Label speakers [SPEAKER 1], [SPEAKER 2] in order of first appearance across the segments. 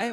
[SPEAKER 1] 哎，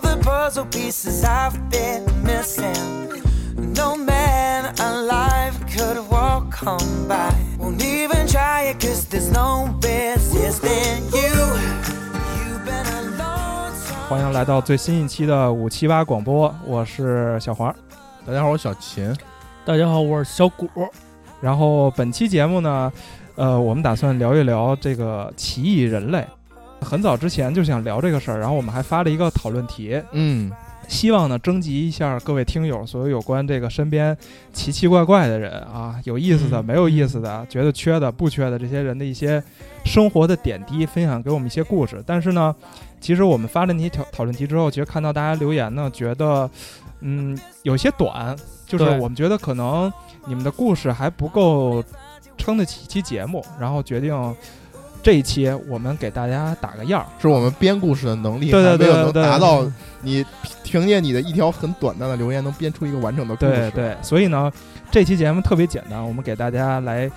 [SPEAKER 2] the puzzle pieces I've been missing. No man alive could walk on by. Won't even try it, cause there's no resisting you. You've been alone.
[SPEAKER 3] 欢迎来到最新一期的五七八广播，我是小黄。
[SPEAKER 4] 大家好，我小秦。
[SPEAKER 5] 大家好，我是小谷。
[SPEAKER 3] 然后本期节目呢，呃，我们打算聊一聊这个奇异人类。很早之前就想聊这个事儿，然后我们还发了一个讨论题，
[SPEAKER 4] 嗯，
[SPEAKER 3] 希望呢征集一下各位听友所有有关这个身边奇奇怪怪的人啊，有意思的、
[SPEAKER 4] 嗯
[SPEAKER 3] 没有意思的、觉得缺的、不缺的这些人的一些生活的点滴，分享给我们一些故事。但是呢，其实我们发了题讨讨论题之后，其实看到大家留言呢，觉得嗯有些短，就是
[SPEAKER 5] 对
[SPEAKER 3] 我们觉得可能你们的故事还不够撑得起一期节目，然后决定。这一期我们给大家打个样儿，
[SPEAKER 4] 是我们编故事的能力
[SPEAKER 3] 对对
[SPEAKER 4] 还没
[SPEAKER 3] 对
[SPEAKER 4] 有能
[SPEAKER 3] 对
[SPEAKER 4] 达到你凭借你的一条很短暂的留言能编出一个完整的故
[SPEAKER 3] 对
[SPEAKER 4] 事。
[SPEAKER 3] 对，所以呢，这期节目特别简单，我们给大家来，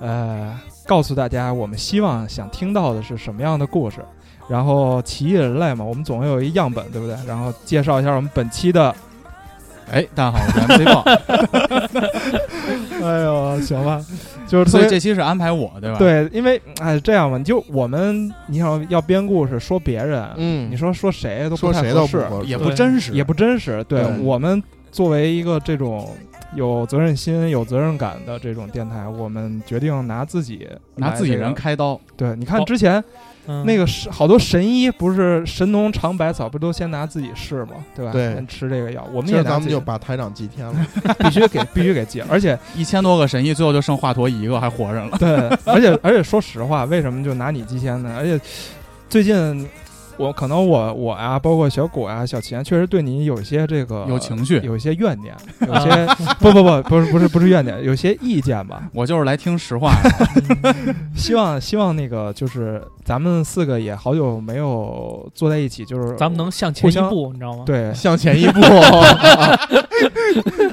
[SPEAKER 3] 呃，告诉大家我们希望想听到的是什么样的故事。然后奇异人类嘛，我们总要有一样本，对不对？然后介绍一下我们本期的，
[SPEAKER 6] 哎，大家好，我是 MC 棒，
[SPEAKER 3] 哎呦，行吧， 就是
[SPEAKER 6] 所
[SPEAKER 3] 特
[SPEAKER 6] 以
[SPEAKER 3] 别
[SPEAKER 6] 这期是安排我对吧？，
[SPEAKER 3] 对，因为哎这样吧，你就我们你想要编故事说别人，
[SPEAKER 4] 嗯，
[SPEAKER 3] 你说说谁都不
[SPEAKER 4] 说
[SPEAKER 3] 太
[SPEAKER 4] 谁
[SPEAKER 3] 合
[SPEAKER 4] 都不
[SPEAKER 3] 适，
[SPEAKER 4] 合适
[SPEAKER 6] 也不真实，
[SPEAKER 3] 也不真实。对
[SPEAKER 4] 对
[SPEAKER 3] 我们作为一个这种有责任心、有责任感的这种电台，我们决定拿自己
[SPEAKER 6] 拿自己
[SPEAKER 3] 来这
[SPEAKER 6] 人
[SPEAKER 3] 个。
[SPEAKER 6] 开刀。
[SPEAKER 3] 对，你看之前
[SPEAKER 5] 嗯
[SPEAKER 3] 那个是好多神医，不是神农尝百草，不都先拿自己试吗？对吧？
[SPEAKER 4] 对
[SPEAKER 3] 先吃这个药，我们
[SPEAKER 4] 今
[SPEAKER 3] 也
[SPEAKER 4] 儿
[SPEAKER 3] 拿
[SPEAKER 4] 咱
[SPEAKER 3] 自
[SPEAKER 4] 们
[SPEAKER 3] 己
[SPEAKER 4] 就把台长祭天了。
[SPEAKER 3] 必须给必须给 戒，而且
[SPEAKER 6] 一千多个神医，最后就剩华佗一个还活着了。
[SPEAKER 3] 对，而且而且说实话，为什么就拿你祭天呢？而且最近。我可能我我啊，包括小谷啊、小秦啊，确实对你有一些这个
[SPEAKER 6] 呃有情绪
[SPEAKER 3] 有一些怨念，有一些不不不不是不是不是怨念，有些意见吧。
[SPEAKER 6] 我就是来听实话 的，
[SPEAKER 3] 希望希望那个就是咱们四个也好久没有坐在一起，就是
[SPEAKER 5] 咱们能向前一
[SPEAKER 3] 互
[SPEAKER 5] 步，你知道吗？，
[SPEAKER 3] 对
[SPEAKER 4] 向前一步，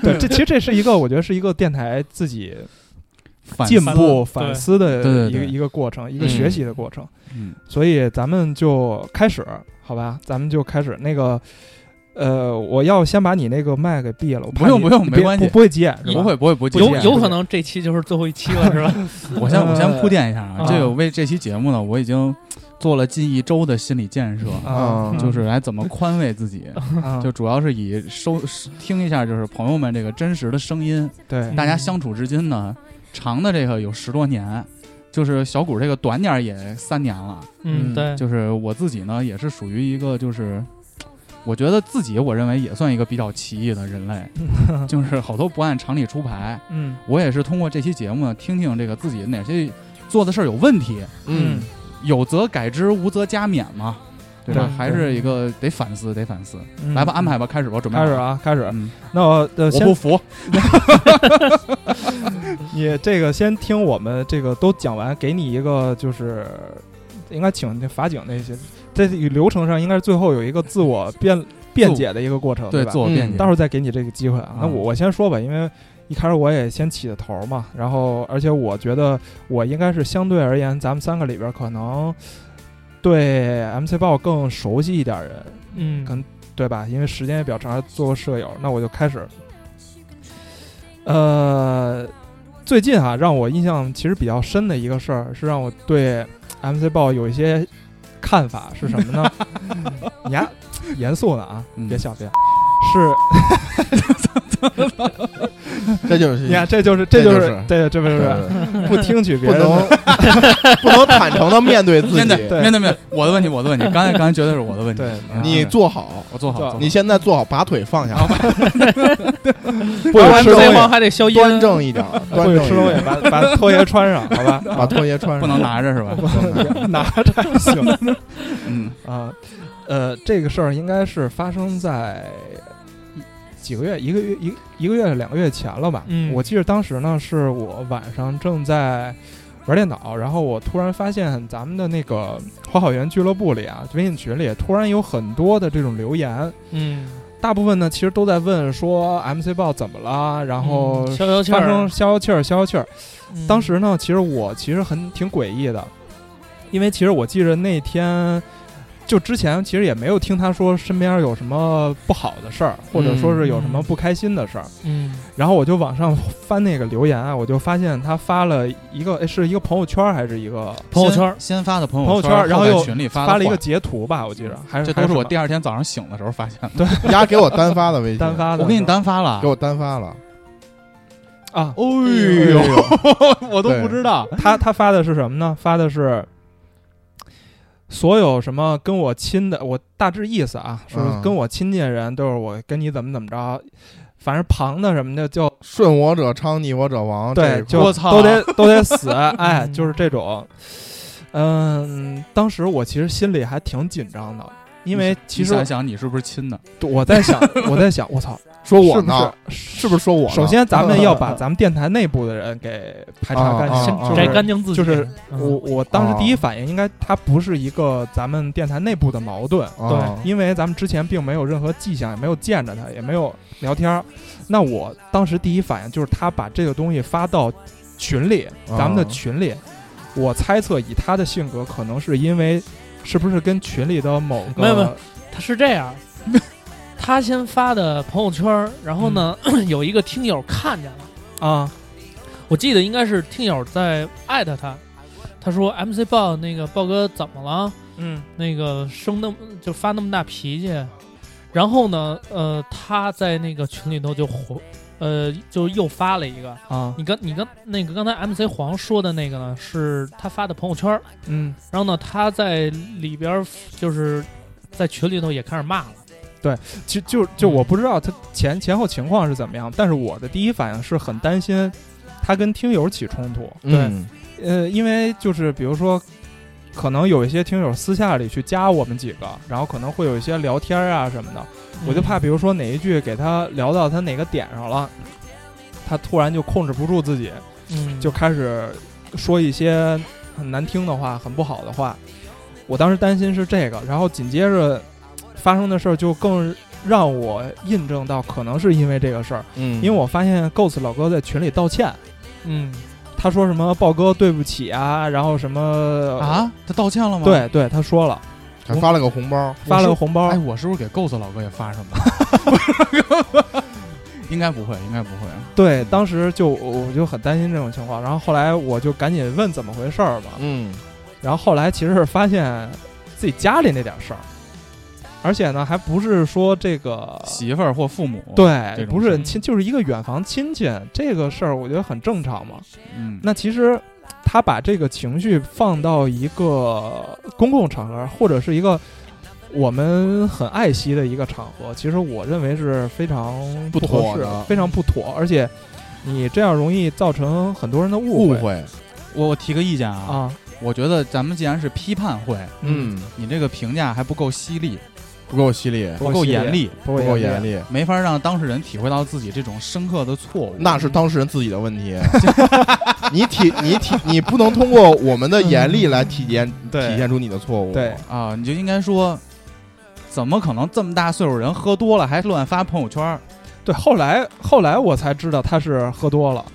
[SPEAKER 3] 对，这其实这是一个我觉得是一个电台自己
[SPEAKER 6] 反
[SPEAKER 3] 进
[SPEAKER 6] 思
[SPEAKER 3] 步
[SPEAKER 5] 反
[SPEAKER 3] 反思的
[SPEAKER 6] 对对
[SPEAKER 3] 一个
[SPEAKER 6] 对
[SPEAKER 3] 一个过程，一个
[SPEAKER 4] 嗯
[SPEAKER 3] 学习的过程。
[SPEAKER 6] 嗯，
[SPEAKER 3] 所以咱们就开始，好吧？咱们就开始那个，呃，我要先把你那个麦给闭了，我怕
[SPEAKER 6] 不用
[SPEAKER 3] 你
[SPEAKER 6] 不用
[SPEAKER 3] 你
[SPEAKER 6] 没
[SPEAKER 3] 别
[SPEAKER 6] 关系
[SPEAKER 3] 不不会接，是吧
[SPEAKER 6] 不会不会不会
[SPEAKER 5] 有
[SPEAKER 6] 介意
[SPEAKER 5] 有可能这期就是最后一 期了，是吧？
[SPEAKER 6] 我先我先
[SPEAKER 3] 呃
[SPEAKER 6] 铺垫一下啊
[SPEAKER 5] 啊，
[SPEAKER 6] 这个为这期节目呢，我已经做了近一周的心理建设，
[SPEAKER 3] 啊
[SPEAKER 4] 嗯，
[SPEAKER 6] 就是来怎么宽慰自 己，
[SPEAKER 3] 啊
[SPEAKER 6] 就主要是以收听一下就是朋友们这个真实的声音，
[SPEAKER 3] 对
[SPEAKER 6] 大家相处至今呢，长的这个有十多年，就是小谷这个短点儿也三年了。
[SPEAKER 5] 嗯，对，
[SPEAKER 6] 就是我自己呢，也是属于一个就是，我觉得自己我认为也算一个比较奇异的人类，就是好多不按常理出牌。
[SPEAKER 3] 嗯
[SPEAKER 6] 我也是通过这期节目呢，听听这个自己哪些做的事儿有问题，
[SPEAKER 3] 嗯，
[SPEAKER 6] 有则改之，无则加勉嘛，对吧？
[SPEAKER 3] 对
[SPEAKER 6] 还是一个得反思，得反思。
[SPEAKER 3] 嗯
[SPEAKER 6] 来吧，安排吧，开始吧，准备好
[SPEAKER 3] 开始。啊，开始。
[SPEAKER 6] 嗯，
[SPEAKER 3] 那我呃
[SPEAKER 6] 我
[SPEAKER 3] 先
[SPEAKER 6] 不服，
[SPEAKER 3] 你这个先听我们这个都讲完，给你一个就是应该请那法警那些，在流程上应该是最后有一个自我辩辩解的一个过程，
[SPEAKER 6] 对，
[SPEAKER 3] 吧嗯
[SPEAKER 6] 自？我辩解。
[SPEAKER 3] 待会儿再给你这个机会啊。那
[SPEAKER 6] 嗯
[SPEAKER 3] 我我先说吧，因为一开始我也先起的头儿嘛，然后而且我觉得我应该是相对而言，咱们三个里边儿可能对 MC 报更熟悉一点儿人，
[SPEAKER 5] 嗯，
[SPEAKER 3] 可能对吧？因为时间也比较长，还做过舍友，那我就开始。呃，最近啊，让我印象其实比较深的一个事儿，是让我对 MC 报有一些看法是什么呢？ 你呀，严肃呢啊，
[SPEAKER 6] 嗯
[SPEAKER 3] 别笑别笑，是
[SPEAKER 4] 这就是
[SPEAKER 3] 你看，这就是
[SPEAKER 4] 这
[SPEAKER 3] 就
[SPEAKER 4] 就是是
[SPEAKER 3] 对，这不
[SPEAKER 4] 对
[SPEAKER 3] 是不听取别
[SPEAKER 4] 不
[SPEAKER 3] 人
[SPEAKER 4] 能
[SPEAKER 3] 的，
[SPEAKER 4] 不能坦诚的面对自
[SPEAKER 6] 面对
[SPEAKER 4] 己，
[SPEAKER 3] 对
[SPEAKER 6] 面对面对，我的问题，我的问题。刚才刚才绝对是我的问题。
[SPEAKER 3] 对
[SPEAKER 6] 啊
[SPEAKER 4] 你做好，
[SPEAKER 6] 我做好，
[SPEAKER 3] 做
[SPEAKER 6] 做好
[SPEAKER 4] 你现在做好，把腿放下，
[SPEAKER 3] 不许吃东
[SPEAKER 4] 端正
[SPEAKER 5] 这
[SPEAKER 3] 西
[SPEAKER 5] 帮还得消音，
[SPEAKER 4] 端正一点，
[SPEAKER 3] 不
[SPEAKER 4] 端
[SPEAKER 3] 许
[SPEAKER 4] 正一
[SPEAKER 3] 吃东西
[SPEAKER 4] 点，，
[SPEAKER 3] 把 把拖鞋穿上，好吧？
[SPEAKER 4] 把拖鞋穿
[SPEAKER 6] 不
[SPEAKER 4] 上。
[SPEAKER 6] 能拿着是吧？
[SPEAKER 3] 拿着行
[SPEAKER 6] 嗯，
[SPEAKER 3] 啊，呃，这个事儿应该是发生在一几个月，一个月一一个月两个月前了吧？
[SPEAKER 5] 嗯
[SPEAKER 3] 我记得当时呢，是我晚上正在玩电脑，然后我突然发现咱们的那个花好园俱乐部里啊，微信群里突然有很多的这种留言，
[SPEAKER 5] 嗯，
[SPEAKER 3] 大部分呢其实都在问说 MC 豹怎么了，然后
[SPEAKER 5] 嗯消消气
[SPEAKER 3] 发
[SPEAKER 5] 儿
[SPEAKER 3] 生消消气儿，消消气儿。
[SPEAKER 5] 嗯
[SPEAKER 3] 当时呢，其实我其实很挺诡异的，因为其实我记着那天，就之前其实也没有听他说身边有什么不好的事儿，或者说是有什么不开心的事儿。
[SPEAKER 5] 嗯
[SPEAKER 3] 然后我就往上 翻那个留言啊，我就发现他发了一个，诶是一个朋友圈还是一个
[SPEAKER 5] 朋友圈
[SPEAKER 6] 先先发的朋
[SPEAKER 3] 朋友圈
[SPEAKER 6] 圈，
[SPEAKER 3] 然后
[SPEAKER 6] 在
[SPEAKER 3] 又
[SPEAKER 6] 群里发
[SPEAKER 3] 发了一
[SPEAKER 6] 话
[SPEAKER 3] 个，截图吧？我记着，还是
[SPEAKER 6] 这都是我
[SPEAKER 3] 还
[SPEAKER 6] 第二天早上醒的时候发现的。
[SPEAKER 4] 丫给我单发的微
[SPEAKER 3] 什么
[SPEAKER 4] 信，
[SPEAKER 3] 单发的，
[SPEAKER 6] 我给你单发了
[SPEAKER 4] 给，我单发了。
[SPEAKER 3] 啊。
[SPEAKER 6] 哎呦， 我都不知道。
[SPEAKER 4] 嗯
[SPEAKER 3] 他他发的是什么呢？发的是所有什么跟我亲的，我大致意思啊，是
[SPEAKER 4] 嗯
[SPEAKER 3] 跟我亲近的人都是我跟你怎么怎么着，反正旁的什么的就
[SPEAKER 4] 顺我者昌，逆我者亡。
[SPEAKER 3] 对，
[SPEAKER 4] 这
[SPEAKER 3] 就
[SPEAKER 4] 一块
[SPEAKER 6] 我操
[SPEAKER 3] 都得都得 死，哎，
[SPEAKER 5] 嗯
[SPEAKER 3] 就是这种。嗯，当时我其实心里还挺紧张的，因为其实
[SPEAKER 6] 你想想你是不是亲的？
[SPEAKER 3] 我在 想，我在想，我操，
[SPEAKER 4] 说
[SPEAKER 3] 是
[SPEAKER 4] 我
[SPEAKER 3] 不是
[SPEAKER 4] 呢，？是不是说我呢？
[SPEAKER 3] 首先，咱 们要把咱们电台内部的人给排查干
[SPEAKER 4] 啊
[SPEAKER 3] 净
[SPEAKER 5] 先，
[SPEAKER 3] 就
[SPEAKER 4] 啊
[SPEAKER 3] 是
[SPEAKER 5] 摘干净自己，
[SPEAKER 3] 就是
[SPEAKER 5] 嗯
[SPEAKER 3] 我我当时第一反应应该它不是一个咱们电台内部的矛盾，
[SPEAKER 5] 哦
[SPEAKER 4] 啊
[SPEAKER 3] 因为咱们之前并没有任何迹象，也没有见着他，也没有聊天儿。那我当时第一反应就是他把这个东西发到群里，
[SPEAKER 4] 啊
[SPEAKER 3] 咱们
[SPEAKER 5] 哦
[SPEAKER 3] 的群里，我猜测以他的性格，可能是因为是不是跟群里的某个
[SPEAKER 5] 没有没有他是这 样，他先发的朋友圈儿，然后呢，
[SPEAKER 3] 嗯
[SPEAKER 5] 有一个听友看见了，
[SPEAKER 3] 啊
[SPEAKER 5] 我记得应该是听友在艾特他，他说 MC 豹那个豹哥怎么了？
[SPEAKER 3] 嗯
[SPEAKER 5] 那个生那么就发那么大脾气，然后呢，呃，他在那个群里头就回，呃，就又发了一个。
[SPEAKER 3] 啊
[SPEAKER 5] 你刚你刚那个刚才 MC 黄说的那个呢，是他发的朋友圈儿，
[SPEAKER 3] 嗯
[SPEAKER 5] 然后呢，他在里边儿就是在群里头也开始骂了。
[SPEAKER 3] 就就就
[SPEAKER 5] 嗯
[SPEAKER 3] 我不知道他前前后情况是怎么样，但是我的第一反应是很担心他跟听友起冲突。
[SPEAKER 4] 嗯，
[SPEAKER 3] 呃，因为就是比如说，可能有一些听友私下里去加我们几个，然后可能会有一些聊天啊什么的，我
[SPEAKER 5] 嗯
[SPEAKER 3] 就怕比如说哪一句给他聊到他哪个点上了，他突然就控制不住自己，
[SPEAKER 5] 嗯，
[SPEAKER 3] 就开始说一些很难听的话、很不好的话。我当时担心是这个，然后紧接着发生的事儿就更让我印证到，可能是因为这个事儿，
[SPEAKER 4] 嗯，
[SPEAKER 3] 因为我发现 Ghost 老哥在群里道歉。
[SPEAKER 5] 嗯
[SPEAKER 3] 他说什么“豹哥对不起啊”，然后什么，
[SPEAKER 6] 啊，他道歉了吗？，
[SPEAKER 3] 呃对对，他说了，
[SPEAKER 4] 还发了个红包，
[SPEAKER 3] 发了个
[SPEAKER 6] 我
[SPEAKER 3] 红包
[SPEAKER 6] 哎，，我是不是给 Ghost 老哥也发什么？ 应该不会，应该不会。啊
[SPEAKER 3] 对，当时就我我就很担心这种情况，然后后来我就赶紧问怎么回事儿嘛，
[SPEAKER 4] 嗯，
[SPEAKER 3] 然后后来其实是发现自己家里那点事儿，而且呢，还不是说这个。
[SPEAKER 6] 媳妇儿或父母，，
[SPEAKER 3] 呃对，
[SPEAKER 6] 这种
[SPEAKER 3] 不
[SPEAKER 6] 事
[SPEAKER 3] 是
[SPEAKER 6] 儿
[SPEAKER 3] 亲，就是一个远房亲戚，这个事儿我觉得很正常嘛。
[SPEAKER 6] 嗯，
[SPEAKER 3] 那其实他把这个情绪放到一个公共场合，或者是一个我们很爱惜的一个场合，其实我认为是非常
[SPEAKER 4] 不
[SPEAKER 3] 合
[SPEAKER 4] 妥
[SPEAKER 3] 适
[SPEAKER 4] 的
[SPEAKER 3] 非常不妥，而且你这样容易造成很多人的误
[SPEAKER 4] 误
[SPEAKER 3] 会
[SPEAKER 4] 会，
[SPEAKER 6] 我我提个意见啊，
[SPEAKER 3] 啊。
[SPEAKER 6] 我觉得咱们既然是批判会，
[SPEAKER 4] 嗯，
[SPEAKER 6] 你这个评价还不够犀利，
[SPEAKER 4] 不够犀利，
[SPEAKER 3] 不够
[SPEAKER 6] 够
[SPEAKER 3] 犀利
[SPEAKER 6] 严厉，
[SPEAKER 3] 不
[SPEAKER 4] 不
[SPEAKER 3] 过
[SPEAKER 4] 够
[SPEAKER 3] 也
[SPEAKER 4] 严厉，
[SPEAKER 6] 没法让当事人体会到自己这种深刻的错误。
[SPEAKER 4] 那是当事人自己的问题。 你体你体你不能通过我们的严厉来体验
[SPEAKER 3] 对
[SPEAKER 4] 体现出你的错误。
[SPEAKER 3] 对
[SPEAKER 6] 啊，你就应该说，怎么可能这么大岁数人喝多了还乱发朋友圈儿
[SPEAKER 3] 对，后来后来我才知道他是喝多了，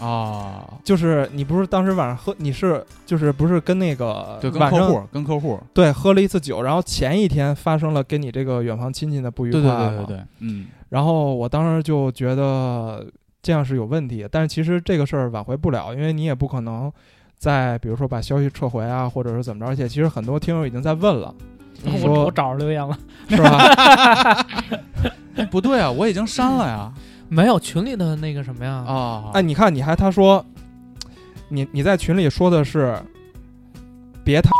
[SPEAKER 6] 啊？
[SPEAKER 3] 就是你不是当时晚上喝，你是就是不是跟那个
[SPEAKER 6] 对，跟
[SPEAKER 3] 晚
[SPEAKER 6] 客
[SPEAKER 3] 上
[SPEAKER 6] 户，跟客户，
[SPEAKER 3] 对喝了一次酒，然后前一天发生了跟你这个远房亲戚的不愉快
[SPEAKER 6] 对对对
[SPEAKER 3] 吗
[SPEAKER 6] 对对，嗯，
[SPEAKER 3] 然后我当时就觉得这样是有问题，但是其实这个事儿挽回不了，因为你也不可能再比如说把消息撤回啊，或者是怎么着。而且其实很多听友已经在问了，
[SPEAKER 4] 嗯
[SPEAKER 5] 我
[SPEAKER 3] 说
[SPEAKER 5] 我找着留言了，
[SPEAKER 3] 是 吧？
[SPEAKER 6] 哎不对啊，我已经删了呀
[SPEAKER 5] 没有群里的那个什么呀？
[SPEAKER 6] 啊
[SPEAKER 3] 哎，，你看你还他说，你你在群里说的是别他，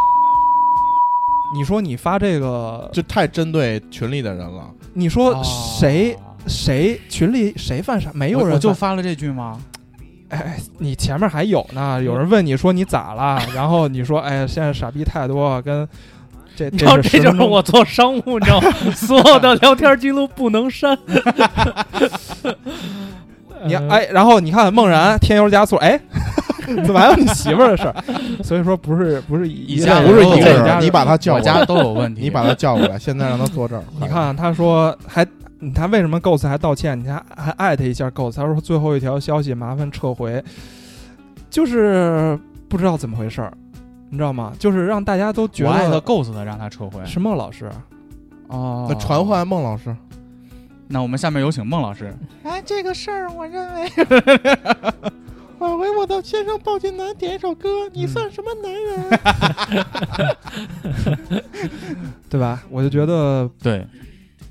[SPEAKER 3] 你说你发这个，
[SPEAKER 4] 这太针对群里的人了。
[SPEAKER 3] 你
[SPEAKER 6] 哦
[SPEAKER 3] 说谁？谁群里谁犯傻？没
[SPEAKER 6] 没
[SPEAKER 3] 有人
[SPEAKER 6] 我就
[SPEAKER 3] 犯
[SPEAKER 6] 发了这句吗？
[SPEAKER 3] 哎，你前面
[SPEAKER 5] 嗯
[SPEAKER 3] 还有呢，有人问你说你咋了，然后你说哎，现在傻逼太多，跟 这
[SPEAKER 5] 你知道这
[SPEAKER 3] 这
[SPEAKER 5] 就是我做商务，你知 道吗，所有的聊天记录不能删。
[SPEAKER 3] 你
[SPEAKER 5] 呃
[SPEAKER 3] 哎，然后你看梦
[SPEAKER 5] 嗯
[SPEAKER 3] 然添油加醋，哎， 怎么还有你媳妇儿的 事儿？所以说不是不是一
[SPEAKER 6] 一
[SPEAKER 3] 个
[SPEAKER 6] 家
[SPEAKER 3] 人
[SPEAKER 4] 不是一个
[SPEAKER 6] 我
[SPEAKER 4] 人，
[SPEAKER 6] 家
[SPEAKER 4] 你把他叫
[SPEAKER 6] 我
[SPEAKER 4] 过
[SPEAKER 6] 家
[SPEAKER 4] 来，
[SPEAKER 6] 都有问题。
[SPEAKER 4] 你把啊他叫过来，现在让他 坐这儿。
[SPEAKER 3] 你看他说还他为什么 Ghost 还道歉？你看还艾特一下 Ghost，他说最后一条消息麻烦撤回，就是不知道怎么回事儿，你知道吗？就是让大家都觉
[SPEAKER 6] 我爱的
[SPEAKER 3] 得
[SPEAKER 6] Ghost 的让他撤回
[SPEAKER 3] 是孟老师，啊
[SPEAKER 6] 哦
[SPEAKER 4] 那传唤孟老师，
[SPEAKER 6] 那我们下面有请孟老师。
[SPEAKER 4] 哎，这个事儿我认为，挽回我的先生抱进男点一首歌，
[SPEAKER 3] 你算
[SPEAKER 4] 什么男人？
[SPEAKER 3] 对吧？我就觉得
[SPEAKER 6] 对，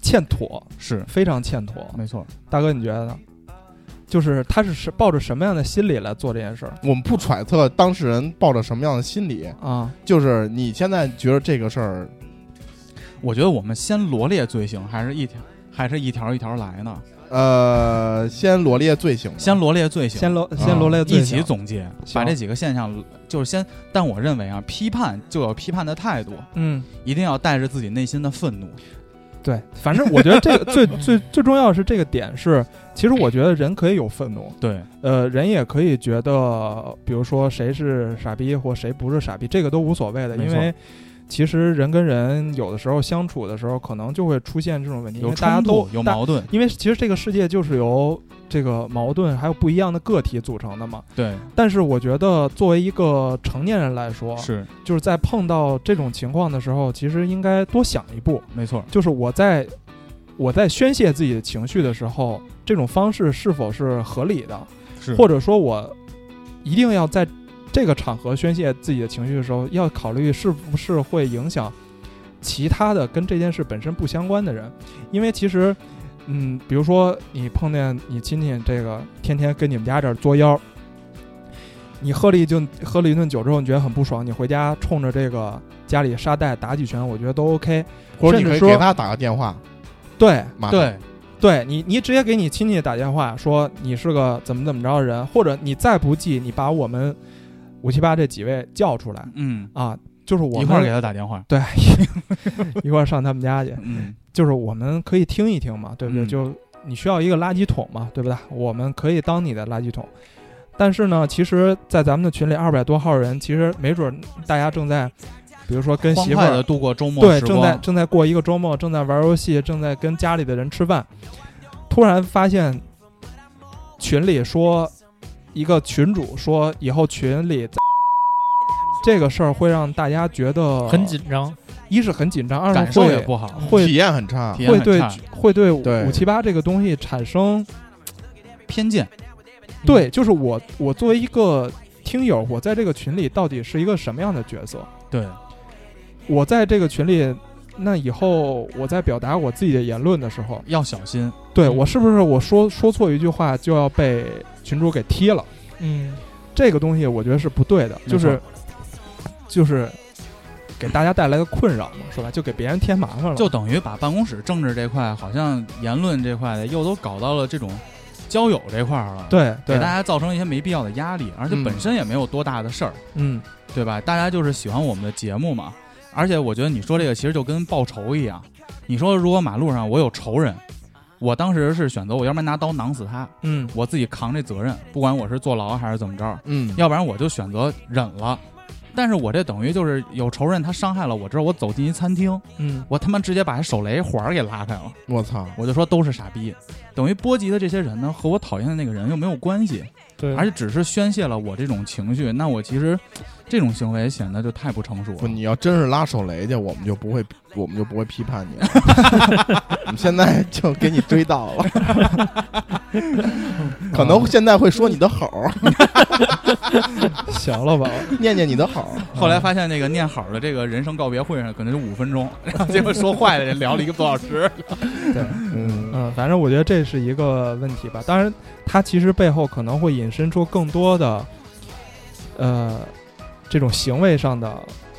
[SPEAKER 3] 欠妥，
[SPEAKER 6] 是
[SPEAKER 3] 非常欠妥。
[SPEAKER 6] 没错。
[SPEAKER 3] 大哥，你觉得呢？就是他是是抱着什么样的心理来做这件事儿
[SPEAKER 4] 我们不揣测当事人抱着什么样的心理，
[SPEAKER 3] 啊？
[SPEAKER 4] 就是你现在觉得这个事儿，
[SPEAKER 6] 我觉得我们先罗列罪行，还是一条还是一条一条来呢？
[SPEAKER 4] 呃，先罗列罪行吧，
[SPEAKER 6] 先罗列罪行，
[SPEAKER 3] 先罗
[SPEAKER 4] 啊
[SPEAKER 3] 先罗列罪
[SPEAKER 6] 一
[SPEAKER 3] 行
[SPEAKER 6] 起总结，
[SPEAKER 3] 行
[SPEAKER 6] 把这几个现象就是先。但我认为啊，批判就有批判的态度，
[SPEAKER 3] 嗯，
[SPEAKER 6] 一定要带着自己内心的愤怒。
[SPEAKER 3] 对，反正我觉得 这个最最最重要的是这个点是，其实我觉得人可以有愤怒，
[SPEAKER 6] 对，
[SPEAKER 3] 呃，人也可以觉得，比如说谁是傻逼或谁不是傻逼，这个都无所谓的，
[SPEAKER 6] 没
[SPEAKER 3] 因
[SPEAKER 6] 错
[SPEAKER 3] 为其实人跟人有的时候相处的时候，可能就会出现这种问题，因
[SPEAKER 6] 有
[SPEAKER 3] 为大家
[SPEAKER 6] 冲
[SPEAKER 3] 都
[SPEAKER 6] 突，有
[SPEAKER 3] 大
[SPEAKER 6] 矛盾，
[SPEAKER 3] 因为其实这个世界就是由这个矛盾还有不一样的个体组成的嘛。
[SPEAKER 6] 对，
[SPEAKER 3] 但是我觉得作为一个成年人来说，
[SPEAKER 6] 是
[SPEAKER 3] 就是在碰到这种情况的时候，其实应该多想一步，
[SPEAKER 6] 没错，
[SPEAKER 3] 就是我在我在宣泄自己的情绪的时候，这种方式是否是合理的，
[SPEAKER 4] 嗯
[SPEAKER 6] 是
[SPEAKER 3] 或者说我一定要在这个场合宣泄自己的情绪的时候，要考虑是不是会影响其他的跟这件事本身不相关的人，因为其实，嗯，比如说你碰见你亲戚这个天天跟你们家这儿作妖，你喝了一顿喝了一顿酒之后，你觉得很不爽，你回家冲着这个家里沙袋打几拳，我觉得都 OK。
[SPEAKER 4] 或者你
[SPEAKER 3] 甚
[SPEAKER 4] 可
[SPEAKER 3] 至
[SPEAKER 4] 以
[SPEAKER 3] 说
[SPEAKER 4] 给他打个电话，
[SPEAKER 3] 对，
[SPEAKER 4] 马上
[SPEAKER 6] 对，
[SPEAKER 3] 对你，你直接给你亲戚打电话说你是个怎么怎么着的人，或者你再不济，你把我们五七八这几位叫出来
[SPEAKER 6] 嗯，
[SPEAKER 3] 啊，就是我们
[SPEAKER 6] 一会儿给他打电话，
[SPEAKER 3] 对 一块儿上他们家去，
[SPEAKER 6] 嗯，
[SPEAKER 3] 就是我们可以听一听嘛，对不对？
[SPEAKER 6] 嗯
[SPEAKER 3] 就你需要一个垃圾桶嘛，对不对？我们可以当你的垃圾桶。但是呢，其实，在咱们的群里二百多号人，其实没准大家正在，比如说跟
[SPEAKER 6] 欢
[SPEAKER 3] 媳妇
[SPEAKER 6] 快
[SPEAKER 3] 儿
[SPEAKER 6] 的度过周末
[SPEAKER 3] 对，
[SPEAKER 6] 时
[SPEAKER 3] 正在
[SPEAKER 6] 光，
[SPEAKER 3] 正在过一个周末，正在玩游戏，正在跟家里的人吃饭，突然发现群里说一个群主说以后群里这个事儿会让大家觉得
[SPEAKER 5] 很，紧张，
[SPEAKER 3] 一是很紧张，二
[SPEAKER 6] 感
[SPEAKER 3] 是
[SPEAKER 6] 受也
[SPEAKER 3] 会
[SPEAKER 6] 不好，
[SPEAKER 4] 体
[SPEAKER 3] 会
[SPEAKER 4] 验很差
[SPEAKER 6] 体，验
[SPEAKER 3] 会
[SPEAKER 6] 很
[SPEAKER 3] 对
[SPEAKER 6] 差，嗯
[SPEAKER 3] 会对
[SPEAKER 4] 对
[SPEAKER 3] 五七八这个东西产生
[SPEAKER 6] 偏见，
[SPEAKER 3] 对，就是我我作为一个听友，我在这个群里到底是一个什么样的角色？
[SPEAKER 6] 对，
[SPEAKER 3] 我在这个群里，那以后我在表达我自己的言论的时候。
[SPEAKER 6] 要小心，
[SPEAKER 3] 对
[SPEAKER 5] 嗯
[SPEAKER 3] 我是不是我说说错一句话就要被群主给踢了？
[SPEAKER 5] 嗯，
[SPEAKER 3] 这个东西我觉得是不对的，
[SPEAKER 6] 没
[SPEAKER 3] 就
[SPEAKER 6] 错
[SPEAKER 3] 是就是给大家带来的困扰嘛，是吧？就给别人添麻烦了。
[SPEAKER 6] 就等于把办公室政治这块，好像言论这块的，又都搞到了这种交友这块儿了，，
[SPEAKER 3] 对
[SPEAKER 6] 给
[SPEAKER 3] 对
[SPEAKER 6] 大，家造成一些没必要的压力，而且
[SPEAKER 4] 嗯
[SPEAKER 6] 本身也没有多大的事儿，
[SPEAKER 3] 嗯，
[SPEAKER 6] 对吧？大家就是喜欢我们的节目嘛，而且我觉得你说这个其实就跟报仇一样，你说如果马路上我有仇人。我当时是选择，我要不然拿刀囊死他，
[SPEAKER 3] 嗯
[SPEAKER 6] 我自己扛这责任，不管我是坐牢还是怎么着，
[SPEAKER 4] 嗯，
[SPEAKER 6] 要不然我就选择忍了。但是我这等于就是有仇人，他伤害了我之后，我走进一餐厅，
[SPEAKER 3] 嗯，
[SPEAKER 6] 我他妈直接把手雷环儿给拉开了，
[SPEAKER 4] 我操，
[SPEAKER 6] 我就说都是傻逼，等于波及的这些人呢和我讨厌的那个人又没有关系，
[SPEAKER 5] 对
[SPEAKER 6] 而且只是宣泄了我这种情绪，那我其实这种行为显得就太不成熟
[SPEAKER 4] 不，
[SPEAKER 6] 了。
[SPEAKER 4] 你要真是拉手雷去，我们就不会，我们就不会批判你了。我们现在就给你追到了，可能现在会说你的好，
[SPEAKER 3] 行了吧？
[SPEAKER 4] 念念你的好。
[SPEAKER 6] 后来发现那个念好的这个人生告别会上可能就五分钟，然后结果说坏的人聊了一个多小 时。
[SPEAKER 4] 嗯，
[SPEAKER 3] 嗯，反正我觉得这是一个问题吧。当然，它其实背后可能会引申出更多的，呃，这种行为上的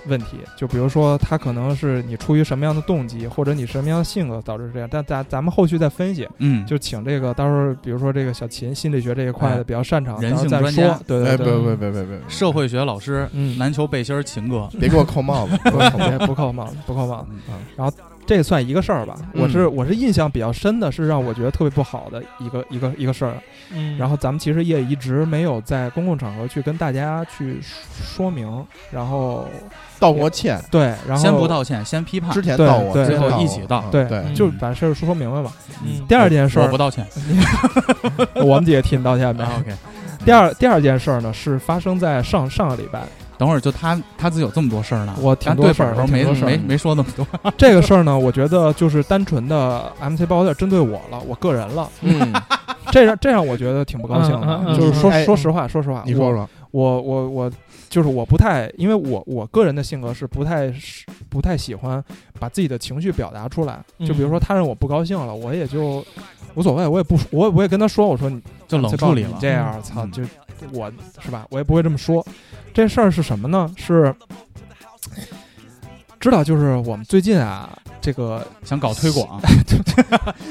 [SPEAKER 3] 问题，就比如说他可能是你出于什么样的动机，或者你什么样的性格导致这样，但咱咱们后续再分析，
[SPEAKER 6] 嗯，
[SPEAKER 3] 就请这个到时候比如说这个小秦心理学这一块
[SPEAKER 6] 哎
[SPEAKER 3] 的比较擅长，
[SPEAKER 6] 人
[SPEAKER 3] 到时候
[SPEAKER 6] 性
[SPEAKER 3] 再
[SPEAKER 6] 专家
[SPEAKER 3] 说，对
[SPEAKER 4] 哎，
[SPEAKER 3] 对
[SPEAKER 4] 别
[SPEAKER 3] 对，
[SPEAKER 4] 别别别别，
[SPEAKER 6] 社会学老师，
[SPEAKER 3] 嗯，
[SPEAKER 6] 篮球背心儿秦哥，
[SPEAKER 4] 别给我扣帽子，别给我扣帽 子
[SPEAKER 3] 不不扣帽子，不扣帽子。
[SPEAKER 4] 啊！
[SPEAKER 3] 这算一个事儿吧。
[SPEAKER 4] 嗯
[SPEAKER 3] 我是我是印象比较深的，是让我觉得特别不好的一个一个一个事儿。
[SPEAKER 5] 嗯，
[SPEAKER 3] 然后咱们其实也一直没有在公共场合去跟大家去说明，然后
[SPEAKER 4] 道过歉，
[SPEAKER 3] 对，然后
[SPEAKER 6] 先不道歉，先批判
[SPEAKER 4] 之，前
[SPEAKER 3] 对
[SPEAKER 4] 道过，
[SPEAKER 3] 对
[SPEAKER 4] 之前
[SPEAKER 6] 最后
[SPEAKER 4] 道
[SPEAKER 6] 一
[SPEAKER 4] 过
[SPEAKER 6] 起道
[SPEAKER 4] 嗯
[SPEAKER 3] 对
[SPEAKER 4] 对，
[SPEAKER 5] 嗯
[SPEAKER 3] 就把事儿说说 明白嘛。
[SPEAKER 5] 嗯
[SPEAKER 3] 第二件事
[SPEAKER 6] 我
[SPEAKER 3] 儿
[SPEAKER 6] 不，道歉。
[SPEAKER 3] 我们几个替你道歉呗。
[SPEAKER 6] 啊 OK，
[SPEAKER 3] 第二第二件事儿呢，是发生在上上个礼拜，
[SPEAKER 6] 等会儿就他他自己有这么多事儿呢，
[SPEAKER 3] 我挺
[SPEAKER 6] 咱
[SPEAKER 3] 多
[SPEAKER 6] 对
[SPEAKER 3] 事
[SPEAKER 6] 本
[SPEAKER 3] 儿
[SPEAKER 6] 时候
[SPEAKER 3] 我挺
[SPEAKER 6] 没
[SPEAKER 4] 多事儿
[SPEAKER 6] 没没说那么多。
[SPEAKER 3] 这个事儿呢，我觉得就是单纯的 MC 包有点针对我了，我个人了，
[SPEAKER 4] 嗯，
[SPEAKER 3] 这让这让我觉得挺不高兴
[SPEAKER 5] 嗯嗯
[SPEAKER 3] 的。
[SPEAKER 5] 嗯
[SPEAKER 3] 就是说
[SPEAKER 4] 哎
[SPEAKER 3] 说实话，说实话，
[SPEAKER 4] 你
[SPEAKER 3] 我
[SPEAKER 4] 说说，
[SPEAKER 3] 我我我就是我不太，因为我我个人的性格是不太是不太喜欢把自己的情绪表达出来。
[SPEAKER 5] 嗯
[SPEAKER 3] 就比如说他让我不高兴了，我也就无所谓，我也不我我也跟他说，我说你
[SPEAKER 6] 就冷
[SPEAKER 3] 这
[SPEAKER 6] 处理
[SPEAKER 3] 你
[SPEAKER 6] 了。
[SPEAKER 3] 这样操
[SPEAKER 6] 嗯
[SPEAKER 3] 就我是吧，我也不会这么说。这事儿是什么呢？是知道就是我们最近啊，这个
[SPEAKER 6] 想搞推 广，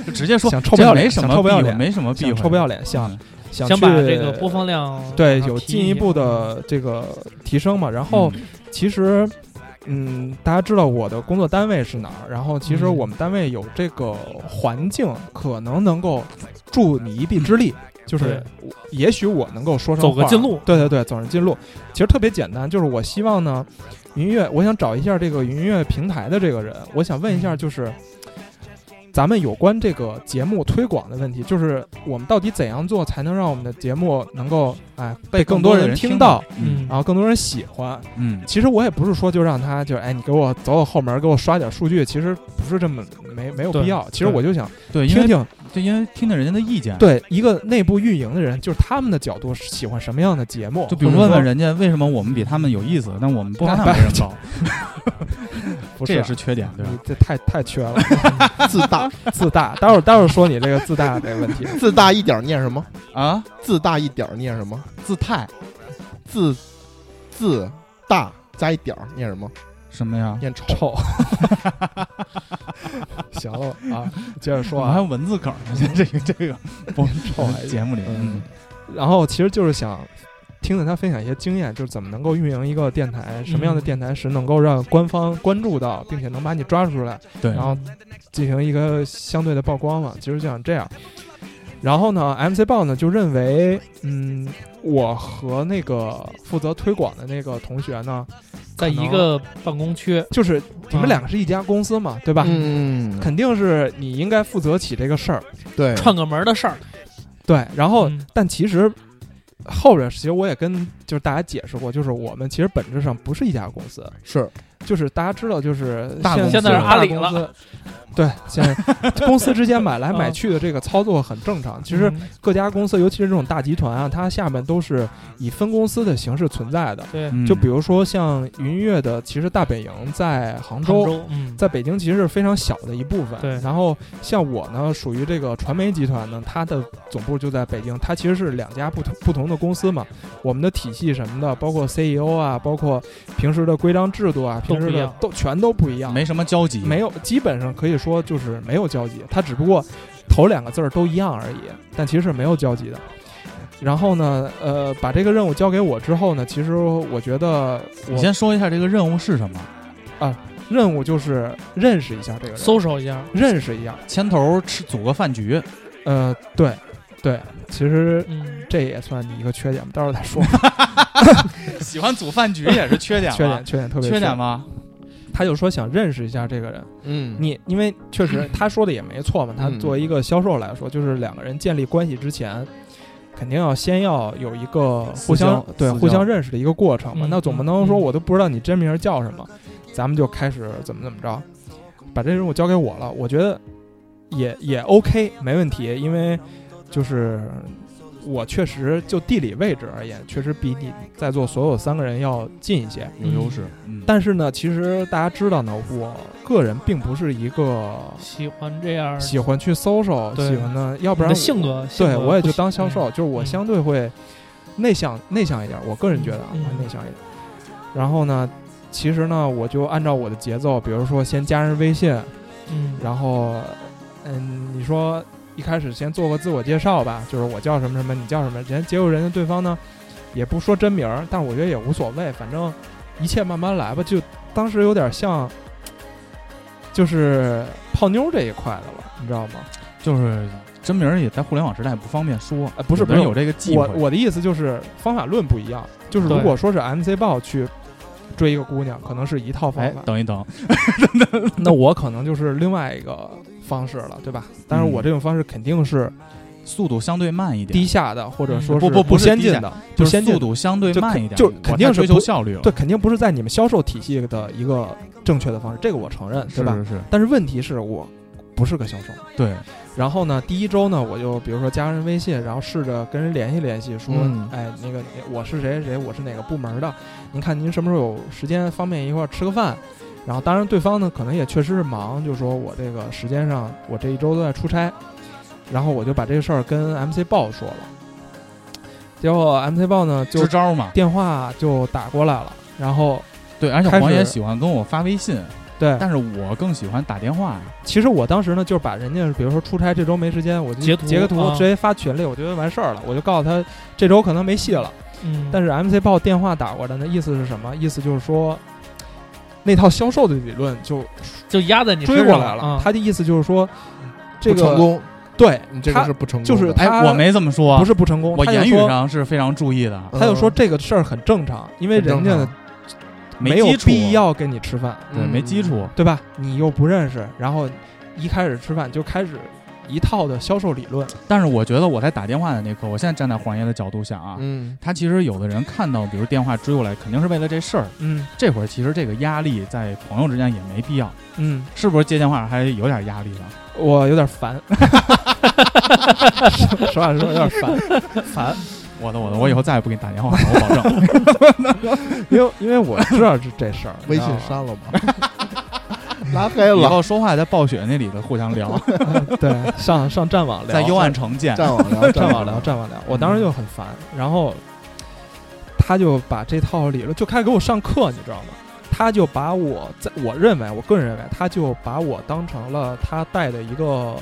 [SPEAKER 6] 就直接说，
[SPEAKER 3] 想臭不要
[SPEAKER 6] 这
[SPEAKER 3] 脸
[SPEAKER 6] 没什
[SPEAKER 3] 想
[SPEAKER 6] 么
[SPEAKER 3] 臭不要
[SPEAKER 6] 避讳
[SPEAKER 3] 脸
[SPEAKER 6] 没什么避讳，
[SPEAKER 3] 想臭不要脸，想
[SPEAKER 6] 嗯
[SPEAKER 3] 想
[SPEAKER 5] 想
[SPEAKER 3] 去
[SPEAKER 5] 把这个播放量
[SPEAKER 3] 对
[SPEAKER 5] 往上
[SPEAKER 3] 有
[SPEAKER 5] 提
[SPEAKER 3] 进一
[SPEAKER 5] 一嗯
[SPEAKER 3] 步的这个提升嘛，然后。其实，嗯，大家知道我的工作单位是哪儿，然后其实
[SPEAKER 5] 嗯
[SPEAKER 3] 我们单位有这个环境，可能能够助你一臂之力。就是
[SPEAKER 5] 对，
[SPEAKER 3] 也许我能够说上
[SPEAKER 5] 走个
[SPEAKER 3] 话
[SPEAKER 5] 近路
[SPEAKER 3] 对对对，走上近路。其实特别简单，就是我希望呢，云音乐，我想找一下这个云音乐平台的这个人，我想问一下，就是咱们有关这个节目推广的问题，就是我们到底怎样做才能让我们的节目能够哎被更多
[SPEAKER 6] 的
[SPEAKER 3] 人
[SPEAKER 6] 人
[SPEAKER 3] 听到，，
[SPEAKER 6] 嗯
[SPEAKER 3] 然后更多人喜欢，
[SPEAKER 6] 嗯，
[SPEAKER 3] 其实我也不是说就让他就是哎，你给我走走后门，给我刷点数据，其实不是这么没没有必要。其实我就想
[SPEAKER 6] 对，因
[SPEAKER 3] 听
[SPEAKER 6] 为
[SPEAKER 3] 听
[SPEAKER 6] 就因为听听人家的意见，，
[SPEAKER 3] 对一个内部运营的人，就是他们的角度是喜欢什么样的节目，
[SPEAKER 6] 就比如
[SPEAKER 3] 或者
[SPEAKER 6] 问
[SPEAKER 3] 说哎
[SPEAKER 6] 问人家为什么我们比他们有意思，但我们播放量没人 高，
[SPEAKER 3] 不
[SPEAKER 6] 这
[SPEAKER 3] 是
[SPEAKER 6] 也
[SPEAKER 3] 啊
[SPEAKER 6] 是缺点，对吧
[SPEAKER 3] 你？这太太缺了，
[SPEAKER 4] 自大，
[SPEAKER 3] 自大。 待会儿待会儿说你这个自大这个问题，
[SPEAKER 4] 自大一点儿念什么？
[SPEAKER 3] 嗯
[SPEAKER 6] 啊，
[SPEAKER 4] 自大一点儿念什么？
[SPEAKER 6] 自态
[SPEAKER 4] 自自大加一点儿念什么？
[SPEAKER 6] 什么呀？
[SPEAKER 4] 念丑。
[SPEAKER 3] 臭。 行了啊，接着说
[SPEAKER 6] 我还
[SPEAKER 3] 啊
[SPEAKER 6] 有。文字梗呢，这个这 个播
[SPEAKER 3] 臭还
[SPEAKER 6] 节目里，
[SPEAKER 3] 嗯
[SPEAKER 6] 嗯，
[SPEAKER 3] 然后其实就是想听听他分享一些经验，就是怎么能够运营一个电台，什么样的电台是能够让官方关注到，并且能把你抓出来，
[SPEAKER 6] 对，
[SPEAKER 3] 然后进行一个相对的曝光嘛。其实就想这样。然后呢，MC 报呢就认为，嗯，我和那个负责推广的那个同学呢，
[SPEAKER 5] 在一个办公区，啊
[SPEAKER 3] 就是你们两个是一家公司嘛，对吧？
[SPEAKER 4] 嗯，
[SPEAKER 3] 肯定是你应该负责起这个事儿，
[SPEAKER 4] 对，
[SPEAKER 5] 串个门儿的事儿。
[SPEAKER 3] 对。然后
[SPEAKER 5] 嗯
[SPEAKER 3] 但其实后边其实我也跟就是大家解释过，就是我们其实本质上不是一家公司，
[SPEAKER 4] 是
[SPEAKER 3] 就是大家知道，就是
[SPEAKER 6] 大公司现
[SPEAKER 3] 现在
[SPEAKER 6] 在是
[SPEAKER 5] 阿里
[SPEAKER 3] 大公司，对，现在公司之间买来买去的这个操作很正常。其实
[SPEAKER 5] 嗯
[SPEAKER 3] 各家公司，尤其是这种大集团啊，它下面都是以分公司的形式存在的。
[SPEAKER 5] 对，
[SPEAKER 6] 嗯
[SPEAKER 3] 就比如说像云音乐的，其实大本营在杭
[SPEAKER 5] 杭
[SPEAKER 3] 州。
[SPEAKER 5] 州，嗯，
[SPEAKER 3] 在北京其实是非常小的一部分。
[SPEAKER 5] 对
[SPEAKER 3] 然后像我呢，属于这个传媒集团呢，它的总部就在北京，它其实是两家不同不同的公司嘛。我们的体系什么的，包括 CEO 啊，包括平时的规章制度啊，
[SPEAKER 5] 都
[SPEAKER 3] 平
[SPEAKER 5] 不
[SPEAKER 3] 时
[SPEAKER 5] 一
[SPEAKER 3] 的
[SPEAKER 5] 样
[SPEAKER 3] 都全都不一样，
[SPEAKER 6] 没什么交集，
[SPEAKER 3] 没有，基本上可以说就是没有交集，它只不过头两个字儿都一样而已，但其实是没有交集的。然后呢，呃，把这个任务交给我之后呢，其实我觉得
[SPEAKER 6] 你
[SPEAKER 3] 我
[SPEAKER 6] 先说一下这个任务是什么？
[SPEAKER 3] 任务就是认识一下这个人，
[SPEAKER 5] 搜索一下，
[SPEAKER 3] 认识一下，
[SPEAKER 6] 牵头吃组个饭 局，
[SPEAKER 3] 呃，对，对，其实
[SPEAKER 5] 嗯，
[SPEAKER 3] 这也算你一个缺点吧，到时候再说。
[SPEAKER 6] 喜欢组饭局也是缺 点吧，
[SPEAKER 3] 缺点，缺点特别
[SPEAKER 6] 缺点？吗？
[SPEAKER 3] 他就说想认识一下这个人，
[SPEAKER 4] 嗯
[SPEAKER 3] 你因为确实他说的也没错嘛，他
[SPEAKER 4] 嗯
[SPEAKER 3] 作为一个销售来说，就是两个人建立关系之前。肯定要先要有一个互
[SPEAKER 6] 私交
[SPEAKER 3] 相对
[SPEAKER 6] 私
[SPEAKER 3] 互
[SPEAKER 6] 交
[SPEAKER 3] 相认识的一个过程嘛，
[SPEAKER 5] 嗯
[SPEAKER 3] 那总不能说
[SPEAKER 5] 嗯
[SPEAKER 3] 我都不知道你真名叫什么，咱们就开始怎么怎么着，把这任务交给我了，我觉得也也 OK，没问题，因为就是我确实就地理位置而言，确实比你在座所有三个人要近一些。
[SPEAKER 6] 有优势，嗯，
[SPEAKER 3] 但是呢，其实大家知道呢，我个人并不是一个
[SPEAKER 5] 喜欢这样儿，
[SPEAKER 3] 喜欢去搜售，
[SPEAKER 5] 对
[SPEAKER 3] 喜欢呢，要不
[SPEAKER 5] 你
[SPEAKER 3] 然
[SPEAKER 5] 的
[SPEAKER 3] 我
[SPEAKER 5] 性格，性
[SPEAKER 3] 对
[SPEAKER 5] 格
[SPEAKER 3] 我也
[SPEAKER 5] 不
[SPEAKER 3] 就
[SPEAKER 5] 喜
[SPEAKER 3] 当销
[SPEAKER 5] 嗯
[SPEAKER 3] 售，就是我
[SPEAKER 5] 嗯
[SPEAKER 3] 相对会内向内向一点儿。我个人觉得啊，
[SPEAKER 5] 嗯
[SPEAKER 3] 我内向一点儿。然后呢，其实呢，我就按照我的节奏，比如说先加人微信，
[SPEAKER 5] 嗯，
[SPEAKER 3] 然后，嗯，你说一开始先做个自我介绍吧，就是我叫什么什么，你叫什么，人结果人家对方呢也不说真名儿，但我觉得也无所谓，反正一切慢慢来吧。就当时有点像，就是泡妞这一块的了，你知道吗？
[SPEAKER 6] 就是真名儿也在互联网时代不方便说，
[SPEAKER 3] 呃不是
[SPEAKER 6] 有的人
[SPEAKER 3] 不是
[SPEAKER 6] 有这个忌
[SPEAKER 3] 我
[SPEAKER 6] 讳。
[SPEAKER 3] 我的意思就是方法论不一样，就是如
[SPEAKER 5] 对
[SPEAKER 3] 果说是 MC 报去追一个姑娘，可能是一套方
[SPEAKER 6] 哎
[SPEAKER 3] 法，，
[SPEAKER 6] 等一等，
[SPEAKER 3] 那我可能就是另外一个方式了，对吧？但是我这种方式肯定是
[SPEAKER 6] 速度相对慢一点，
[SPEAKER 3] 低下的，或者说
[SPEAKER 6] 嗯不
[SPEAKER 3] 是
[SPEAKER 6] 不不是
[SPEAKER 3] 先
[SPEAKER 6] 低
[SPEAKER 3] 进
[SPEAKER 6] 下
[SPEAKER 3] 的，
[SPEAKER 6] 就
[SPEAKER 3] 就是先进
[SPEAKER 6] 速度相对
[SPEAKER 3] 就
[SPEAKER 6] 慢
[SPEAKER 3] 肯
[SPEAKER 6] 一点，
[SPEAKER 3] 就
[SPEAKER 6] 我
[SPEAKER 3] 肯定
[SPEAKER 6] 才
[SPEAKER 3] 是
[SPEAKER 6] 追求
[SPEAKER 3] 不
[SPEAKER 6] 效率了。
[SPEAKER 3] 对，肯定不是在你们销售体系的一个正确的方式，这个我承认，对
[SPEAKER 6] 是
[SPEAKER 3] 吧？
[SPEAKER 6] 是是，
[SPEAKER 3] 但是问题是我不是个销售。
[SPEAKER 6] 对，
[SPEAKER 3] 然后呢，第一周呢，我就比如说加人微信，然后试着跟人联系联系，说，
[SPEAKER 4] 嗯
[SPEAKER 3] 哎，那个我是谁谁谁，我是哪个部门的，您看您什么时候有时间方便一块儿吃个饭。然后当然对方呢可能也确实是忙，就说我这个时间上我这一周都在出差，然后我就把这个事儿跟 MC 豹说了。结果 MC 豹呢就
[SPEAKER 6] 支招嘛。
[SPEAKER 3] 电话就打过来了，然后
[SPEAKER 6] 对，而且
[SPEAKER 3] 开
[SPEAKER 6] 黄
[SPEAKER 3] 始
[SPEAKER 6] 也喜欢跟我发微信，
[SPEAKER 3] 对，
[SPEAKER 6] 但是我更喜欢打电话。
[SPEAKER 3] 其实我当时呢，就是把人家比如说出差这周没时间，我就
[SPEAKER 5] 截图
[SPEAKER 3] 截个图
[SPEAKER 5] 啊
[SPEAKER 3] 直接发群里，我觉得完事儿了，我就告诉他这周可能没戏了。
[SPEAKER 5] 嗯，
[SPEAKER 3] 但是 MC 报电话打过来呢，意思是什么？意思就是说，那套销售的理论就
[SPEAKER 5] 就压在你身
[SPEAKER 3] 追
[SPEAKER 5] 上
[SPEAKER 3] 过来了
[SPEAKER 5] 啊。
[SPEAKER 3] 他的意思就是说，这
[SPEAKER 4] 不成
[SPEAKER 3] 个
[SPEAKER 4] 功，
[SPEAKER 3] 对
[SPEAKER 4] 你这个
[SPEAKER 3] 他
[SPEAKER 4] 是不成功的，
[SPEAKER 3] 就是
[SPEAKER 6] 哎，
[SPEAKER 3] 他
[SPEAKER 6] 我没这么说，
[SPEAKER 3] 不是不成功，
[SPEAKER 6] 我
[SPEAKER 3] 他就
[SPEAKER 6] 言语
[SPEAKER 3] 说
[SPEAKER 6] 上是非常注意的，
[SPEAKER 4] 嗯
[SPEAKER 3] 他就说这个事儿很正常，因为
[SPEAKER 4] 很正
[SPEAKER 3] 人家
[SPEAKER 4] 常啊
[SPEAKER 3] 没有
[SPEAKER 6] 基础，
[SPEAKER 3] 必要嗯跟你吃饭，
[SPEAKER 6] 对，没基础。
[SPEAKER 3] 对吧？你又不认识，然后一开始吃饭就开始一套的销售理论，
[SPEAKER 6] 但是我觉得我在打电话的那刻，我现在站在黄爷的角度想啊，
[SPEAKER 4] 嗯，
[SPEAKER 6] 他其实有的人看到，比如电话追过来，肯定是为了这事儿。
[SPEAKER 3] 嗯
[SPEAKER 6] 这会儿其实这个压力在朋友之间也没必要，
[SPEAKER 3] 嗯。
[SPEAKER 6] 是不是接电话还有点压力呢？
[SPEAKER 3] 我有点烦，实话实 说有点烦，烦，
[SPEAKER 6] 我的我的，我以后再也不给你打电话了，我保 证。
[SPEAKER 3] 因为因为我知道这这事儿，
[SPEAKER 4] 微
[SPEAKER 3] 你
[SPEAKER 4] 信
[SPEAKER 3] 知道
[SPEAKER 4] 删了吧， 拉黑
[SPEAKER 6] 以
[SPEAKER 4] 了，
[SPEAKER 6] 后说话在暴雪那里头互相 聊，
[SPEAKER 3] 吗 对，上上战网聊，
[SPEAKER 6] 在幽暗城见。
[SPEAKER 4] 战 网聊，
[SPEAKER 3] 战网
[SPEAKER 4] 网
[SPEAKER 3] 聊，战网聊，我当时就很烦，然后他就把这套理论就开始给我上课，你知道吗？他就把我在我认为，我个人认为，他就把我当成了他带的一个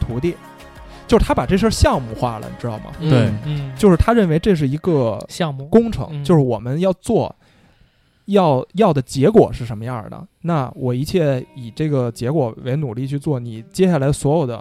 [SPEAKER 3] 徒弟，就是他把这事儿项目化了，你知道吗？
[SPEAKER 4] 嗯
[SPEAKER 6] 对
[SPEAKER 5] 嗯，
[SPEAKER 3] 就是他认为这是一个
[SPEAKER 5] 项目
[SPEAKER 3] 工程，
[SPEAKER 5] 嗯
[SPEAKER 3] 就是我们要做，要要的结果是什么样的？那我一切以这个结果为努力去做，你接下来所有的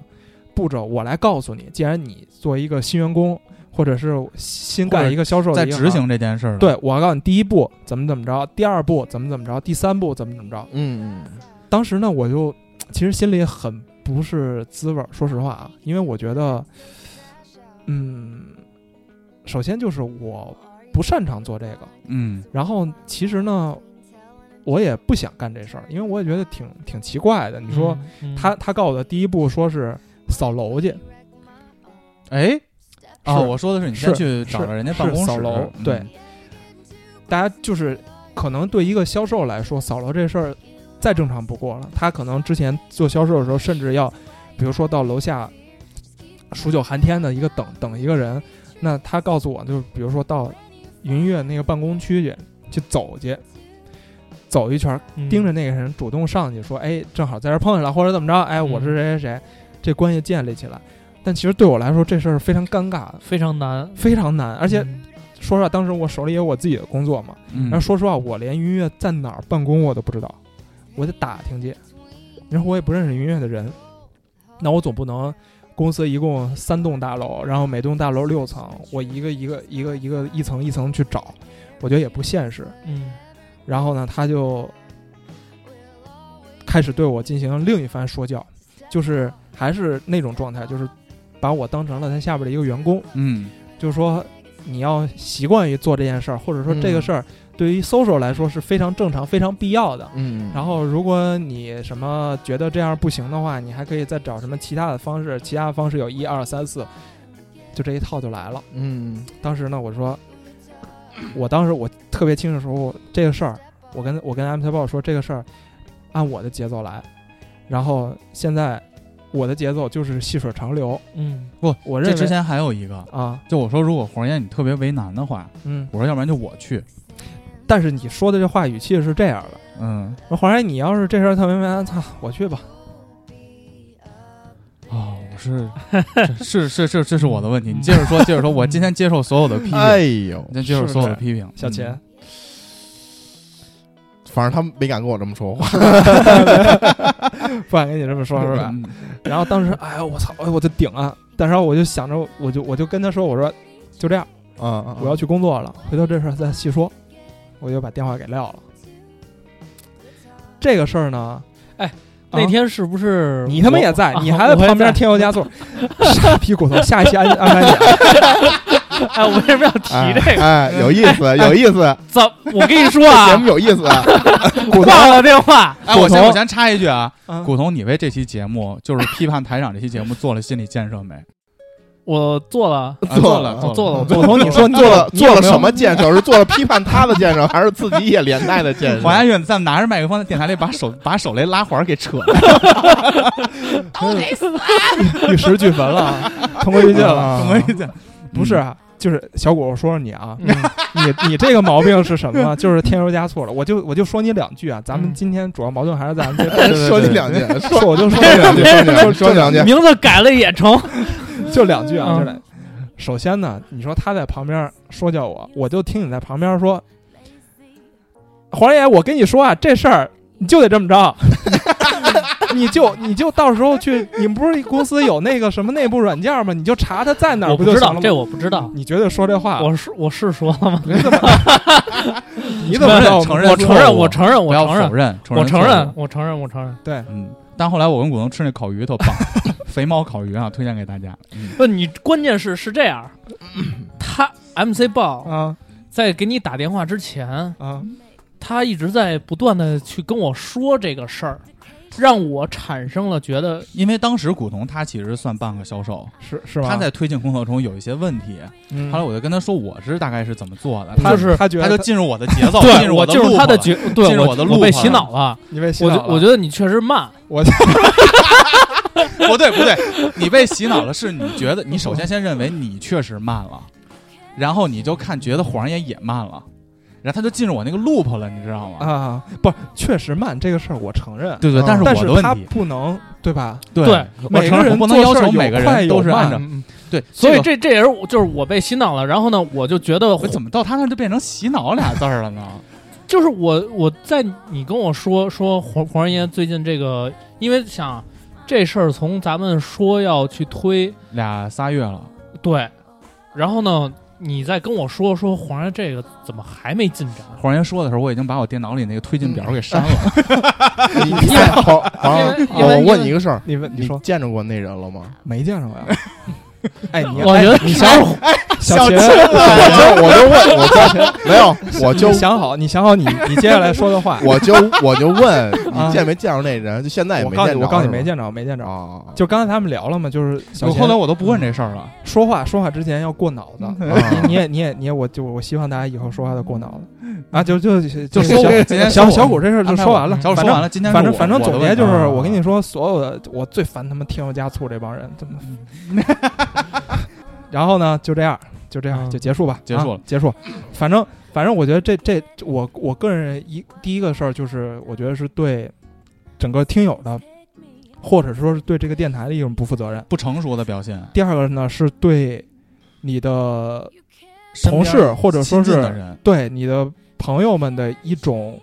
[SPEAKER 3] 步骤我来告诉你。既然你作为一个新员工，或者是新
[SPEAKER 6] 或
[SPEAKER 3] 干
[SPEAKER 6] 者
[SPEAKER 3] 一个销售的
[SPEAKER 6] 在
[SPEAKER 3] 一个
[SPEAKER 6] 执
[SPEAKER 3] 行，
[SPEAKER 6] 行这件事儿，，
[SPEAKER 3] 对我告诉你，第一步怎么怎么着，第二步怎么怎么着，第三步怎么怎么着。
[SPEAKER 4] 嗯，
[SPEAKER 3] 当时呢，我就其实心里很不是滋味儿，说实话啊，因为我觉得，嗯，首先就是我不擅长做这个。
[SPEAKER 6] 嗯，
[SPEAKER 3] 然后其实呢，我也不想干这事儿，因为我也觉得挺挺奇怪的。你说、
[SPEAKER 5] 嗯嗯
[SPEAKER 3] 他他告诉我的第一步说是扫楼去，
[SPEAKER 6] 哎，啊，
[SPEAKER 3] 是
[SPEAKER 6] 我说的是你先
[SPEAKER 3] 是
[SPEAKER 6] 去找着人家办公
[SPEAKER 3] 是
[SPEAKER 6] 室，
[SPEAKER 3] 扫楼
[SPEAKER 6] 嗯
[SPEAKER 3] 对，大家就是可能对一个销售来说，扫楼这事儿再正常不过了。他可能之前做销售的时候，甚至要比如说到楼下数九寒天的一个等等一个人，那他告诉我，就是比如说到云悦那个办公区去去走去。走一圈儿，
[SPEAKER 6] 嗯
[SPEAKER 5] 嗯
[SPEAKER 3] 盯着那个人，主动上去说：“哎，正好在这儿碰见了，或者怎么着？哎，我
[SPEAKER 6] 嗯
[SPEAKER 3] 是谁谁谁，这关系建立起来。”但其实对我来说，这事儿是非常尴尬的，
[SPEAKER 5] 非常难，
[SPEAKER 3] 非常难。而且
[SPEAKER 5] 嗯
[SPEAKER 3] 说实话，当时我手里也有我自己的工作嘛，
[SPEAKER 6] 嗯
[SPEAKER 3] 然后说实话，我连云悦在哪儿办公我都不知道，我得打听去。然后我也不认识云悦的人，那我总不能公司一共三栋大楼，然后每栋大楼六层，我一个一个一个一个一层一层去找，我觉得也不现实。
[SPEAKER 5] 嗯
[SPEAKER 3] 然后呢，他就开始对我进行另一番说教，就是还是那种状态，就是把我当成了他下边的一个员工，
[SPEAKER 6] 嗯，
[SPEAKER 3] 就是说你要习惯于做这件事儿，或者说
[SPEAKER 6] 嗯
[SPEAKER 3] 这个事儿对于 social 来说是非常正常、非常必要的。
[SPEAKER 4] 嗯，
[SPEAKER 3] 然后，如果你什么觉得这样不行的话，你还可以再找什么其他的方式，其他的方式有一二三四，就这一套就来了。
[SPEAKER 4] 嗯，
[SPEAKER 3] 当时呢，我说， 我当时我特别清楚说，这个事儿，我跟我跟 MC 报说这个事儿，按我的节奏来，然后现在我的节奏就是细水长流，
[SPEAKER 5] 嗯
[SPEAKER 3] 我认
[SPEAKER 6] 这
[SPEAKER 3] 为
[SPEAKER 6] 之前还有一个，
[SPEAKER 3] 啊，
[SPEAKER 6] 就我说如果黄爷你特别为难的话，
[SPEAKER 3] 嗯，
[SPEAKER 6] 我说要不然就我去，
[SPEAKER 3] 但是你说的这话语气是这样的。
[SPEAKER 6] 嗯，
[SPEAKER 3] 那黄然，你要是这事儿特别麻烦，操，我去吧。
[SPEAKER 6] 哦，我是 是是是，这是我的问题。你接着说，接着说，我今天接受所有的批评，
[SPEAKER 4] 哎呦
[SPEAKER 6] 今，天接受所有的批评。
[SPEAKER 3] 小秦，
[SPEAKER 6] 嗯
[SPEAKER 4] 反正他们没敢跟我这么说话。
[SPEAKER 3] 不敢跟你这么说，是吧？？
[SPEAKER 6] 嗯
[SPEAKER 3] 然后当时，哎呀，我操，哎，我就顶啊！但是我就想着，我就我就跟他说，我说就这样，
[SPEAKER 4] 嗯嗯，
[SPEAKER 3] 我要去工作了，回头这事儿再细说。我就把电话给撂了。这个事儿呢，
[SPEAKER 5] 那天是不是
[SPEAKER 3] 啊你他妈
[SPEAKER 5] 我
[SPEAKER 3] 也在，
[SPEAKER 5] 啊
[SPEAKER 3] 你还在
[SPEAKER 5] 我也
[SPEAKER 3] 旁边
[SPEAKER 5] 在
[SPEAKER 3] 添油加醋，傻逼骨头。下一期安安排你，
[SPEAKER 5] 哎，我为什么要提
[SPEAKER 4] 哎
[SPEAKER 5] 这个？
[SPEAKER 4] 哎，有意思，有意 思，
[SPEAKER 3] 啊
[SPEAKER 5] 怎我跟你说
[SPEAKER 4] 这节
[SPEAKER 5] 啊，
[SPEAKER 4] 目有意思啊。
[SPEAKER 3] 骨头
[SPEAKER 5] 挂了电话，
[SPEAKER 6] 哎，
[SPEAKER 3] 古
[SPEAKER 6] 我先
[SPEAKER 3] 潼
[SPEAKER 6] 我先插一句啊，
[SPEAKER 3] 啊
[SPEAKER 6] 古潼，你为这期节目就是批判台长这期节目做了心理建设 没？
[SPEAKER 5] 我做了，
[SPEAKER 6] 啊
[SPEAKER 4] 做
[SPEAKER 6] 了，
[SPEAKER 4] 了
[SPEAKER 5] 我做了，我做
[SPEAKER 3] 骨头，你说你
[SPEAKER 4] 做了
[SPEAKER 3] 有
[SPEAKER 4] 做了？
[SPEAKER 3] 你有
[SPEAKER 4] 什
[SPEAKER 3] 没有
[SPEAKER 4] 么建设？是做了批判他的建设，还是自己也连带的建 设？
[SPEAKER 6] 黄家远在拿着麦克风在电台里把手把手雷拉环给扯了，
[SPEAKER 3] 玉石俱焚了啊，同归于尽了。
[SPEAKER 6] 什么意思？
[SPEAKER 3] 不是
[SPEAKER 6] 嗯，
[SPEAKER 3] 啊，就是小果，我说说你啊，
[SPEAKER 5] 嗯
[SPEAKER 3] 你 你这个毛病是什么 呢？就是添油加醋了。我就我就说你两句啊，咱
[SPEAKER 5] 嗯
[SPEAKER 3] 们今天主要矛盾还是在咱们 这
[SPEAKER 4] 说你两句，啊说
[SPEAKER 3] 说我就说
[SPEAKER 4] 说你两句，说 你两句，说你两句。
[SPEAKER 5] 嗯名字改了也成，
[SPEAKER 3] 就两句啊，
[SPEAKER 5] 嗯
[SPEAKER 3] 就来。首先呢，你说他在旁边说教我，我就听你在旁边说，黄爷，我跟你说啊，这事儿你就得这么着， 你就你就到时候去，你们不是公司有那个什么内部软件吗？你就查他在哪儿
[SPEAKER 5] 我不
[SPEAKER 3] 就
[SPEAKER 5] 知
[SPEAKER 3] 行
[SPEAKER 5] 道
[SPEAKER 3] 了，
[SPEAKER 5] 这
[SPEAKER 3] 吗？啊
[SPEAKER 5] 我不知道，
[SPEAKER 3] 你绝对说这话，
[SPEAKER 5] 我是我是说了吗？
[SPEAKER 3] 你怎么知道
[SPEAKER 6] 嗯承认
[SPEAKER 5] 我承认，
[SPEAKER 6] 错误
[SPEAKER 5] 我承认，
[SPEAKER 6] 不
[SPEAKER 5] 我
[SPEAKER 6] 要
[SPEAKER 5] 承认
[SPEAKER 6] 否，认，
[SPEAKER 5] 我承
[SPEAKER 6] 错误
[SPEAKER 5] 认，我承认，我承认。
[SPEAKER 3] 对，
[SPEAKER 6] 嗯，但后来我跟股东吃那烤鱼特棒， 肥猫烤鱼啊，推荐给大家。嗯
[SPEAKER 5] 不，你关键是是这样，他 MC 豹
[SPEAKER 3] 啊
[SPEAKER 5] 在给你打电话之前，
[SPEAKER 3] 啊，
[SPEAKER 5] 他一直在不断的去跟我说这个事儿，让我产生了觉得
[SPEAKER 6] 因为当时古潼他其实算半个销售，
[SPEAKER 3] 是是吧？
[SPEAKER 6] 他在推进工作中有一些问题。
[SPEAKER 3] 嗯
[SPEAKER 6] 后来我就跟他说我是大概是怎么做的，
[SPEAKER 3] 他
[SPEAKER 5] 就是
[SPEAKER 3] 他觉
[SPEAKER 6] 他就
[SPEAKER 3] 得他
[SPEAKER 6] 进入我的节奏，进
[SPEAKER 5] 对
[SPEAKER 6] 入
[SPEAKER 5] 我
[SPEAKER 6] 的
[SPEAKER 5] 进入
[SPEAKER 6] 路
[SPEAKER 5] 他的
[SPEAKER 6] 了
[SPEAKER 5] 角，对
[SPEAKER 6] 进入
[SPEAKER 5] 我
[SPEAKER 6] 我的
[SPEAKER 5] 我
[SPEAKER 6] 路
[SPEAKER 5] 被
[SPEAKER 6] 了
[SPEAKER 5] 洗脑了，
[SPEAKER 3] 你被洗
[SPEAKER 5] 我
[SPEAKER 3] 脑
[SPEAKER 5] 觉
[SPEAKER 3] 了，
[SPEAKER 5] 我觉得你确实慢，
[SPEAKER 3] 我
[SPEAKER 6] 不对不对，你被洗脑了，是你觉得你首先先认为你确实慢了，然后你就看觉得黄爷也慢了，然后他就进入我那个 loop 了，你知道吗？
[SPEAKER 3] 啊，不是确实慢这个事儿我承认，
[SPEAKER 6] 对对，
[SPEAKER 4] 嗯
[SPEAKER 6] 但是
[SPEAKER 3] 但
[SPEAKER 6] 我
[SPEAKER 3] 是
[SPEAKER 6] 的问
[SPEAKER 3] 他
[SPEAKER 6] 题，
[SPEAKER 3] 不能对吧？
[SPEAKER 6] 对嗯
[SPEAKER 5] 对
[SPEAKER 6] 我
[SPEAKER 3] 每
[SPEAKER 6] 承
[SPEAKER 3] 个
[SPEAKER 6] 认
[SPEAKER 3] 人
[SPEAKER 6] 我不能要
[SPEAKER 3] 做事
[SPEAKER 6] 求
[SPEAKER 3] 儿有
[SPEAKER 6] 每个
[SPEAKER 3] 快
[SPEAKER 6] 人
[SPEAKER 3] 有
[SPEAKER 6] 都是按
[SPEAKER 3] 慢
[SPEAKER 6] 照
[SPEAKER 4] 嗯
[SPEAKER 6] 对，
[SPEAKER 5] 所
[SPEAKER 6] 这
[SPEAKER 5] 以
[SPEAKER 6] 个
[SPEAKER 5] 这这也是我就是我被洗脑了，然后呢，我就觉得
[SPEAKER 6] 我怎么到他那儿就变成洗脑俩字儿了呢？
[SPEAKER 5] 就是我我在你跟我说说黄黄仁爷最近这个，因为想这事儿从咱们说要去推
[SPEAKER 6] 俩仨月了，
[SPEAKER 5] 对，然后呢，你再跟我说说黄仁这个怎么还没进展？
[SPEAKER 6] 黄爷说的时候，我已经把我电脑里那个推进表给删
[SPEAKER 3] 嗯
[SPEAKER 6] 了。
[SPEAKER 4] 你你好，好
[SPEAKER 5] 因为因为
[SPEAKER 4] 我问你一个事儿，
[SPEAKER 3] 你问你
[SPEAKER 4] 你
[SPEAKER 3] 说
[SPEAKER 4] 见着过那人 了吗？
[SPEAKER 3] 没见着呀？哎，你
[SPEAKER 5] 我觉得
[SPEAKER 3] 哎你想好，小秦，
[SPEAKER 4] 我就我就问，我就没有，我就
[SPEAKER 3] 你想好，你想好你你接下来说的话。
[SPEAKER 4] 我就我就问
[SPEAKER 3] 啊
[SPEAKER 4] 你见没见着那人？就现在也
[SPEAKER 3] 我
[SPEAKER 4] 没
[SPEAKER 3] 告诉
[SPEAKER 4] 见
[SPEAKER 3] 你，
[SPEAKER 4] 着，
[SPEAKER 3] 我告诉
[SPEAKER 4] 是
[SPEAKER 3] 你
[SPEAKER 4] 吗
[SPEAKER 3] 没见着，没见着。
[SPEAKER 4] 啊，
[SPEAKER 3] 就刚才他们聊了嘛，就是小
[SPEAKER 6] 我后
[SPEAKER 3] 秦
[SPEAKER 6] 来我都不问这事儿了。
[SPEAKER 3] 说话说话之前要过脑子。
[SPEAKER 6] 嗯
[SPEAKER 4] 啊
[SPEAKER 3] 你也你也你也，我就我希望大家以后说话得过脑子啊，就就就
[SPEAKER 6] 说
[SPEAKER 3] 小
[SPEAKER 6] 我今天
[SPEAKER 3] 小
[SPEAKER 6] 说我
[SPEAKER 3] 小谷这事儿就说完了，
[SPEAKER 6] 小谷
[SPEAKER 3] 反正
[SPEAKER 6] 说完了，今天
[SPEAKER 3] 反正
[SPEAKER 6] 是我
[SPEAKER 3] 反
[SPEAKER 6] 我
[SPEAKER 3] 正
[SPEAKER 6] 的
[SPEAKER 3] 总
[SPEAKER 6] 问
[SPEAKER 3] 结
[SPEAKER 6] 题
[SPEAKER 3] 就是，
[SPEAKER 6] 啊
[SPEAKER 3] 我跟你说，所有的我最烦他们添油加醋这帮人，怎么？然后呢，就这样，就这样，
[SPEAKER 5] 嗯
[SPEAKER 3] 就结束吧，
[SPEAKER 6] 结束
[SPEAKER 3] 啊
[SPEAKER 6] 了
[SPEAKER 3] 结束。反正反正，我觉得这这我我个人一第一个事儿就是，我觉得是对整个听友的，或者说是对这个电台的一种不负责任。
[SPEAKER 6] 不成熟的表现，
[SPEAKER 3] 第二个呢，是对你的
[SPEAKER 6] 身边
[SPEAKER 3] 同事或者
[SPEAKER 6] 亲
[SPEAKER 3] 说
[SPEAKER 6] 近的
[SPEAKER 3] 是
[SPEAKER 6] 人，
[SPEAKER 3] 对你的朋友们的一种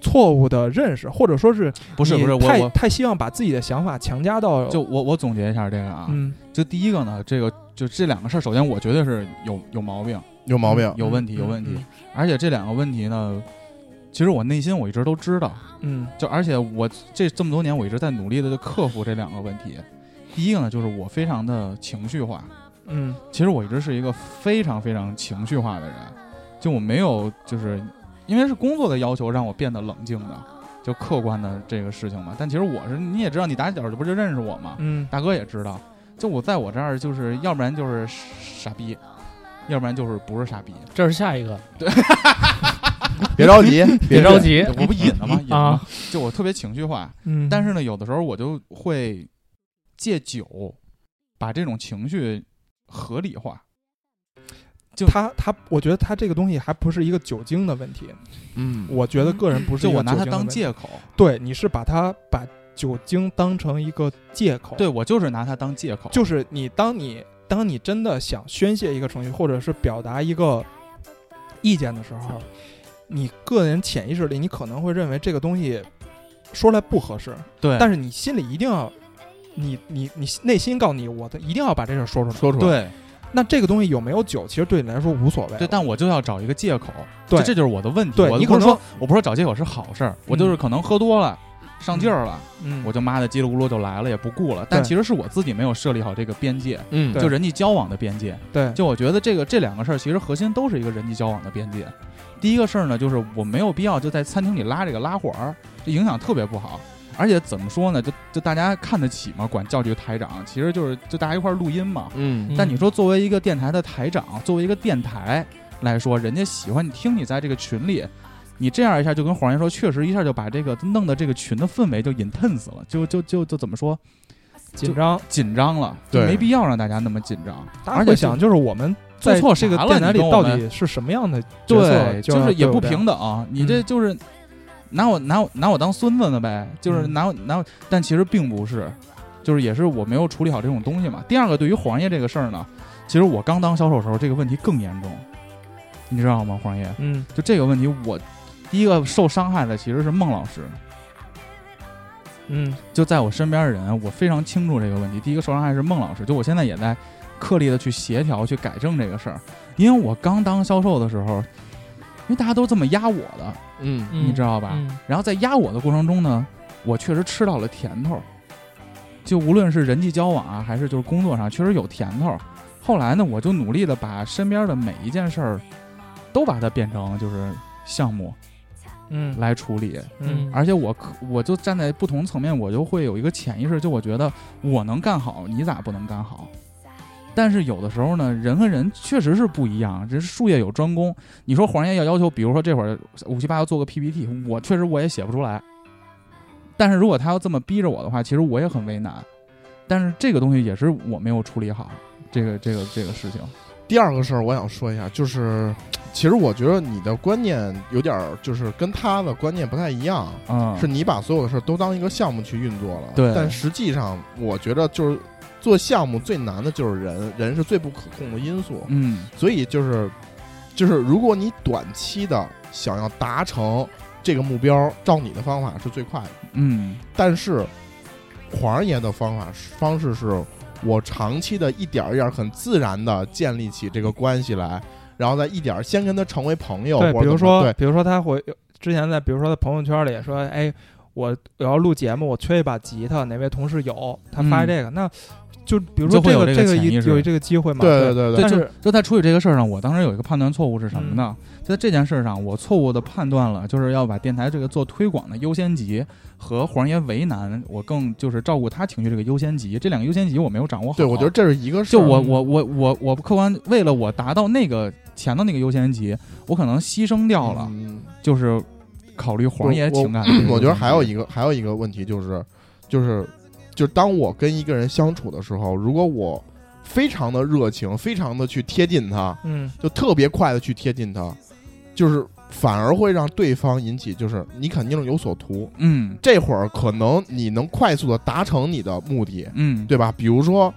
[SPEAKER 3] 错误的认识，或者说是
[SPEAKER 6] 不是
[SPEAKER 3] 你
[SPEAKER 6] 不是我
[SPEAKER 3] 太
[SPEAKER 6] 我
[SPEAKER 3] 太希望把自己的想法强加到
[SPEAKER 6] 就我我总结一下这个啊，
[SPEAKER 3] 嗯
[SPEAKER 6] 就第一个呢，这个就这两个事儿，首先我觉得是有有毛病，
[SPEAKER 4] 有毛病，
[SPEAKER 6] 有问题，
[SPEAKER 3] 嗯
[SPEAKER 6] 有问题。
[SPEAKER 3] 嗯
[SPEAKER 6] 而且这两个问题呢，其实我内心我一直都知道，
[SPEAKER 3] 嗯
[SPEAKER 6] 就而且我这这么多年我一直在努力的就克服这两个问题。第一个呢，就是我非常的情绪化，
[SPEAKER 3] 嗯
[SPEAKER 6] 其实我一直是一个非常非常情绪化的人，就我没有就是因为是工作的要求让我变得冷静的，就客观的这个事情嘛。但其实我是你也知道，你打小就不就认识我嘛，
[SPEAKER 3] 嗯
[SPEAKER 6] 大哥也知道，就我在我这儿就是要不然就是傻逼，要不然就是不是傻逼。
[SPEAKER 5] 这是下一个，
[SPEAKER 4] 别着急，
[SPEAKER 5] 别着
[SPEAKER 4] 着急。
[SPEAKER 5] 急，
[SPEAKER 6] 我不引了吗？引了吗
[SPEAKER 5] 啊？
[SPEAKER 6] 就我特别情绪化，
[SPEAKER 3] 嗯，
[SPEAKER 6] 但是呢，有的时候我就会借酒把这种情绪合理化。就
[SPEAKER 3] 他他，我觉得他这个东西还不是一个酒精的问题，
[SPEAKER 4] 嗯，
[SPEAKER 3] 我觉得个人不是
[SPEAKER 6] 就
[SPEAKER 3] 一个
[SPEAKER 6] 我拿
[SPEAKER 3] 酒
[SPEAKER 6] 它
[SPEAKER 3] 精的
[SPEAKER 6] 当
[SPEAKER 3] 问题
[SPEAKER 6] 借口，
[SPEAKER 3] 对，你是把它把酒精当成一个借口，
[SPEAKER 6] 对，我就是拿它当借口，
[SPEAKER 3] 就是你当你当你真的想宣泄一个情绪，或者是表达一个意见的时候，你个人潜意识里你可能会认为这个东西说来不合适，
[SPEAKER 6] 对，
[SPEAKER 3] 但
[SPEAKER 6] 是
[SPEAKER 3] 是你心里一定要，你你你内心告诉你，我的一定要把这事儿说出来。
[SPEAKER 4] 说出来，
[SPEAKER 6] 对
[SPEAKER 3] 那这个东西有没有酒，其实对你来说无所谓。
[SPEAKER 6] 对，但我就要找一个借口，
[SPEAKER 3] 对
[SPEAKER 6] 就这就是我的问题。
[SPEAKER 3] 对
[SPEAKER 6] 我
[SPEAKER 3] 你
[SPEAKER 6] 不是
[SPEAKER 3] 可能
[SPEAKER 6] 说我不是说找借口是好事儿，我就是可能喝多了。上劲儿了，
[SPEAKER 3] 嗯，
[SPEAKER 6] 我就妈的叽里咕噜就来了，也不顾了。但
[SPEAKER 3] 对
[SPEAKER 6] 其实是我自己没有设立好这个边界，
[SPEAKER 4] 嗯
[SPEAKER 3] 对
[SPEAKER 6] 就人际交往的边界。
[SPEAKER 3] 对
[SPEAKER 6] 就我觉得这个这两个事儿，其实核心都是一个人际交往的边界。第一个事儿呢，就是我没有必要就在餐厅里拉这个拉火儿，这影响特别不好。而且怎么说呢，就就大家看得起嘛，管叫这个台长，其实就是就大家一块儿录音嘛。
[SPEAKER 4] 嗯，
[SPEAKER 6] 但你说作为一个电台的台长，作为一个电台来说，人家喜欢你听你在这个群里，你这样一下就跟黄爷说，确实一下就把这个弄得这个群的氛围就 intense 了，就就就就怎么说
[SPEAKER 3] 紧张，
[SPEAKER 6] 紧张了，就
[SPEAKER 4] 对
[SPEAKER 6] 没必要让大家那么紧张。
[SPEAKER 3] 大
[SPEAKER 6] 而
[SPEAKER 3] 家
[SPEAKER 6] 且就
[SPEAKER 3] 会想就是我们
[SPEAKER 6] 做
[SPEAKER 3] 在
[SPEAKER 6] 错
[SPEAKER 3] 这个
[SPEAKER 6] 啥了
[SPEAKER 3] 电台
[SPEAKER 6] 你
[SPEAKER 3] 里
[SPEAKER 6] 跟我
[SPEAKER 3] 到
[SPEAKER 6] 们
[SPEAKER 3] 底是什么样的角色，
[SPEAKER 6] 对，就是
[SPEAKER 3] 是
[SPEAKER 6] 也不平等，你这
[SPEAKER 3] 嗯
[SPEAKER 6] 就是拿我拿我拿我当孙子呢呗，就是
[SPEAKER 3] 嗯
[SPEAKER 6] 拿我拿我，但其实并不是，就是也是我没有处理好这种东西嘛。第二个，对于黄爷这个事儿呢，其实我刚当销售的时候，这个问题更严重，你知道吗？黄爷，
[SPEAKER 3] 嗯，
[SPEAKER 6] 就这个问题我，第一个受伤害的其实是孟老师，
[SPEAKER 3] 嗯
[SPEAKER 6] 就在我身边的人，我非常清楚这个问题。第一个受伤害是孟老师，就我现在也在刻力的去协调、去改正这个事儿。因为我刚当销售的时候，因为大家都这么压我的，
[SPEAKER 4] 嗯
[SPEAKER 5] 嗯
[SPEAKER 6] 你知道吧？
[SPEAKER 5] 嗯
[SPEAKER 6] 然后在压我的过程中呢，我确实吃到了甜头儿，就无论是人际交往啊，还是就是工作上，确实有甜头儿。后来呢，我就努力的把身边的每一件事儿，都把它变成就是项目
[SPEAKER 3] 嗯
[SPEAKER 6] 来处理。
[SPEAKER 3] 嗯
[SPEAKER 5] 嗯，
[SPEAKER 6] 而且我可我就站在不同层面，我就会有一个潜意识，就我觉得我能干好，你咋不能干好？但是有的时候呢，人和人确实是不一样，这是术业有专攻。你说黄爷要要求，比如说这会儿五七八要做个 PPT，我确实我也写不出来。但是如果他要这么逼着我的话，其实我也很为难。但是这个东西也是我没有处理好，这个这个这个事情。
[SPEAKER 4] 第二个事儿我想说一下，就是其实我觉得你的观念有点儿就是跟他的观念不太一样，
[SPEAKER 6] 嗯，
[SPEAKER 4] 是你把所有的事儿都当一个项目去运作了。
[SPEAKER 6] 对
[SPEAKER 4] 但实际上我觉得就是做项目最难的就是人，人是最不可控的因素，
[SPEAKER 6] 嗯
[SPEAKER 4] 所以就是就是如果你短期的想要达成这个目标，照你的方法是最快的，
[SPEAKER 6] 嗯
[SPEAKER 4] 但是黄爷的方法方式是我长期的一点儿一点儿很自然的建立起这个关系来，然后再一点儿先跟他成为朋友，
[SPEAKER 3] 对，
[SPEAKER 4] 或者
[SPEAKER 3] 比如
[SPEAKER 4] 怎么
[SPEAKER 3] 说，
[SPEAKER 4] 嗯对
[SPEAKER 3] 比如说他回之前在，比如说在朋友圈里说，哎，我我要录节目，我缺一把吉他，哪位同事有？他发
[SPEAKER 6] 嗯
[SPEAKER 3] 这个，那就比如
[SPEAKER 6] 就
[SPEAKER 3] 说
[SPEAKER 6] 会
[SPEAKER 3] 这
[SPEAKER 6] 有
[SPEAKER 3] 个
[SPEAKER 6] 这个
[SPEAKER 3] 个
[SPEAKER 6] 潜
[SPEAKER 3] 一
[SPEAKER 6] 意识
[SPEAKER 3] 有这个机会嘛？对
[SPEAKER 4] 对对对
[SPEAKER 6] 对，
[SPEAKER 3] 但
[SPEAKER 6] 就是就在处理这个事儿上，我当时有一个判断错误是什么呢？
[SPEAKER 4] 嗯
[SPEAKER 6] 就在这件事儿上，我错误的判断了，就是要把电台这个做推广的优先级和黄爷为难，我更就是照顾他情绪这个优先级，这两个优先级我没有掌握好。
[SPEAKER 4] 对，我觉得这是啊一个事
[SPEAKER 6] 就
[SPEAKER 4] 儿。嗯
[SPEAKER 6] 我我我我我客观为了我达到那个前的那个优先级，我可能牺牲掉了，
[SPEAKER 4] 嗯
[SPEAKER 6] 就是考虑黄爷情感的这个优先级。
[SPEAKER 4] 我觉得还有一个还有一个问题就是，就是就是当我跟一个人相处的时候，如果我非常的热情，非常的去贴近他，
[SPEAKER 3] 嗯
[SPEAKER 4] 就特别快的去贴近他，就是反而会让对方引起就是你肯定有所图。
[SPEAKER 6] 嗯
[SPEAKER 4] 这会儿可能你能快速的达成你的目的，
[SPEAKER 6] 嗯
[SPEAKER 4] 对吧？比如说。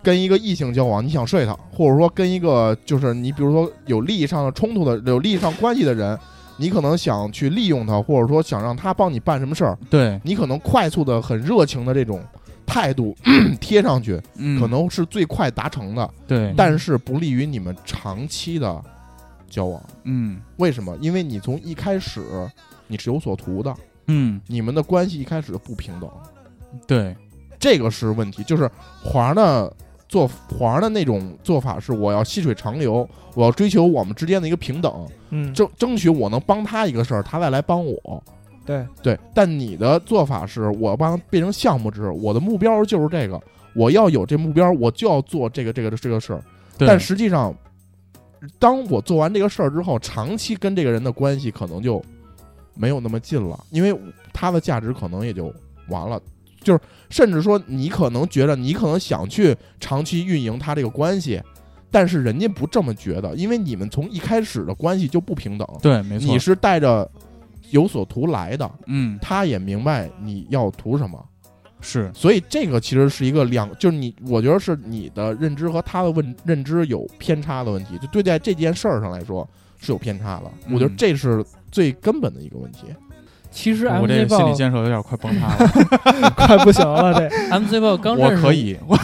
[SPEAKER 4] 跟一个异性交往，你想睡他，或者说跟一个就是你，比如说有利益上的冲突的、有利益上关系的人，你可能想去利用他，或者说想让他帮你办什么事儿，
[SPEAKER 6] 对，
[SPEAKER 4] 你可能快速的、很热情的这种态度 贴上去，
[SPEAKER 6] 嗯
[SPEAKER 4] 可能是最快达成的，
[SPEAKER 6] 对，
[SPEAKER 4] 但是不利于你们长期的交往。
[SPEAKER 6] 嗯
[SPEAKER 4] 为什么？因为你从一开始你是有所图的，
[SPEAKER 6] 嗯
[SPEAKER 4] 你们的关系一开始就不平等，
[SPEAKER 6] 对，
[SPEAKER 4] 这个是问题。就是皇儿的做皇儿的那种做法是，我要细水长流，我要追求我们之间的一个平等，
[SPEAKER 3] 嗯，
[SPEAKER 4] 争争取我能帮他一个事儿，他再来帮我。
[SPEAKER 3] 对，
[SPEAKER 4] 对，但你的做法是，我帮变成项目制，我的目标就是这个，我要有这目标，我就要做这个这个这个事儿。
[SPEAKER 6] 对
[SPEAKER 4] 但实际上，当我做完这个事儿之后，长期跟这个人的关系可能就没有那么近了，因为他的价值可能也就完了。就是甚至说，你可能觉得你可能想去长期运营他这个关系，但是人家不这么觉得，因为你们从一开始的关系就不平等，
[SPEAKER 6] 对，没错
[SPEAKER 4] 你，是带着有所图来的，
[SPEAKER 6] 嗯，
[SPEAKER 4] 他也明白你要图什么，
[SPEAKER 6] 是
[SPEAKER 4] 所以这个其实是一个两，就是你，我觉得是你的认知和他的问认知有偏差的问题，就对待这件事儿上来说是有偏差的，
[SPEAKER 6] 嗯
[SPEAKER 4] 我觉得这是最根本的一个问题。
[SPEAKER 5] 其实
[SPEAKER 6] 我这心
[SPEAKER 5] MC 豹
[SPEAKER 6] 理建设有点快崩塌 了，
[SPEAKER 3] 快不行了，这
[SPEAKER 5] MC 豹刚
[SPEAKER 6] 我
[SPEAKER 5] 认识
[SPEAKER 6] 可以，我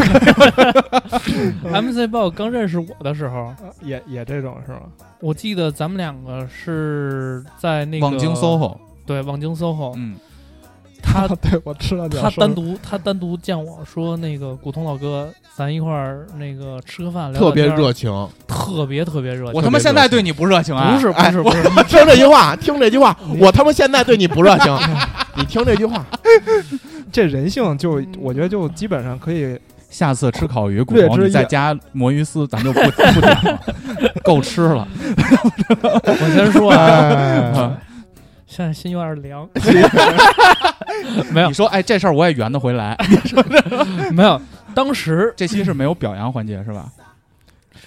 [SPEAKER 3] 嗯
[SPEAKER 5] MC 豹刚认识我的时候，
[SPEAKER 3] 也也这种是吗？
[SPEAKER 5] 我记得咱们两个是在那个哦
[SPEAKER 6] 望京 SOHO，
[SPEAKER 5] 对望京 SOHO，
[SPEAKER 6] 嗯，
[SPEAKER 5] 他
[SPEAKER 3] 对我知道你要
[SPEAKER 5] 他
[SPEAKER 3] 说
[SPEAKER 5] 单独他单独见我说那个古潼老哥，咱一块儿那个吃个饭，聊
[SPEAKER 4] 特
[SPEAKER 5] 聊
[SPEAKER 4] 别
[SPEAKER 5] 天儿，
[SPEAKER 4] 热情，
[SPEAKER 5] 特别特别热情。
[SPEAKER 6] 我他妈现在对你不热情啊，
[SPEAKER 5] 不是
[SPEAKER 3] 哎
[SPEAKER 5] 不是不是，
[SPEAKER 4] 你 听这句话，听这句话，我他妈现在对你不热 情，你听这句话，
[SPEAKER 3] 这人性就
[SPEAKER 5] 嗯
[SPEAKER 3] 我觉得就基本上可以
[SPEAKER 6] 下次吃烤鱼，骨
[SPEAKER 3] 略
[SPEAKER 6] 头
[SPEAKER 3] 知
[SPEAKER 6] 你
[SPEAKER 3] 一
[SPEAKER 6] 再
[SPEAKER 3] 二
[SPEAKER 6] 加魔芋丝，咱就不不点 了，够吃了。
[SPEAKER 5] 我先说啊，
[SPEAKER 4] 哎
[SPEAKER 5] 现在心有点 凉。没有
[SPEAKER 6] 你说，哎，这事儿我也圆得回来。
[SPEAKER 5] 没有，当时
[SPEAKER 6] 这期是没有表扬环节是吧？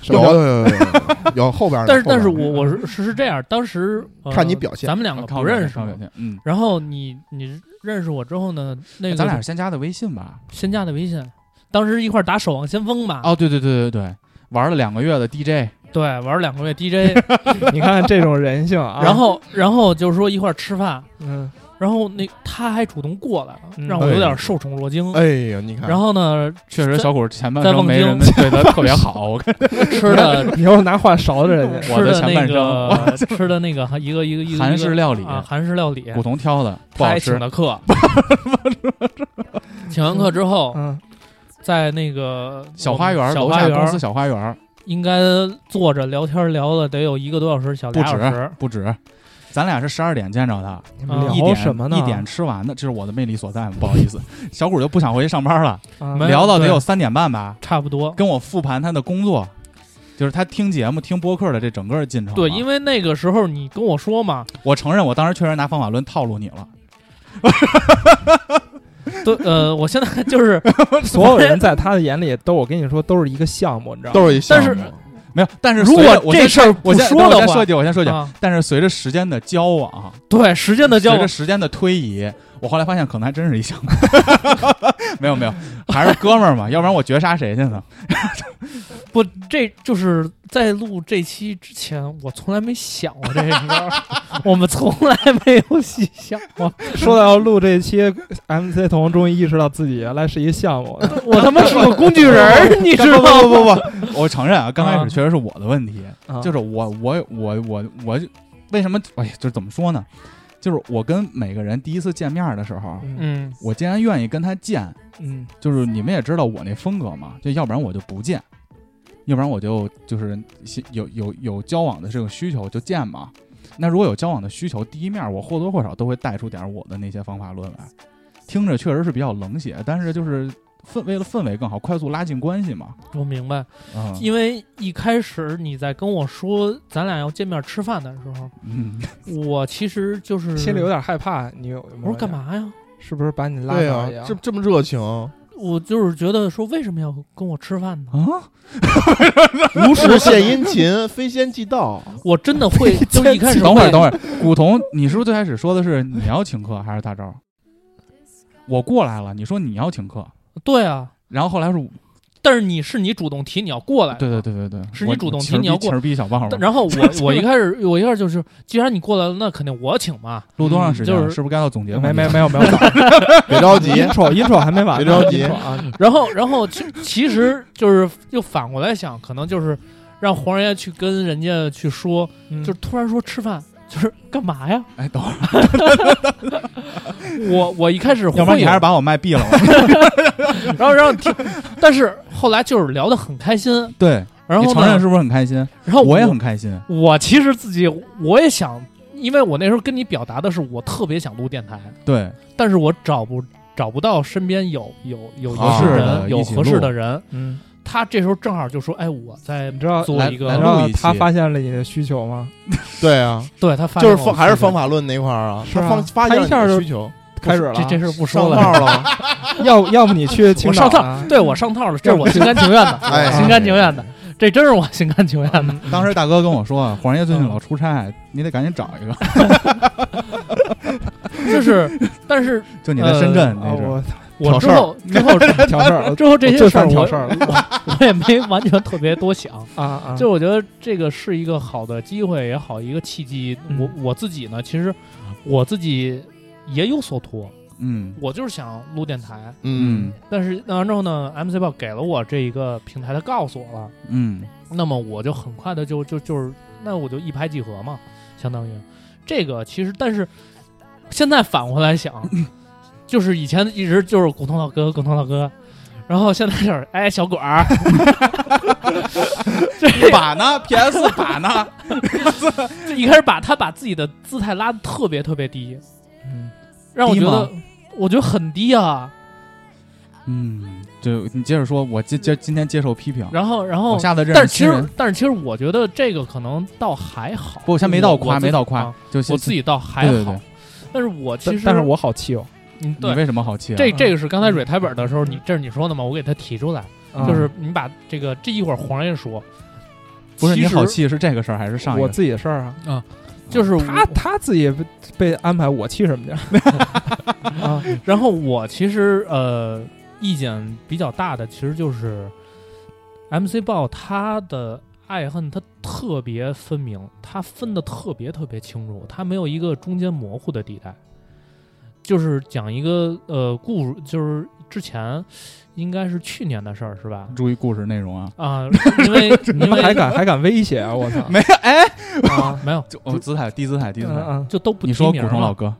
[SPEAKER 4] 有有有有有后边儿呢，
[SPEAKER 5] 但是
[SPEAKER 4] 后边
[SPEAKER 5] 但
[SPEAKER 4] 儿
[SPEAKER 5] 是
[SPEAKER 4] 呢
[SPEAKER 5] 我我是是是这样，当时、呃、
[SPEAKER 4] 看你表现
[SPEAKER 5] 咱们两个
[SPEAKER 6] 靠
[SPEAKER 5] 不认识
[SPEAKER 6] 靠，表现嗯，
[SPEAKER 5] 然后你你认识我之后呢，那个
[SPEAKER 6] 哎咱俩是先加的微信吧？
[SPEAKER 5] 先加的微信，当时一块儿打守望先锋吧，
[SPEAKER 6] 哦，对对对对对，玩了两个月的 DJ，
[SPEAKER 5] 对，玩两个月 DJ，
[SPEAKER 3] 你看这种人性啊。
[SPEAKER 5] 然后然后就是说一块儿吃饭，
[SPEAKER 3] 嗯，
[SPEAKER 5] 然后那他还主动过来了，
[SPEAKER 3] 嗯
[SPEAKER 5] 让我有点受宠若惊。
[SPEAKER 4] 哎呦，你看，
[SPEAKER 5] 然后 呢，
[SPEAKER 6] 确实小谷前半
[SPEAKER 5] 在
[SPEAKER 6] 生
[SPEAKER 5] 望
[SPEAKER 6] 没
[SPEAKER 5] 京
[SPEAKER 6] 人对他特别好，我看
[SPEAKER 5] 吃的
[SPEAKER 3] 你又拿话勺着人家，
[SPEAKER 6] 我
[SPEAKER 5] 吃
[SPEAKER 6] 的
[SPEAKER 5] 的
[SPEAKER 6] 前
[SPEAKER 5] 那
[SPEAKER 6] 半生
[SPEAKER 5] 个 吃的那个一个一个一个
[SPEAKER 6] 韩式料理
[SPEAKER 5] 啊，韩式料理，
[SPEAKER 6] 古潼挑的不
[SPEAKER 5] 他
[SPEAKER 6] 好
[SPEAKER 5] 还
[SPEAKER 6] 吃
[SPEAKER 5] 请，的客，请完课之后，
[SPEAKER 3] 嗯，
[SPEAKER 5] 在那个
[SPEAKER 6] 小花园
[SPEAKER 5] 小
[SPEAKER 6] 楼
[SPEAKER 5] 花
[SPEAKER 6] 下公司
[SPEAKER 5] 园
[SPEAKER 6] 小花园
[SPEAKER 5] 应该坐着聊天聊了得有一个多小时，小
[SPEAKER 6] 不
[SPEAKER 5] 俩小时
[SPEAKER 6] 止。不止，咱俩是十二点见着他，
[SPEAKER 3] 你们
[SPEAKER 5] 啊
[SPEAKER 6] 一
[SPEAKER 3] 嗯聊
[SPEAKER 6] 点
[SPEAKER 3] 什么呢？
[SPEAKER 6] 嗯一点吃完的，这是我的魅力所在，不好意思， 小谷就不想回去上班了，
[SPEAKER 3] 啊
[SPEAKER 5] 没
[SPEAKER 6] 聊到得
[SPEAKER 5] 对
[SPEAKER 6] 有三点半吧，
[SPEAKER 5] 差不多。
[SPEAKER 6] 跟我复盘他的工作，就是他听节目、听播客的这整个进程嘛。
[SPEAKER 5] 对，因为那个时候你跟我说嘛，
[SPEAKER 6] 我承认我当时确实拿方法论套路你了，
[SPEAKER 5] 对，呃，我现 在就是，
[SPEAKER 3] 所有人在他的眼里都，我跟你说都是一个项目，你知道吗？
[SPEAKER 4] 都是一项
[SPEAKER 5] 但
[SPEAKER 4] 目，
[SPEAKER 5] 是
[SPEAKER 6] 没有。但是
[SPEAKER 5] 如
[SPEAKER 6] 随着
[SPEAKER 5] 果
[SPEAKER 6] 我
[SPEAKER 5] 这
[SPEAKER 6] 先
[SPEAKER 5] 事儿
[SPEAKER 6] 我
[SPEAKER 5] 不
[SPEAKER 6] 先
[SPEAKER 5] 说
[SPEAKER 6] 我
[SPEAKER 5] 的
[SPEAKER 6] 先
[SPEAKER 5] 话
[SPEAKER 6] 设，计，我先设计。
[SPEAKER 5] 啊
[SPEAKER 6] 但是随着时间的交往，
[SPEAKER 5] 对，时间的交
[SPEAKER 6] 随着
[SPEAKER 5] 往，
[SPEAKER 6] 时间的推移，我后来发现可能还真是一项目。 没有没有，还是哥们儿嘛，要不然我绝杀谁去呢？
[SPEAKER 5] 不，这就是在录这期之前，我从来没想过这个事 儿，我们从来没有细想过，
[SPEAKER 3] 说到要录这期，MC 彤终于意识到自己原来是一项目，
[SPEAKER 5] 我他妈是个工具人 儿，你知道吗？
[SPEAKER 6] 不不不 不，我承认啊，刚开
[SPEAKER 5] 啊
[SPEAKER 6] 始确实是我的问题，
[SPEAKER 3] 啊
[SPEAKER 6] 就是我我我我我为什么哎呀，就是怎么说呢？就是我跟每个人第一次见面的时候，
[SPEAKER 3] 嗯
[SPEAKER 5] 嗯，
[SPEAKER 6] 我竟然愿意跟他见，
[SPEAKER 3] 嗯，
[SPEAKER 6] 就是你们也知道我那风格嘛，就要不然我就不见，要不然我就就是先有有有交往的这种需求就见嘛。那如果有交往的需求，第一面我或多或少都会带出点我的那些方法论来，听着确实是比较冷血，但是就是氛为了氛围更好，快速拉近关系嘛。
[SPEAKER 5] 我明白，
[SPEAKER 6] 嗯
[SPEAKER 5] 因为一开始你在跟我说咱俩要见面吃饭的时候，
[SPEAKER 6] 嗯，
[SPEAKER 5] 我其实就是
[SPEAKER 3] 心里有点害怕。你有没有
[SPEAKER 5] 我说干？嘛呀？
[SPEAKER 3] 是不是把你拉
[SPEAKER 4] 对
[SPEAKER 3] 倒
[SPEAKER 4] 啊
[SPEAKER 3] 一样？，
[SPEAKER 4] 这这么热情，
[SPEAKER 5] 我就是觉得说为什么要跟我吃饭呢？
[SPEAKER 6] 啊，
[SPEAKER 4] 无事献殷勤，非仙即 到。
[SPEAKER 5] 我真的会，就是一开始
[SPEAKER 6] 等会儿
[SPEAKER 5] 会
[SPEAKER 6] 等会儿，古潼，你是不是最开始说的是你要请客还是大招？我过来了，你说你要请客，
[SPEAKER 5] 对啊，
[SPEAKER 6] 然后后来是
[SPEAKER 5] 但是你是你主动提你要过来，
[SPEAKER 6] 对对对对对，
[SPEAKER 5] 是
[SPEAKER 6] 我
[SPEAKER 5] 你主动
[SPEAKER 6] 其实
[SPEAKER 5] 提你
[SPEAKER 6] 逼
[SPEAKER 5] 要过
[SPEAKER 6] 其实逼小棒儿
[SPEAKER 5] 但
[SPEAKER 6] 嘛。
[SPEAKER 5] 然后我我一开始我一开始就是，既然你过来了，那肯定我请嘛。
[SPEAKER 6] 录多长时间
[SPEAKER 5] 嗯就
[SPEAKER 6] 了？
[SPEAKER 5] 是
[SPEAKER 6] 不是该到总结环
[SPEAKER 3] 没
[SPEAKER 6] 节
[SPEAKER 3] 没
[SPEAKER 6] 了，
[SPEAKER 3] 没有没有，
[SPEAKER 4] 别着 急，
[SPEAKER 3] intro intro 还没完呢，
[SPEAKER 4] 别着急
[SPEAKER 3] intro 啊，
[SPEAKER 5] 然后然后其其实就是又反过来想，可能就是让黄仁爷去跟人家去说，
[SPEAKER 3] 嗯
[SPEAKER 5] 就是突然说吃饭。就是干嘛呀？
[SPEAKER 6] 哎，等会儿，
[SPEAKER 5] 我我一开始会
[SPEAKER 6] 要不然你
[SPEAKER 5] 有
[SPEAKER 6] 还是把我麦闭了吧。
[SPEAKER 5] 然后然后听，但是后来就是聊得很开心，
[SPEAKER 6] 对，
[SPEAKER 5] 然
[SPEAKER 6] 你
[SPEAKER 5] 后
[SPEAKER 6] 承认
[SPEAKER 5] 呢，
[SPEAKER 6] 是不是很开心？
[SPEAKER 5] 然后
[SPEAKER 6] 我也很开心。
[SPEAKER 5] 我其实自己我也想，因为我那时候跟你表达的是我特别想录电台，
[SPEAKER 6] 对，
[SPEAKER 5] 但是我找不找不到身边有有有
[SPEAKER 4] 合
[SPEAKER 5] 合
[SPEAKER 4] 适
[SPEAKER 5] 适
[SPEAKER 4] 的
[SPEAKER 5] 人，有
[SPEAKER 6] 一起
[SPEAKER 5] 合适
[SPEAKER 6] 录
[SPEAKER 5] 的人，
[SPEAKER 3] 嗯，
[SPEAKER 5] 他这时候正好就说：“哎，我在
[SPEAKER 3] 你知道。
[SPEAKER 5] 做
[SPEAKER 6] 来
[SPEAKER 5] 一
[SPEAKER 3] 你
[SPEAKER 5] 个，
[SPEAKER 6] 来
[SPEAKER 3] 知
[SPEAKER 6] 录
[SPEAKER 3] 道
[SPEAKER 6] 一期
[SPEAKER 3] 他发现了你的需求吗？
[SPEAKER 4] 对啊，
[SPEAKER 5] 对他发
[SPEAKER 4] 就是
[SPEAKER 5] 现我
[SPEAKER 4] 方还是
[SPEAKER 5] 这个
[SPEAKER 4] 方法论那块儿啊，
[SPEAKER 3] 是啊
[SPEAKER 4] 他方发现
[SPEAKER 3] 他一下
[SPEAKER 4] 你的
[SPEAKER 3] 就
[SPEAKER 4] 需求，
[SPEAKER 3] 开始了，啊
[SPEAKER 5] 这这事儿不
[SPEAKER 4] 上
[SPEAKER 5] 说
[SPEAKER 4] 号
[SPEAKER 5] 了。
[SPEAKER 4] 了，
[SPEAKER 3] 要要不你去青
[SPEAKER 5] 我
[SPEAKER 3] 岛
[SPEAKER 5] 上
[SPEAKER 3] 啊
[SPEAKER 5] 套，对我上套了，这是我心甘情愿的，
[SPEAKER 4] 哎
[SPEAKER 5] 我心甘情愿的。这真是我心甘情愿的。
[SPEAKER 6] 当时大哥跟我说，黄爷最近老出差，你得赶紧找一个。
[SPEAKER 5] 就是，但是
[SPEAKER 6] 就你在深圳
[SPEAKER 3] 啊
[SPEAKER 6] 那阵
[SPEAKER 4] 哦
[SPEAKER 6] 儿，
[SPEAKER 3] 我
[SPEAKER 5] 呃我
[SPEAKER 3] 挑
[SPEAKER 5] 之
[SPEAKER 3] 事儿
[SPEAKER 5] 后之 后
[SPEAKER 3] 挑事儿了
[SPEAKER 5] 之后 这些
[SPEAKER 3] 就
[SPEAKER 5] 事
[SPEAKER 3] 算
[SPEAKER 5] 儿
[SPEAKER 3] 挑
[SPEAKER 5] 我
[SPEAKER 3] 事 儿了
[SPEAKER 5] 我我也没完全特别多想，
[SPEAKER 3] 啊啊！
[SPEAKER 5] 就我觉得这个是一个好的机会也好，一个契机。
[SPEAKER 3] 嗯
[SPEAKER 5] 我我自己呢，其实我自己也有所图，
[SPEAKER 6] 嗯
[SPEAKER 5] 我就是想录电台，
[SPEAKER 4] 嗯，
[SPEAKER 5] 但是那完之后呢，MC 报给了我这一个平台，他告诉我了，
[SPEAKER 6] 嗯
[SPEAKER 5] 那么我就很快的就就就是，那我就一拍即合嘛，相当于这个其实，但是现在反过来想，就是以前一直就是古铜老哥，古铜老哥，然后现在就是哎小管儿，
[SPEAKER 6] 把呢？PS 把呢？
[SPEAKER 5] 就一开始把他把自己的姿态拉的特别特别低，
[SPEAKER 3] 嗯
[SPEAKER 5] 让我觉
[SPEAKER 6] 低吗
[SPEAKER 5] 得我觉得很低啊，
[SPEAKER 6] 嗯，就你接着说，我今今今天接受批评，
[SPEAKER 5] 然后然后
[SPEAKER 6] 我下次认
[SPEAKER 5] 但
[SPEAKER 6] 识
[SPEAKER 5] 是其
[SPEAKER 6] 新
[SPEAKER 5] 实
[SPEAKER 6] 人，，
[SPEAKER 5] 但是其实，我觉得这个可能倒还好。
[SPEAKER 6] 不，我先没到夸，
[SPEAKER 5] 我自己
[SPEAKER 6] 没到
[SPEAKER 5] 啊
[SPEAKER 6] 夸，就
[SPEAKER 5] 我自己倒还
[SPEAKER 6] 对对
[SPEAKER 5] 好
[SPEAKER 6] 对。
[SPEAKER 5] 但是我
[SPEAKER 3] 但
[SPEAKER 5] 其实，
[SPEAKER 3] 但是我好气哦，
[SPEAKER 5] 嗯
[SPEAKER 6] 你
[SPEAKER 5] 对
[SPEAKER 6] 为什么好气啊？
[SPEAKER 5] 这这个是刚才蕊台本的时候，你这是你说的吗？我给他提出来，
[SPEAKER 3] 啊
[SPEAKER 5] 就是你把这个这一会儿黄爷说，
[SPEAKER 6] 不是
[SPEAKER 5] 其
[SPEAKER 6] 你
[SPEAKER 5] 实
[SPEAKER 6] 好，气是这个事儿还是上一
[SPEAKER 3] 我
[SPEAKER 6] 个？
[SPEAKER 3] 自己的事儿啊。
[SPEAKER 5] 就是我
[SPEAKER 3] 他他自己被安排，我气什么劲儿？
[SPEAKER 5] 啊。然后我其实呃意见比较大的，其实就是 MC 豹他的爱恨他特别分明，他分的特别特别清楚，他没有一个中间模糊的地带。就是讲一个呃故事，就是之前应该是去年的事儿是吧？
[SPEAKER 6] 注意故事内容啊！
[SPEAKER 5] 啊，因为
[SPEAKER 3] 你
[SPEAKER 5] 因
[SPEAKER 3] 们 还
[SPEAKER 5] 为
[SPEAKER 3] 敢还敢威胁啊！我操！
[SPEAKER 6] 没有，哎，
[SPEAKER 5] 啊没有，
[SPEAKER 6] 就哦姿态低姿态低姿
[SPEAKER 3] 嗯
[SPEAKER 6] 态。
[SPEAKER 3] 嗯
[SPEAKER 5] 就都不
[SPEAKER 6] 你
[SPEAKER 5] 提
[SPEAKER 6] 说古
[SPEAKER 5] 名
[SPEAKER 6] 城
[SPEAKER 5] 了
[SPEAKER 6] 老哥，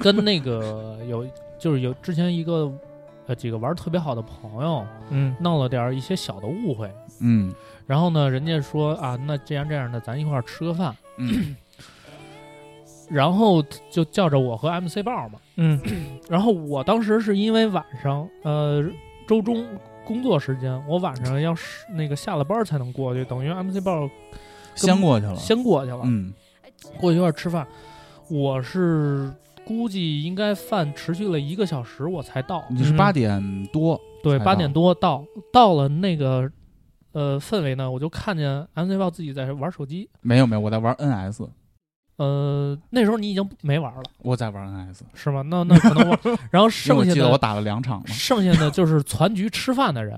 [SPEAKER 5] 跟那个有就是有之前一个呃几个玩儿特别好的朋友
[SPEAKER 3] 嗯
[SPEAKER 5] 闹了点儿一些小的误会，
[SPEAKER 6] 嗯
[SPEAKER 5] 然后呢，人家说啊，那这样这样的，咱一块儿吃个饭，
[SPEAKER 6] 嗯
[SPEAKER 5] 然后就叫着我和 MC 豹嘛，
[SPEAKER 3] 嗯
[SPEAKER 5] 然后我当时是因为晚上呃周中工作时间，我晚上要是那个下了班儿才能过去，等于 MC 豹
[SPEAKER 6] 先过去了，
[SPEAKER 5] 先过去了，
[SPEAKER 6] 嗯
[SPEAKER 5] 过去一块儿吃饭，我是。估计应该饭持续了一个小时，我才到。
[SPEAKER 6] 你是
[SPEAKER 3] 嗯
[SPEAKER 6] 八点多，
[SPEAKER 5] 对，
[SPEAKER 6] 才
[SPEAKER 5] 八
[SPEAKER 6] 到
[SPEAKER 5] 点多到，到了那个呃氛围呢，我就看见 MC 豹自己在玩手机。
[SPEAKER 6] 没有没有，我在玩 NS，
[SPEAKER 5] 呃，那时候你已经没玩了，
[SPEAKER 6] 我在玩 NS，
[SPEAKER 5] 是吗？那那可 能我，然
[SPEAKER 6] 因为
[SPEAKER 5] 后
[SPEAKER 6] 我
[SPEAKER 5] 剩下
[SPEAKER 6] 记得我
[SPEAKER 5] 的
[SPEAKER 6] 打了两场嘛。
[SPEAKER 5] 剩下的就是攒局吃饭的人，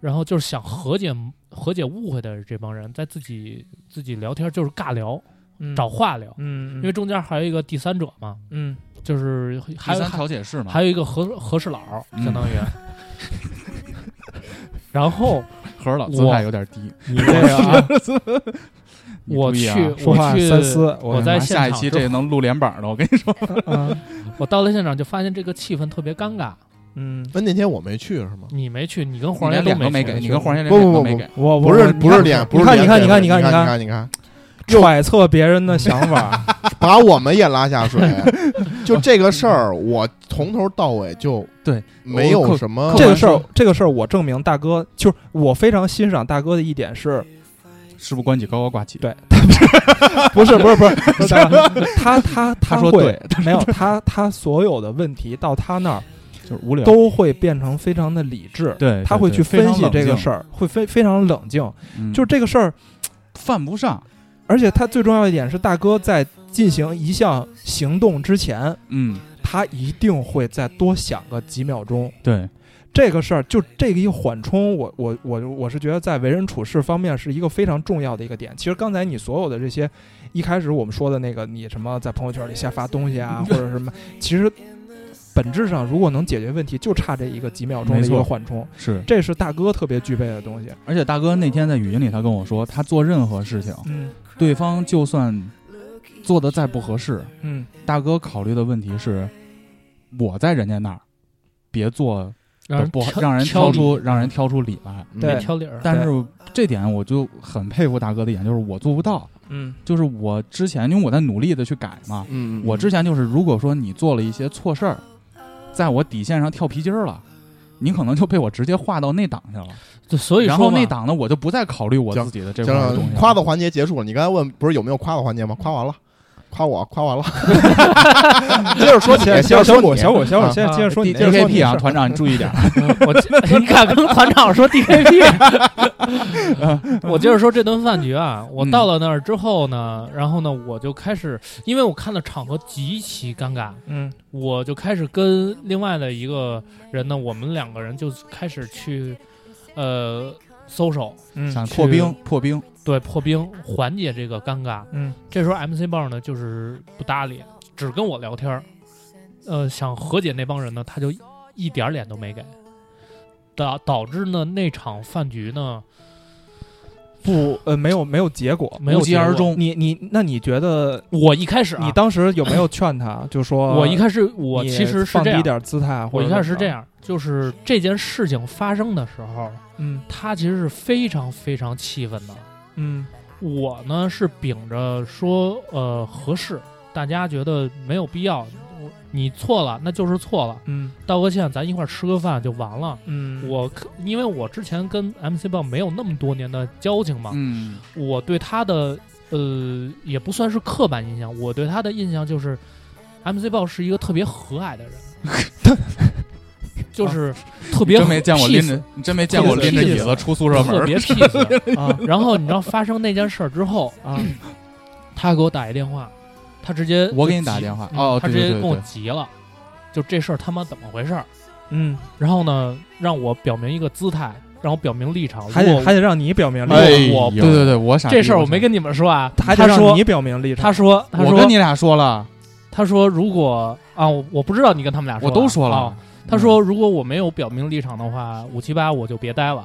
[SPEAKER 5] 然后就是想和解和解误会的这帮人，在自己自己聊天，就是尬聊，
[SPEAKER 3] 嗯
[SPEAKER 5] 找话聊，
[SPEAKER 3] 嗯，
[SPEAKER 5] 因为中间还有一个第三者嘛，
[SPEAKER 3] 嗯
[SPEAKER 5] 就是还
[SPEAKER 6] 第
[SPEAKER 5] 有
[SPEAKER 6] 三
[SPEAKER 5] 还
[SPEAKER 6] 调解室嘛，
[SPEAKER 5] 还有一个和和事佬，相
[SPEAKER 6] 嗯
[SPEAKER 5] 当于。然后
[SPEAKER 6] 何老姿态有点低。
[SPEAKER 3] 你这个啊
[SPEAKER 6] 你
[SPEAKER 5] 我
[SPEAKER 6] 注意啊
[SPEAKER 5] 去
[SPEAKER 3] 说话
[SPEAKER 5] 我去
[SPEAKER 3] 三思，
[SPEAKER 5] 我在现
[SPEAKER 6] 下一
[SPEAKER 5] 场
[SPEAKER 6] 期
[SPEAKER 5] 之后
[SPEAKER 6] 这能录连板的，我跟你说，
[SPEAKER 3] 嗯
[SPEAKER 5] 我到了现场就发现这个气氛特别尴尬。
[SPEAKER 3] 嗯，
[SPEAKER 4] 那那天我没去是吗？
[SPEAKER 5] 你没去，你跟
[SPEAKER 6] 你
[SPEAKER 5] 黄爷
[SPEAKER 6] 连脸
[SPEAKER 5] 都
[SPEAKER 6] 都
[SPEAKER 5] 没
[SPEAKER 6] 没
[SPEAKER 5] 去
[SPEAKER 6] 给，你跟黄爷连
[SPEAKER 4] 不
[SPEAKER 6] 脸
[SPEAKER 4] 不
[SPEAKER 6] 都
[SPEAKER 4] 不
[SPEAKER 6] 没
[SPEAKER 4] 不
[SPEAKER 6] 给。
[SPEAKER 3] 我
[SPEAKER 4] 不是不是脸，
[SPEAKER 3] 你
[SPEAKER 4] 不是
[SPEAKER 3] 看你
[SPEAKER 4] 脸，
[SPEAKER 3] 看你看
[SPEAKER 4] 你
[SPEAKER 3] 你看
[SPEAKER 4] 你
[SPEAKER 3] 看
[SPEAKER 4] 看你看，
[SPEAKER 3] 揣测别人的想法，
[SPEAKER 4] 把我们也拉下水。就这个事儿，我从头到尾就
[SPEAKER 6] 对
[SPEAKER 4] 没
[SPEAKER 6] 我
[SPEAKER 4] 有
[SPEAKER 6] 可
[SPEAKER 4] 什么
[SPEAKER 3] 这个事儿，这个事儿，我证明大哥就是我非常欣赏大哥的一点是，
[SPEAKER 6] 事不关己，高高挂起。
[SPEAKER 3] 对不是不是不是，大哥他他他
[SPEAKER 6] 说
[SPEAKER 3] 会
[SPEAKER 6] 对，
[SPEAKER 3] 没有他他所有的问题到他那儿
[SPEAKER 6] 就是无聊。
[SPEAKER 3] 都会变成非常的理智，
[SPEAKER 6] 对，
[SPEAKER 3] 他会去分析这个事
[SPEAKER 6] 儿，
[SPEAKER 3] 儿，会非非常冷静，
[SPEAKER 6] 嗯
[SPEAKER 3] 就是这个事儿，
[SPEAKER 6] 犯不上。
[SPEAKER 3] 而且他最重要一点是，大哥在进行一项行动之前，
[SPEAKER 6] 嗯，
[SPEAKER 3] 他一定会再多想个几秒钟。
[SPEAKER 6] 对，
[SPEAKER 3] 这个事儿就这个一缓冲，我我我我是觉得在为人处事方面是一个非常重要的一个点。其实刚才你所有的这些，一开始我们说的那个你什么在朋友圈里瞎发东西啊，或者什么，其实本质上如果能解决问题，就差这一个几秒钟的一
[SPEAKER 6] 没错
[SPEAKER 3] 个缓冲，
[SPEAKER 6] 是。
[SPEAKER 3] 这是大哥特别具备的东西。
[SPEAKER 6] 而且大哥那天在语音里，他跟我说，他做任何事情，
[SPEAKER 3] 嗯
[SPEAKER 6] 对方就算做的再不合适，
[SPEAKER 3] 嗯
[SPEAKER 6] 大哥考虑的问题是，我在人家那儿，别做
[SPEAKER 5] 让人
[SPEAKER 6] 不
[SPEAKER 5] 挑
[SPEAKER 6] 让人
[SPEAKER 5] 挑
[SPEAKER 6] 挑
[SPEAKER 5] 理
[SPEAKER 6] 出让人挑出理来。
[SPEAKER 4] 嗯
[SPEAKER 3] 对
[SPEAKER 5] 挑理儿。
[SPEAKER 6] 但是这点我就很佩服大哥的一点，就是我做不到。
[SPEAKER 3] 嗯
[SPEAKER 6] 就是我之前，因为我在努力的去改嘛，
[SPEAKER 4] 嗯，
[SPEAKER 6] 我之前就是，如果说你做了一些错事儿，在我底线上跳皮筋儿了，你可能就被我直接划到那档去了。
[SPEAKER 5] 对所以
[SPEAKER 6] 然
[SPEAKER 5] 说
[SPEAKER 6] 后
[SPEAKER 5] 嘛
[SPEAKER 6] 那档呢，我就不再考虑我自己的这块
[SPEAKER 4] 行
[SPEAKER 6] 儿的
[SPEAKER 4] 了
[SPEAKER 6] 东西了。啊
[SPEAKER 4] 夸的环节结束了，你刚才问不是有没有夸的环节吗？夸完了，夸我夸完了，接着说
[SPEAKER 3] 小
[SPEAKER 4] 你，接
[SPEAKER 3] 小小
[SPEAKER 4] 着说你
[SPEAKER 3] 果，小果，小果，
[SPEAKER 4] 啊
[SPEAKER 3] 现在接着说你接着说
[SPEAKER 6] DKP 啊，
[SPEAKER 3] 你的事儿
[SPEAKER 6] 团长你注意点儿。
[SPEAKER 5] 我接你敢跟团长说 DKP？我接着说这顿饭局啊，我到了那儿之后呢，然后呢，我就开始，因为我看的场合极其尴尬，
[SPEAKER 3] 嗯
[SPEAKER 5] 我就开始跟另外的一个人呢，我们两个人就开始去，呃，搜手，
[SPEAKER 3] 嗯
[SPEAKER 6] 想破冰，破冰，
[SPEAKER 5] 对，破冰缓解这个尴尬。
[SPEAKER 3] 嗯
[SPEAKER 5] 这时候 MC 棒呢就是不搭理，只跟我聊天儿。呃，想和解那帮人呢，他就一点儿脸都没给，导导致呢那场饭局呢
[SPEAKER 3] 不呃没有没有结果。
[SPEAKER 5] 没有
[SPEAKER 6] 无疾
[SPEAKER 5] 结
[SPEAKER 6] 而
[SPEAKER 5] 果。
[SPEAKER 6] 终。
[SPEAKER 3] 你你那你觉得
[SPEAKER 5] 我一开始啊，
[SPEAKER 3] 你当时有没有劝他？就说
[SPEAKER 5] 我一开始我
[SPEAKER 3] 你
[SPEAKER 5] 其实是
[SPEAKER 3] 放
[SPEAKER 5] 这
[SPEAKER 3] 低
[SPEAKER 5] 样，
[SPEAKER 3] 点姿态，
[SPEAKER 5] 我一开始是这
[SPEAKER 3] 样，
[SPEAKER 5] 样，就是这件事情发生的时候，
[SPEAKER 3] 嗯
[SPEAKER 5] 他其实是非常非常气愤的。
[SPEAKER 3] 嗯
[SPEAKER 5] 我呢是秉着说，呃，合适，大家觉得没有必要，我你错了那就是错了，
[SPEAKER 3] 嗯
[SPEAKER 5] 道个歉，咱一块儿吃个饭就完了。
[SPEAKER 3] 嗯，
[SPEAKER 5] 我可因为我之前跟 MC 棒没有那么多年的交情嘛，
[SPEAKER 6] 嗯，
[SPEAKER 5] 我对他的呃也不算是刻板印象，我对他的印象就是 MC 棒是一个特别和蔼的人， 就是特别
[SPEAKER 6] 哦真没见过拎
[SPEAKER 5] peace，
[SPEAKER 6] 着，你真没见过拎着椅子出宿舍门
[SPEAKER 5] 特
[SPEAKER 6] 儿。
[SPEAKER 5] 别 peace。
[SPEAKER 3] 啊
[SPEAKER 5] 然后你知道发生那件事儿之后，
[SPEAKER 3] 啊
[SPEAKER 5] 他给我打一电话，他直接
[SPEAKER 6] 我给你
[SPEAKER 5] 就
[SPEAKER 6] 打
[SPEAKER 5] 急
[SPEAKER 6] 电话
[SPEAKER 5] 嗯
[SPEAKER 6] 哦
[SPEAKER 5] 他
[SPEAKER 6] 对
[SPEAKER 5] 直
[SPEAKER 6] 对
[SPEAKER 5] 接
[SPEAKER 6] 对
[SPEAKER 5] 跟我
[SPEAKER 6] 对
[SPEAKER 5] 急了，就这事儿他妈怎么回事儿？
[SPEAKER 3] 嗯，
[SPEAKER 5] 然后呢，让我表明一个姿态，让我表明立场。
[SPEAKER 3] 还
[SPEAKER 5] 如
[SPEAKER 3] 得
[SPEAKER 5] 果
[SPEAKER 3] 还得让你表明立
[SPEAKER 4] 哎
[SPEAKER 3] 场，
[SPEAKER 4] 呦
[SPEAKER 5] 我
[SPEAKER 6] 对对对，我傻逼。
[SPEAKER 5] 这事儿我
[SPEAKER 6] 傻
[SPEAKER 5] 没跟你们说啊，
[SPEAKER 3] 还
[SPEAKER 5] 他
[SPEAKER 3] 得让
[SPEAKER 5] 说
[SPEAKER 3] 你表明立场。
[SPEAKER 5] 他说他
[SPEAKER 6] 我
[SPEAKER 5] 说
[SPEAKER 6] 跟你俩说了，
[SPEAKER 5] 他说如果啊我我不知道你跟他们俩说
[SPEAKER 6] 我
[SPEAKER 5] 啊，
[SPEAKER 6] 都说了嗯
[SPEAKER 5] 啊。他说如果我没有表明立场的话，五七八我就别待了。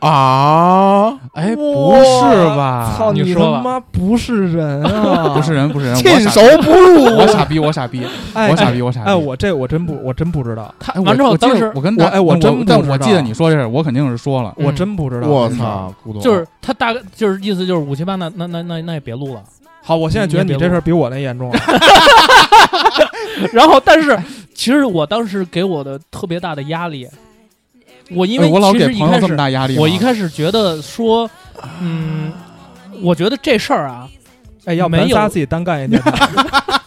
[SPEAKER 4] 啊，
[SPEAKER 6] 哎，不
[SPEAKER 3] 哇
[SPEAKER 6] 是吧？
[SPEAKER 3] 操
[SPEAKER 5] 你说
[SPEAKER 3] 他
[SPEAKER 5] 吧
[SPEAKER 3] 妈不是人啊！
[SPEAKER 6] 不是人，不是人，
[SPEAKER 4] 信
[SPEAKER 6] 我傻
[SPEAKER 4] 手不入
[SPEAKER 6] 我傻逼，我傻逼，
[SPEAKER 3] 哎，
[SPEAKER 6] 我傻
[SPEAKER 3] 哎
[SPEAKER 6] 逼，我傻逼。
[SPEAKER 3] 哎，我这我真不我真不知道，
[SPEAKER 5] 他
[SPEAKER 6] 哎我
[SPEAKER 5] 完之
[SPEAKER 6] 我
[SPEAKER 5] 后，
[SPEAKER 6] 记得
[SPEAKER 5] 当时
[SPEAKER 6] 我跟
[SPEAKER 3] 我
[SPEAKER 6] 他
[SPEAKER 3] 哎我真不
[SPEAKER 6] 但
[SPEAKER 3] 知
[SPEAKER 6] 我
[SPEAKER 3] 道
[SPEAKER 6] 记得你说这事儿，我肯定是说了。
[SPEAKER 5] 嗯
[SPEAKER 3] 我真不知道。
[SPEAKER 4] 我
[SPEAKER 3] 真是！
[SPEAKER 4] 操，古董
[SPEAKER 5] 就是他大概就是意思就是五七八那那那那那也别录了。
[SPEAKER 3] 好，我现在觉得你这事儿比我那严重了。
[SPEAKER 5] 然后，但 是其实我当时给我的特别大的压力，我因为
[SPEAKER 6] 哎我老
[SPEAKER 5] 其
[SPEAKER 6] 给
[SPEAKER 5] 实一
[SPEAKER 6] 朋友
[SPEAKER 5] 开
[SPEAKER 6] 这么
[SPEAKER 5] 始
[SPEAKER 6] 大压力吗，
[SPEAKER 5] 我一开始觉得说，嗯，我觉得这事儿啊，
[SPEAKER 3] 哎，要不
[SPEAKER 5] 没
[SPEAKER 3] 咱
[SPEAKER 5] 有
[SPEAKER 3] 仨自己单干一电台。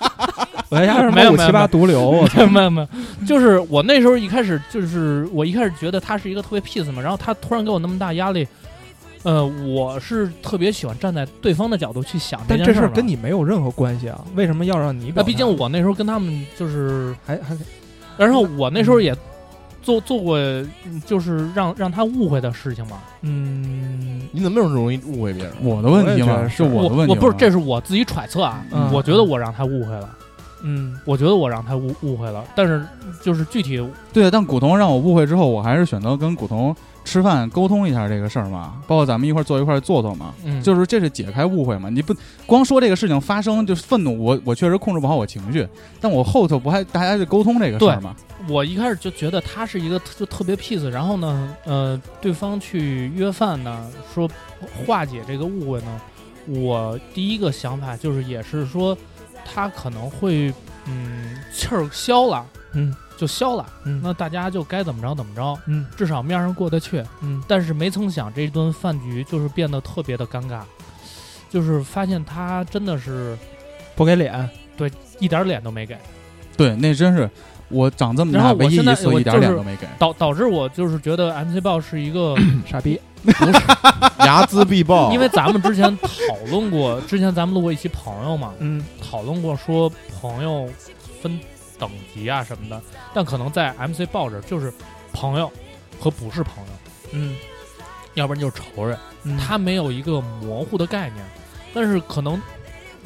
[SPEAKER 3] 我家是
[SPEAKER 5] 没有
[SPEAKER 3] 五
[SPEAKER 5] 没有
[SPEAKER 3] 七八毒瘤，我操！
[SPEAKER 5] 没有没有，就是我那时候一开始就是我一开始觉得他是一个特别 peace 嘛，然后他突然给我那么大压力，呃，我是特别喜欢站在对方的角度去想
[SPEAKER 3] 但
[SPEAKER 5] 件
[SPEAKER 3] 这事
[SPEAKER 5] 儿
[SPEAKER 3] 儿
[SPEAKER 5] 嘛
[SPEAKER 3] 跟，你没有任何关系啊，为什么要让你表
[SPEAKER 5] 那
[SPEAKER 3] 态？
[SPEAKER 5] 毕竟我那时候跟他们就是，
[SPEAKER 3] 还还
[SPEAKER 5] 然后我那时候也做做过嗯就是让让他误会的事情嘛，
[SPEAKER 3] 嗯
[SPEAKER 4] 你怎么那么容易误会 别人？
[SPEAKER 6] 我的问题
[SPEAKER 3] 我
[SPEAKER 6] 嘛，
[SPEAKER 3] 也
[SPEAKER 6] 是
[SPEAKER 3] 觉
[SPEAKER 6] 我
[SPEAKER 5] 我
[SPEAKER 6] 的问题
[SPEAKER 5] 我
[SPEAKER 6] 嘛。
[SPEAKER 5] 不是这是我自己揣测啊，
[SPEAKER 3] 嗯
[SPEAKER 5] 我觉得我让他误会了，
[SPEAKER 3] 嗯
[SPEAKER 5] 我觉得我让他误误会了，但是就是具体
[SPEAKER 6] 对，但古潼让我误会之后，我还是选择跟古潼吃饭沟通一下这个事儿嘛，包括咱们一块儿坐一块儿坐坐嘛。
[SPEAKER 5] 嗯
[SPEAKER 6] 就是这是解开误会嘛？你不光说这个事情发生就是愤怒，我我确实控制不好我情绪，但我后头不还大家就沟通这个事儿嘛？
[SPEAKER 5] 我一开始就觉得他是一个特就特别 peace，然后呢，呃，对方去约饭呢，说化解这个误会呢，我第一个想法就是也是说，他可能会嗯气儿消了，
[SPEAKER 3] 嗯，
[SPEAKER 5] 就消了，
[SPEAKER 3] 嗯
[SPEAKER 5] 那大家就该怎么着怎么着，
[SPEAKER 3] 嗯
[SPEAKER 5] 至少面上过得去。
[SPEAKER 3] 嗯
[SPEAKER 5] 但是没曾想这顿饭局就是变得特别的尴尬，就是发现他真的是
[SPEAKER 3] 不给 脸。
[SPEAKER 5] 一点儿脸都没给。
[SPEAKER 6] 对，那真是我长这么
[SPEAKER 5] 然
[SPEAKER 6] 大
[SPEAKER 5] 后我
[SPEAKER 6] 唯一
[SPEAKER 5] 现在
[SPEAKER 6] 一次
[SPEAKER 5] 我
[SPEAKER 6] 一点脸
[SPEAKER 5] 就
[SPEAKER 6] 都
[SPEAKER 5] 是
[SPEAKER 6] 没给。
[SPEAKER 5] 导导致我就是觉得 MC 豹是一个
[SPEAKER 3] 傻逼，
[SPEAKER 4] 睚眦必报，
[SPEAKER 5] 因为咱们之前讨论过，之前咱们录过一期朋友嘛，
[SPEAKER 3] 嗯，
[SPEAKER 5] 讨论过说朋友分等级啊什么的，但可能在 MC 报这儿就是朋友和不是朋友，
[SPEAKER 3] 嗯，
[SPEAKER 5] 要不然就是仇人，
[SPEAKER 3] 嗯
[SPEAKER 5] 他没有一个模糊的概念。但是可能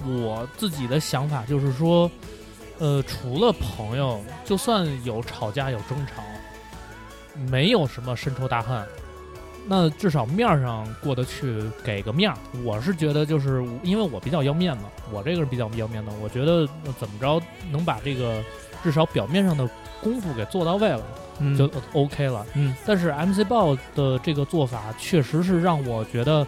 [SPEAKER 5] 我自己的想法就是说，呃，除了朋友，就算有吵架有争吵，没有什么深仇大恨，那至少面儿上过得去，给个面儿。我是觉得，就是因为我比较要面子，我这个人比较要面子，我觉得呃怎么着能把这个至少表面上的功夫给做到位了，
[SPEAKER 3] 嗯
[SPEAKER 5] 就呃 OK 了。
[SPEAKER 3] 嗯，
[SPEAKER 5] 但是 MC 豹的这个做法确实是让我觉得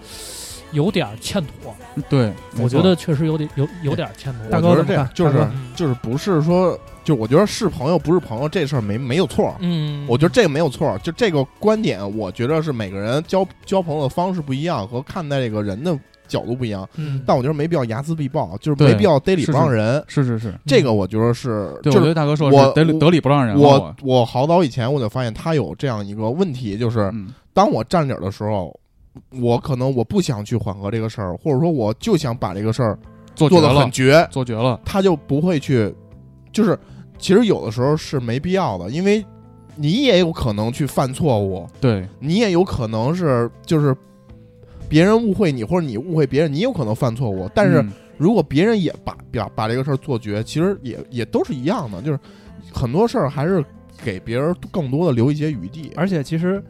[SPEAKER 5] 有点儿欠妥，
[SPEAKER 6] 对，没
[SPEAKER 5] 我觉
[SPEAKER 6] 错
[SPEAKER 5] 得确实有点有有点儿欠妥。
[SPEAKER 4] 我
[SPEAKER 3] 大
[SPEAKER 4] 觉
[SPEAKER 3] 哥
[SPEAKER 4] 得
[SPEAKER 3] 怎么
[SPEAKER 4] 这样
[SPEAKER 3] 看
[SPEAKER 4] 就
[SPEAKER 3] 大
[SPEAKER 4] 是
[SPEAKER 3] 哥
[SPEAKER 5] 嗯
[SPEAKER 4] 就是不是说就我觉得是朋友不是朋友这事儿没没有错，
[SPEAKER 5] 嗯，
[SPEAKER 4] 我觉得这个没有错，就这个观点，我觉得是每个人交交朋友的方式不一样和看待这个人的角度不一样，
[SPEAKER 5] 嗯
[SPEAKER 4] 但我觉得没必要睚眦必报，啊就是
[SPEAKER 6] 对
[SPEAKER 4] 没必要逮理不让人。
[SPEAKER 6] 是是是，
[SPEAKER 4] 这个我觉得是，
[SPEAKER 6] 对，
[SPEAKER 4] 就
[SPEAKER 6] 我觉
[SPEAKER 4] 是
[SPEAKER 6] 得大哥说
[SPEAKER 4] 我
[SPEAKER 6] 是得理得理不让人了，
[SPEAKER 4] 我
[SPEAKER 6] 我
[SPEAKER 4] 我好早以前我就发现他有这样一个问题，就是
[SPEAKER 6] 嗯
[SPEAKER 4] 当我站理儿的时候，我可能我不想去缓和这个事儿，或者说我就想把这个事儿
[SPEAKER 6] 做绝
[SPEAKER 4] 做得
[SPEAKER 6] 了
[SPEAKER 4] 很，绝，
[SPEAKER 6] 做绝了，
[SPEAKER 4] 他就不会去，就是其实有的时候是没必要的，因为你也有可能去犯错误，
[SPEAKER 6] 对
[SPEAKER 4] 你也有可能是就是别人误会你，或者你误会别人，你有可能犯错误。但是
[SPEAKER 6] 嗯
[SPEAKER 4] 如果别人也把把把这个事儿做绝，其实也也都是一样的，就是很多事儿还是给别人更多的留一些余地。
[SPEAKER 3] 而且其实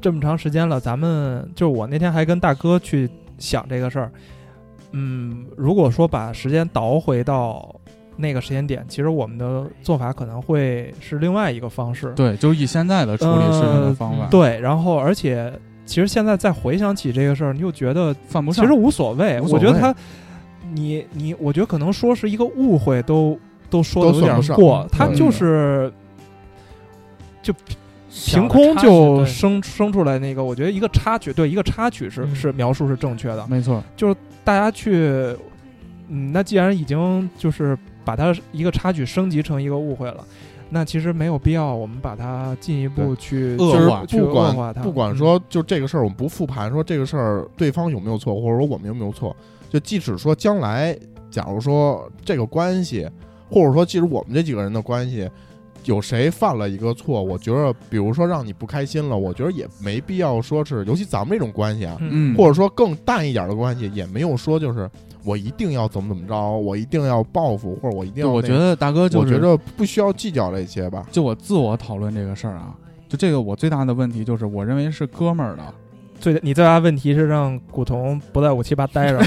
[SPEAKER 3] 这么长时间了，咱们就我那天还跟大哥去想这个事儿。嗯，如果说把时间倒回到那个时间点，其实我们的做法可能会是另外一个方式。
[SPEAKER 6] 对，就是以现在的处理事情的方法，
[SPEAKER 3] 呃对，然后而且其实现在再回想起这个事儿，你就觉得
[SPEAKER 6] 犯不
[SPEAKER 3] 其
[SPEAKER 6] 上。
[SPEAKER 3] 实无所谓。
[SPEAKER 6] 无所
[SPEAKER 3] 我觉得
[SPEAKER 6] 谓
[SPEAKER 3] 他，你你，我觉得可能说是一个误会都都说
[SPEAKER 4] 都
[SPEAKER 3] 的有
[SPEAKER 4] 算
[SPEAKER 3] 点
[SPEAKER 4] 不上
[SPEAKER 3] 过，他
[SPEAKER 6] 嗯
[SPEAKER 3] 就是
[SPEAKER 5] 小
[SPEAKER 3] 凭
[SPEAKER 5] 的
[SPEAKER 3] 空
[SPEAKER 5] 差距
[SPEAKER 3] 就
[SPEAKER 5] 对
[SPEAKER 3] 生生出来那个，我觉得一个插曲，对，一个插曲是
[SPEAKER 5] 嗯
[SPEAKER 3] 是描述是正确的。
[SPEAKER 6] 没错，
[SPEAKER 3] 大家去，嗯，那既然已经就是把它一个插曲升级成一个误会了。那其实没有必要，我们把它进一步
[SPEAKER 4] 对
[SPEAKER 6] 恶
[SPEAKER 3] 去
[SPEAKER 4] 就是
[SPEAKER 6] 化
[SPEAKER 3] 去
[SPEAKER 4] 不
[SPEAKER 3] 恶化
[SPEAKER 4] 管
[SPEAKER 3] 它嗯
[SPEAKER 4] 不管说就这个事儿，我们不复盘说这个事儿对方有没有错，或者说我们有没有错，就即使说将来，假如说这个关系，或者说即使我们这几个人的关系。有谁犯了一个错？我觉得，比如说让你不开心了，我觉得也没必要说是，尤其咱们这种关系啊，
[SPEAKER 6] 嗯，
[SPEAKER 4] 或者说更淡一点的关系，也没有说就是我一定要怎么怎么着，我一定要报复，或者我一
[SPEAKER 6] 对，
[SPEAKER 4] 定要、那个。
[SPEAKER 6] 我觉，得大哥就
[SPEAKER 4] 我
[SPEAKER 6] 是
[SPEAKER 4] 觉得不需要计较这些吧。
[SPEAKER 6] 就我自我讨论这个事儿啊，就这个我最大的问题就是，我认为是哥们儿的，
[SPEAKER 3] 最你最大的问题是让古潼不在五七八待着，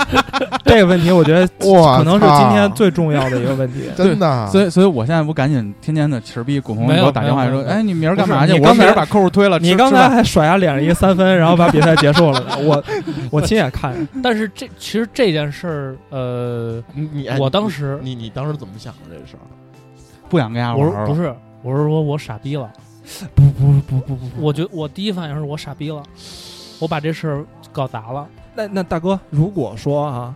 [SPEAKER 3] 这个问题我觉得
[SPEAKER 4] 哇，
[SPEAKER 3] 可能是今天最重要的一个问题。
[SPEAKER 4] 真的啊，
[SPEAKER 6] 所以所以我现在不赶紧天天的扯逼，古潼
[SPEAKER 5] 没
[SPEAKER 6] 给
[SPEAKER 5] 有
[SPEAKER 6] 我打电话
[SPEAKER 5] 没有
[SPEAKER 6] 说，
[SPEAKER 5] 没有
[SPEAKER 6] 哎，你明儿
[SPEAKER 3] 不
[SPEAKER 6] 干
[SPEAKER 3] 是
[SPEAKER 6] 嘛去？
[SPEAKER 3] 你
[SPEAKER 6] 我说
[SPEAKER 3] 刚才
[SPEAKER 6] 明儿把扣儿推了，
[SPEAKER 3] 你
[SPEAKER 6] 吃
[SPEAKER 3] 刚
[SPEAKER 6] 吃
[SPEAKER 3] 才
[SPEAKER 6] 吧
[SPEAKER 3] 还甩牙脸上一三分，然后把比赛结束了，我我亲眼看着。
[SPEAKER 5] 但是这其实这件事儿，呃，
[SPEAKER 4] 你你哎
[SPEAKER 5] 我当时
[SPEAKER 4] 你你当时怎么想的这事儿？
[SPEAKER 6] 不想跟家
[SPEAKER 5] 我
[SPEAKER 6] 玩
[SPEAKER 5] 说
[SPEAKER 6] 儿
[SPEAKER 5] 不
[SPEAKER 6] 了，
[SPEAKER 5] 是，我是说我傻逼了，
[SPEAKER 3] 不不不不不不，
[SPEAKER 5] 我觉我第一反应是我傻逼了，我把这事儿搞砸了，
[SPEAKER 3] 那那大哥，如果说啊，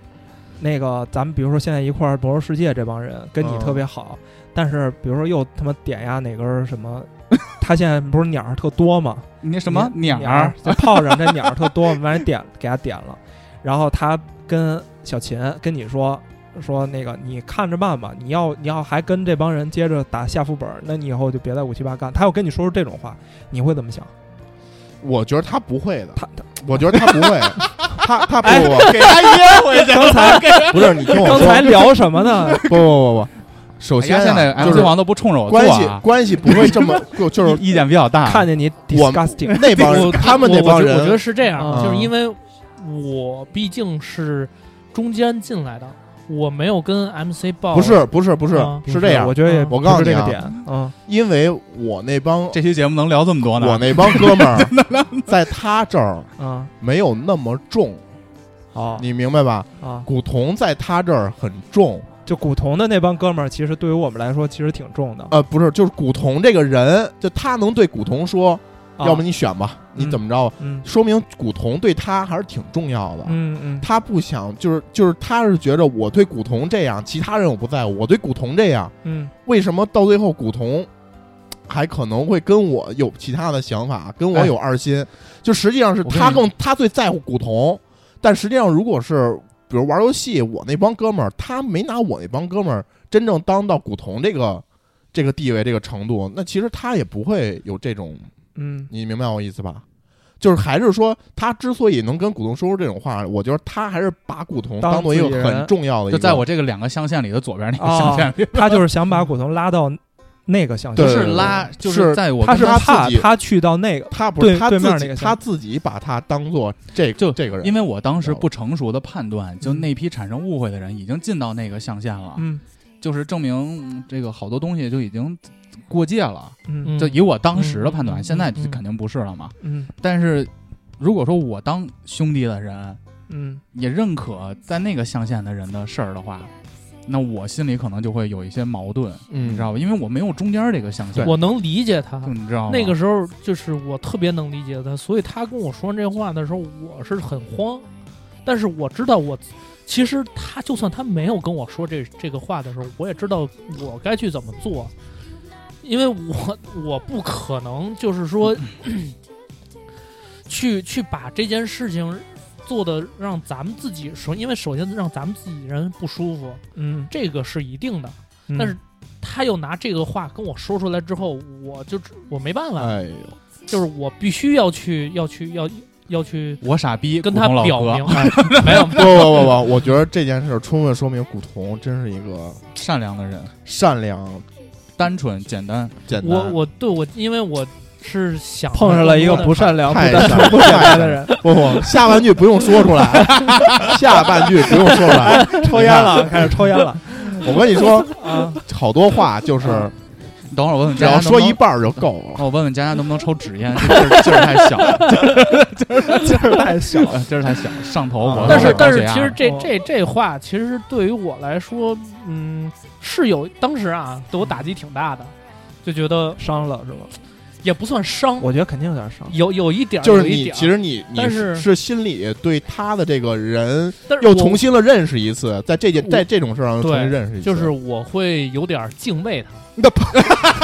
[SPEAKER 3] 那个咱们比如说现在一块儿魔兽世界这帮人跟你
[SPEAKER 4] 嗯
[SPEAKER 3] 特别好，但是比如说又他妈点压哪根儿什么，他现在不是鸟儿特多吗？
[SPEAKER 6] 你那什么
[SPEAKER 3] 鸟
[SPEAKER 6] 鸟儿，
[SPEAKER 3] 就炮仗这鸟儿特多，完人点给他点了，然后他跟小秦跟你说说那个你看着办吧，你要你要还跟这帮人接着打下副本儿，那你以后就别在五七八干。他要跟你说出这种话，你会怎 么想？
[SPEAKER 4] 我觉得他不会的，
[SPEAKER 3] 他他
[SPEAKER 4] 我觉得他不 会，他他不
[SPEAKER 3] 哎
[SPEAKER 4] 不给他噎回去。
[SPEAKER 3] 刚才
[SPEAKER 4] 不是你听我
[SPEAKER 3] 刚才
[SPEAKER 4] 说，
[SPEAKER 3] 聊什么 呢？
[SPEAKER 4] 不不 不不，首
[SPEAKER 6] 哎呀
[SPEAKER 4] 先
[SPEAKER 6] 现在
[SPEAKER 4] 啊就
[SPEAKER 6] MC
[SPEAKER 4] 是
[SPEAKER 6] 王都不冲着我做
[SPEAKER 4] 关系
[SPEAKER 6] 啊，
[SPEAKER 4] 关系不会这么就就是
[SPEAKER 6] 意意见比较大，
[SPEAKER 3] 看见你
[SPEAKER 4] 啊我们
[SPEAKER 3] disgusting，
[SPEAKER 4] 那帮人
[SPEAKER 5] 我
[SPEAKER 4] 他们
[SPEAKER 5] 我
[SPEAKER 4] 那
[SPEAKER 5] 我
[SPEAKER 4] 帮
[SPEAKER 5] 觉得我觉得
[SPEAKER 4] 人，
[SPEAKER 5] 是这样，
[SPEAKER 3] 嗯
[SPEAKER 5] 就是因为我毕竟是中间进来的，我没有跟 MC 报
[SPEAKER 4] 不是不是不是
[SPEAKER 5] 啊
[SPEAKER 4] 是这样
[SPEAKER 3] 我，觉得也
[SPEAKER 5] 嗯
[SPEAKER 4] 我告诉
[SPEAKER 3] 不是
[SPEAKER 4] 你
[SPEAKER 3] 这
[SPEAKER 4] 啊
[SPEAKER 3] 个点，嗯，
[SPEAKER 4] 因为我那帮
[SPEAKER 6] 这期节目能聊这么多呢？
[SPEAKER 4] 我那帮哥们儿在他这儿
[SPEAKER 3] 嗯，
[SPEAKER 4] 没有那么重，
[SPEAKER 3] 哦
[SPEAKER 4] 你明白吧？
[SPEAKER 3] 啊，
[SPEAKER 4] 古潼在他这儿很重，
[SPEAKER 3] 就古潼的那帮哥们儿，其实对于我们来说其实挺重的，
[SPEAKER 4] 呃，不是，就是古潼这个人，就他能对古潼说，
[SPEAKER 3] 啊
[SPEAKER 4] 要么你选吧，你怎么着吧，
[SPEAKER 3] 嗯
[SPEAKER 4] 说明古潼对他还是挺重要的。
[SPEAKER 3] 嗯嗯，
[SPEAKER 4] 他不想，就是就是，他是觉着我对古潼这样，其他人我不在乎，我对古潼这样，
[SPEAKER 3] 嗯
[SPEAKER 4] 为什么到最后古潼还可能会跟我有其他的想法，跟我
[SPEAKER 6] 哎
[SPEAKER 4] 有二心？就实际上是
[SPEAKER 6] 我跟
[SPEAKER 4] 他
[SPEAKER 6] 你
[SPEAKER 4] 更他最在乎古潼，但实际上如果是比如玩游戏，我那帮哥们儿，他没拿我那帮哥们儿真正当到古潼这个这个地位这个程度，那其实他也不会有这种，
[SPEAKER 3] 嗯
[SPEAKER 4] 你明白我意思吧？就是还是说，他之所以能跟古潼说出这种话，我觉得他还是把古潼
[SPEAKER 3] 当
[SPEAKER 4] 当做一个
[SPEAKER 3] 自己人
[SPEAKER 4] 很重要的一个，
[SPEAKER 6] 就在我这个两个象限里的左 边那个
[SPEAKER 3] 哦
[SPEAKER 6] 象限里，
[SPEAKER 3] 他就是想把古潼拉到那个象
[SPEAKER 6] 不
[SPEAKER 3] 限，
[SPEAKER 4] 对
[SPEAKER 6] 是拉，就是在我
[SPEAKER 3] 他
[SPEAKER 6] 跟
[SPEAKER 3] 是
[SPEAKER 4] 他自
[SPEAKER 3] 怕
[SPEAKER 4] 己
[SPEAKER 3] 他去到那个，
[SPEAKER 4] 他不是
[SPEAKER 3] 对
[SPEAKER 4] 他
[SPEAKER 3] 对
[SPEAKER 4] 自
[SPEAKER 3] 面那
[SPEAKER 4] 己
[SPEAKER 3] 个
[SPEAKER 4] 他
[SPEAKER 3] 想
[SPEAKER 4] 自己把他当做这
[SPEAKER 6] 就
[SPEAKER 4] 这个人，
[SPEAKER 6] 因为我当时
[SPEAKER 4] 然后
[SPEAKER 6] 不成熟的判
[SPEAKER 4] 嗯
[SPEAKER 6] 断，就那批产生误会的人已经进到那个象限了，
[SPEAKER 3] 嗯
[SPEAKER 6] 就是证明嗯这个好多东西就已经过界了。
[SPEAKER 3] 嗯
[SPEAKER 6] 就以我当时的判
[SPEAKER 5] 嗯嗯
[SPEAKER 6] 断，
[SPEAKER 5] 嗯
[SPEAKER 6] 现在
[SPEAKER 5] 嗯嗯
[SPEAKER 6] 肯定不是了嘛。
[SPEAKER 3] 嗯
[SPEAKER 6] 但是如果说我当兄弟的人
[SPEAKER 3] 嗯，
[SPEAKER 6] 也认可在那个象限的人的事儿的话，那我心里可能就会有一些矛盾，
[SPEAKER 4] 嗯
[SPEAKER 6] 你知道吧？因为我没有中间这个象限，
[SPEAKER 5] 我能理解他
[SPEAKER 6] 就。你知道吗？
[SPEAKER 5] 那个时候就是我特别能理解他，所以他跟我说完这话的时候，我是很慌，但是我知道我，其实他就算他没有跟我说这这个话的时候，我也知道我该去怎么做，因为我我不可能就是说，去去把这件事情做的让咱们自己首，因为首先让咱们自己人不舒服，
[SPEAKER 3] 嗯，
[SPEAKER 5] 这个是一定的。
[SPEAKER 3] 嗯
[SPEAKER 5] 但是他又拿这个话跟我说出来之后，我就我没办法，
[SPEAKER 4] 哎呦，
[SPEAKER 5] 就是我必须要去要去要要去
[SPEAKER 6] 我傻逼，
[SPEAKER 5] 跟
[SPEAKER 6] 古
[SPEAKER 5] 他
[SPEAKER 6] 铜老
[SPEAKER 5] 表
[SPEAKER 6] 哥
[SPEAKER 5] 明， 没有
[SPEAKER 4] 不不不不，我觉得这件事充分说明古潼真是一个
[SPEAKER 6] 善良的人，
[SPEAKER 4] 善良、
[SPEAKER 6] 单纯简单，
[SPEAKER 4] 简单。
[SPEAKER 5] 我我对我，因为我是想
[SPEAKER 3] 碰上了一个不善良、不
[SPEAKER 4] 太
[SPEAKER 3] 单纯、
[SPEAKER 4] 善
[SPEAKER 3] 不简单的
[SPEAKER 4] 太
[SPEAKER 3] 人，
[SPEAKER 4] 不不，下半句不用说出来， 下半句不用说出来。
[SPEAKER 3] 抽烟了，开始抽 烟了。
[SPEAKER 4] 我跟你说，
[SPEAKER 3] 啊，
[SPEAKER 4] 好多话就是
[SPEAKER 6] 等会儿我问问
[SPEAKER 4] 只
[SPEAKER 6] 佳佳
[SPEAKER 4] 要
[SPEAKER 6] 能不
[SPEAKER 4] 说
[SPEAKER 6] 能哦
[SPEAKER 4] 一，半儿就够了。
[SPEAKER 6] 我问问佳佳能不能抽纸烟，这劲儿劲儿太小了，
[SPEAKER 3] 劲儿太小了。
[SPEAKER 6] 呃劲儿太小，上头我
[SPEAKER 5] 但
[SPEAKER 6] 都
[SPEAKER 5] 是
[SPEAKER 6] 会
[SPEAKER 5] 但
[SPEAKER 6] 高
[SPEAKER 5] 是
[SPEAKER 6] 血，压
[SPEAKER 5] 其实这
[SPEAKER 3] 哦
[SPEAKER 5] 这这话，其实对于我来说，嗯，是有当时啊，对我打击挺大的，就觉得
[SPEAKER 3] 伤了是吧？
[SPEAKER 5] 也不算伤，
[SPEAKER 3] 我觉得肯定有点伤。
[SPEAKER 5] 有有一点儿，
[SPEAKER 4] 就是
[SPEAKER 5] 啊有一
[SPEAKER 4] 你，
[SPEAKER 5] 点儿
[SPEAKER 4] 其实你你
[SPEAKER 5] 但是
[SPEAKER 4] 是心里对他的这个人
[SPEAKER 5] 但是
[SPEAKER 4] 又
[SPEAKER 5] 我
[SPEAKER 4] 重新了认识一次，在这件
[SPEAKER 5] 我
[SPEAKER 4] 在这种事上又重
[SPEAKER 5] 对
[SPEAKER 4] 新认识一次，
[SPEAKER 5] 就是我会有点儿敬畏他。
[SPEAKER 4] 那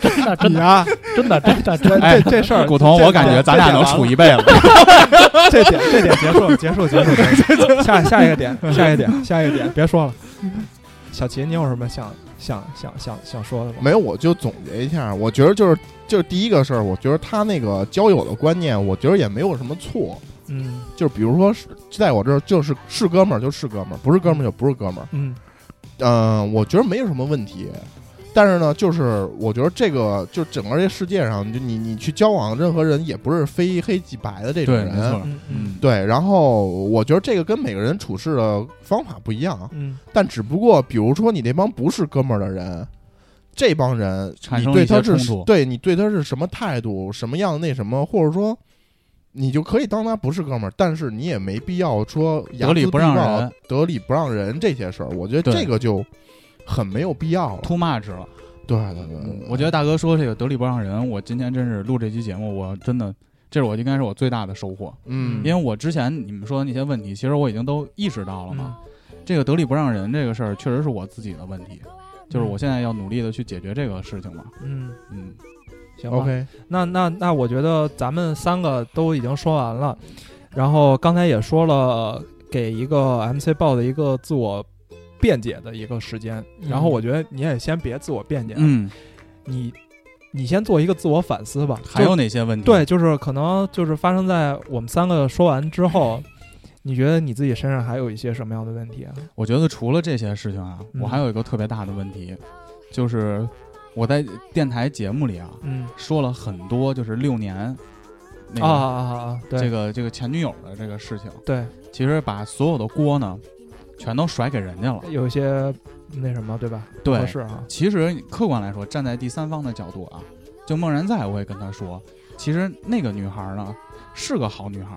[SPEAKER 5] 真的真的
[SPEAKER 4] 啊，
[SPEAKER 5] 真的真的真的，
[SPEAKER 3] 哎这这这事儿，
[SPEAKER 6] 古潼，
[SPEAKER 3] 这
[SPEAKER 6] 哎我感觉咱俩能处一辈子。
[SPEAKER 3] 这点这点结束 结束结束结束。下下一 个点，下一个点，下一个点，别说了。小齐，你有什么想想想想想说的吗？
[SPEAKER 4] 没有，我就总结一下，我觉得就是就是第一个事儿，我觉得他那个交友的观念，我觉得也没有什么错。
[SPEAKER 3] 嗯
[SPEAKER 4] 就是比如说是，在我这儿就是是哥们儿就是哥们儿，不是哥们儿就不是哥们儿。
[SPEAKER 3] 嗯
[SPEAKER 4] 嗯、我觉得没有什么问题。但是呢，就是我觉得这个，就整个这世界上，就你你去交往任何人，也不是非黑即白的这种
[SPEAKER 6] 对，
[SPEAKER 4] 人。
[SPEAKER 6] 没错，
[SPEAKER 3] 嗯嗯
[SPEAKER 6] 嗯，
[SPEAKER 4] 对，然后我觉得这个跟每个人处事的方法不一样啊，
[SPEAKER 3] 嗯
[SPEAKER 4] 但只不过比如说你那帮不是哥们儿的人，这帮人
[SPEAKER 6] 产
[SPEAKER 4] 你
[SPEAKER 6] 生了
[SPEAKER 4] 对
[SPEAKER 6] 一些
[SPEAKER 4] 他是
[SPEAKER 6] 冲突
[SPEAKER 4] 对你对他是什么态度，什么样的那什么，或者说你就可以当他不是哥们儿，但是你也没必要说睚
[SPEAKER 6] 得理
[SPEAKER 4] 眦
[SPEAKER 6] 不
[SPEAKER 4] 必
[SPEAKER 6] 让
[SPEAKER 4] 报
[SPEAKER 6] 人、
[SPEAKER 4] 得理不让人这些事儿，我觉得
[SPEAKER 6] 对
[SPEAKER 4] 这个就很没有必要了。嗯
[SPEAKER 6] ，too much 了。
[SPEAKER 4] 对对对对，
[SPEAKER 6] 嗯我觉得大哥说这个得理不让人，我今天真是录这期节目，我真的，这是我应该是我最大的收获，
[SPEAKER 4] 嗯，
[SPEAKER 6] 因为我之前你们说的那些问题，其实我已经都意识到了啊嘛。
[SPEAKER 3] 嗯
[SPEAKER 6] 这个得理不让人这个事儿，确实是我自己的问题，就是我现在要努力的去解决这个事情嘛。
[SPEAKER 3] 嗯，
[SPEAKER 6] 嗯，
[SPEAKER 3] 行吧。
[SPEAKER 4] OK，
[SPEAKER 3] 那那那，我觉得咱们三个都已经说完了，然后刚才也说了，给一个 MC 报的一个自我辩解的一个时间。
[SPEAKER 5] 嗯
[SPEAKER 3] 然后我觉得你也先别自我辩解，
[SPEAKER 6] 嗯，
[SPEAKER 3] 你你先做一个自我反思吧。
[SPEAKER 6] 还
[SPEAKER 3] 就
[SPEAKER 6] 有哪些问题？
[SPEAKER 3] 对，，就是可能就是发生在我们三个说完之后，你觉得你自己身上还有一些什么样的问题啊？
[SPEAKER 6] 我觉得除了这些事情啊，
[SPEAKER 3] 嗯
[SPEAKER 6] 我还有一个特别大的问题，就是我在电台节目里啊
[SPEAKER 3] 嗯
[SPEAKER 6] 说了很多，就是六年那
[SPEAKER 3] 啊
[SPEAKER 6] 个、
[SPEAKER 3] 啊啊啊！对、
[SPEAKER 6] 这个这个前女友的这个事情，
[SPEAKER 3] 对，
[SPEAKER 6] 其实把所有的锅呢全都甩给人家了。
[SPEAKER 3] 有一些那什么，对吧？不合
[SPEAKER 6] 对，
[SPEAKER 3] 适啊。
[SPEAKER 6] 其实客观来说，站在第三方的角度啊，就孟然在，我也跟他说，其实那个女孩呢是个好女孩，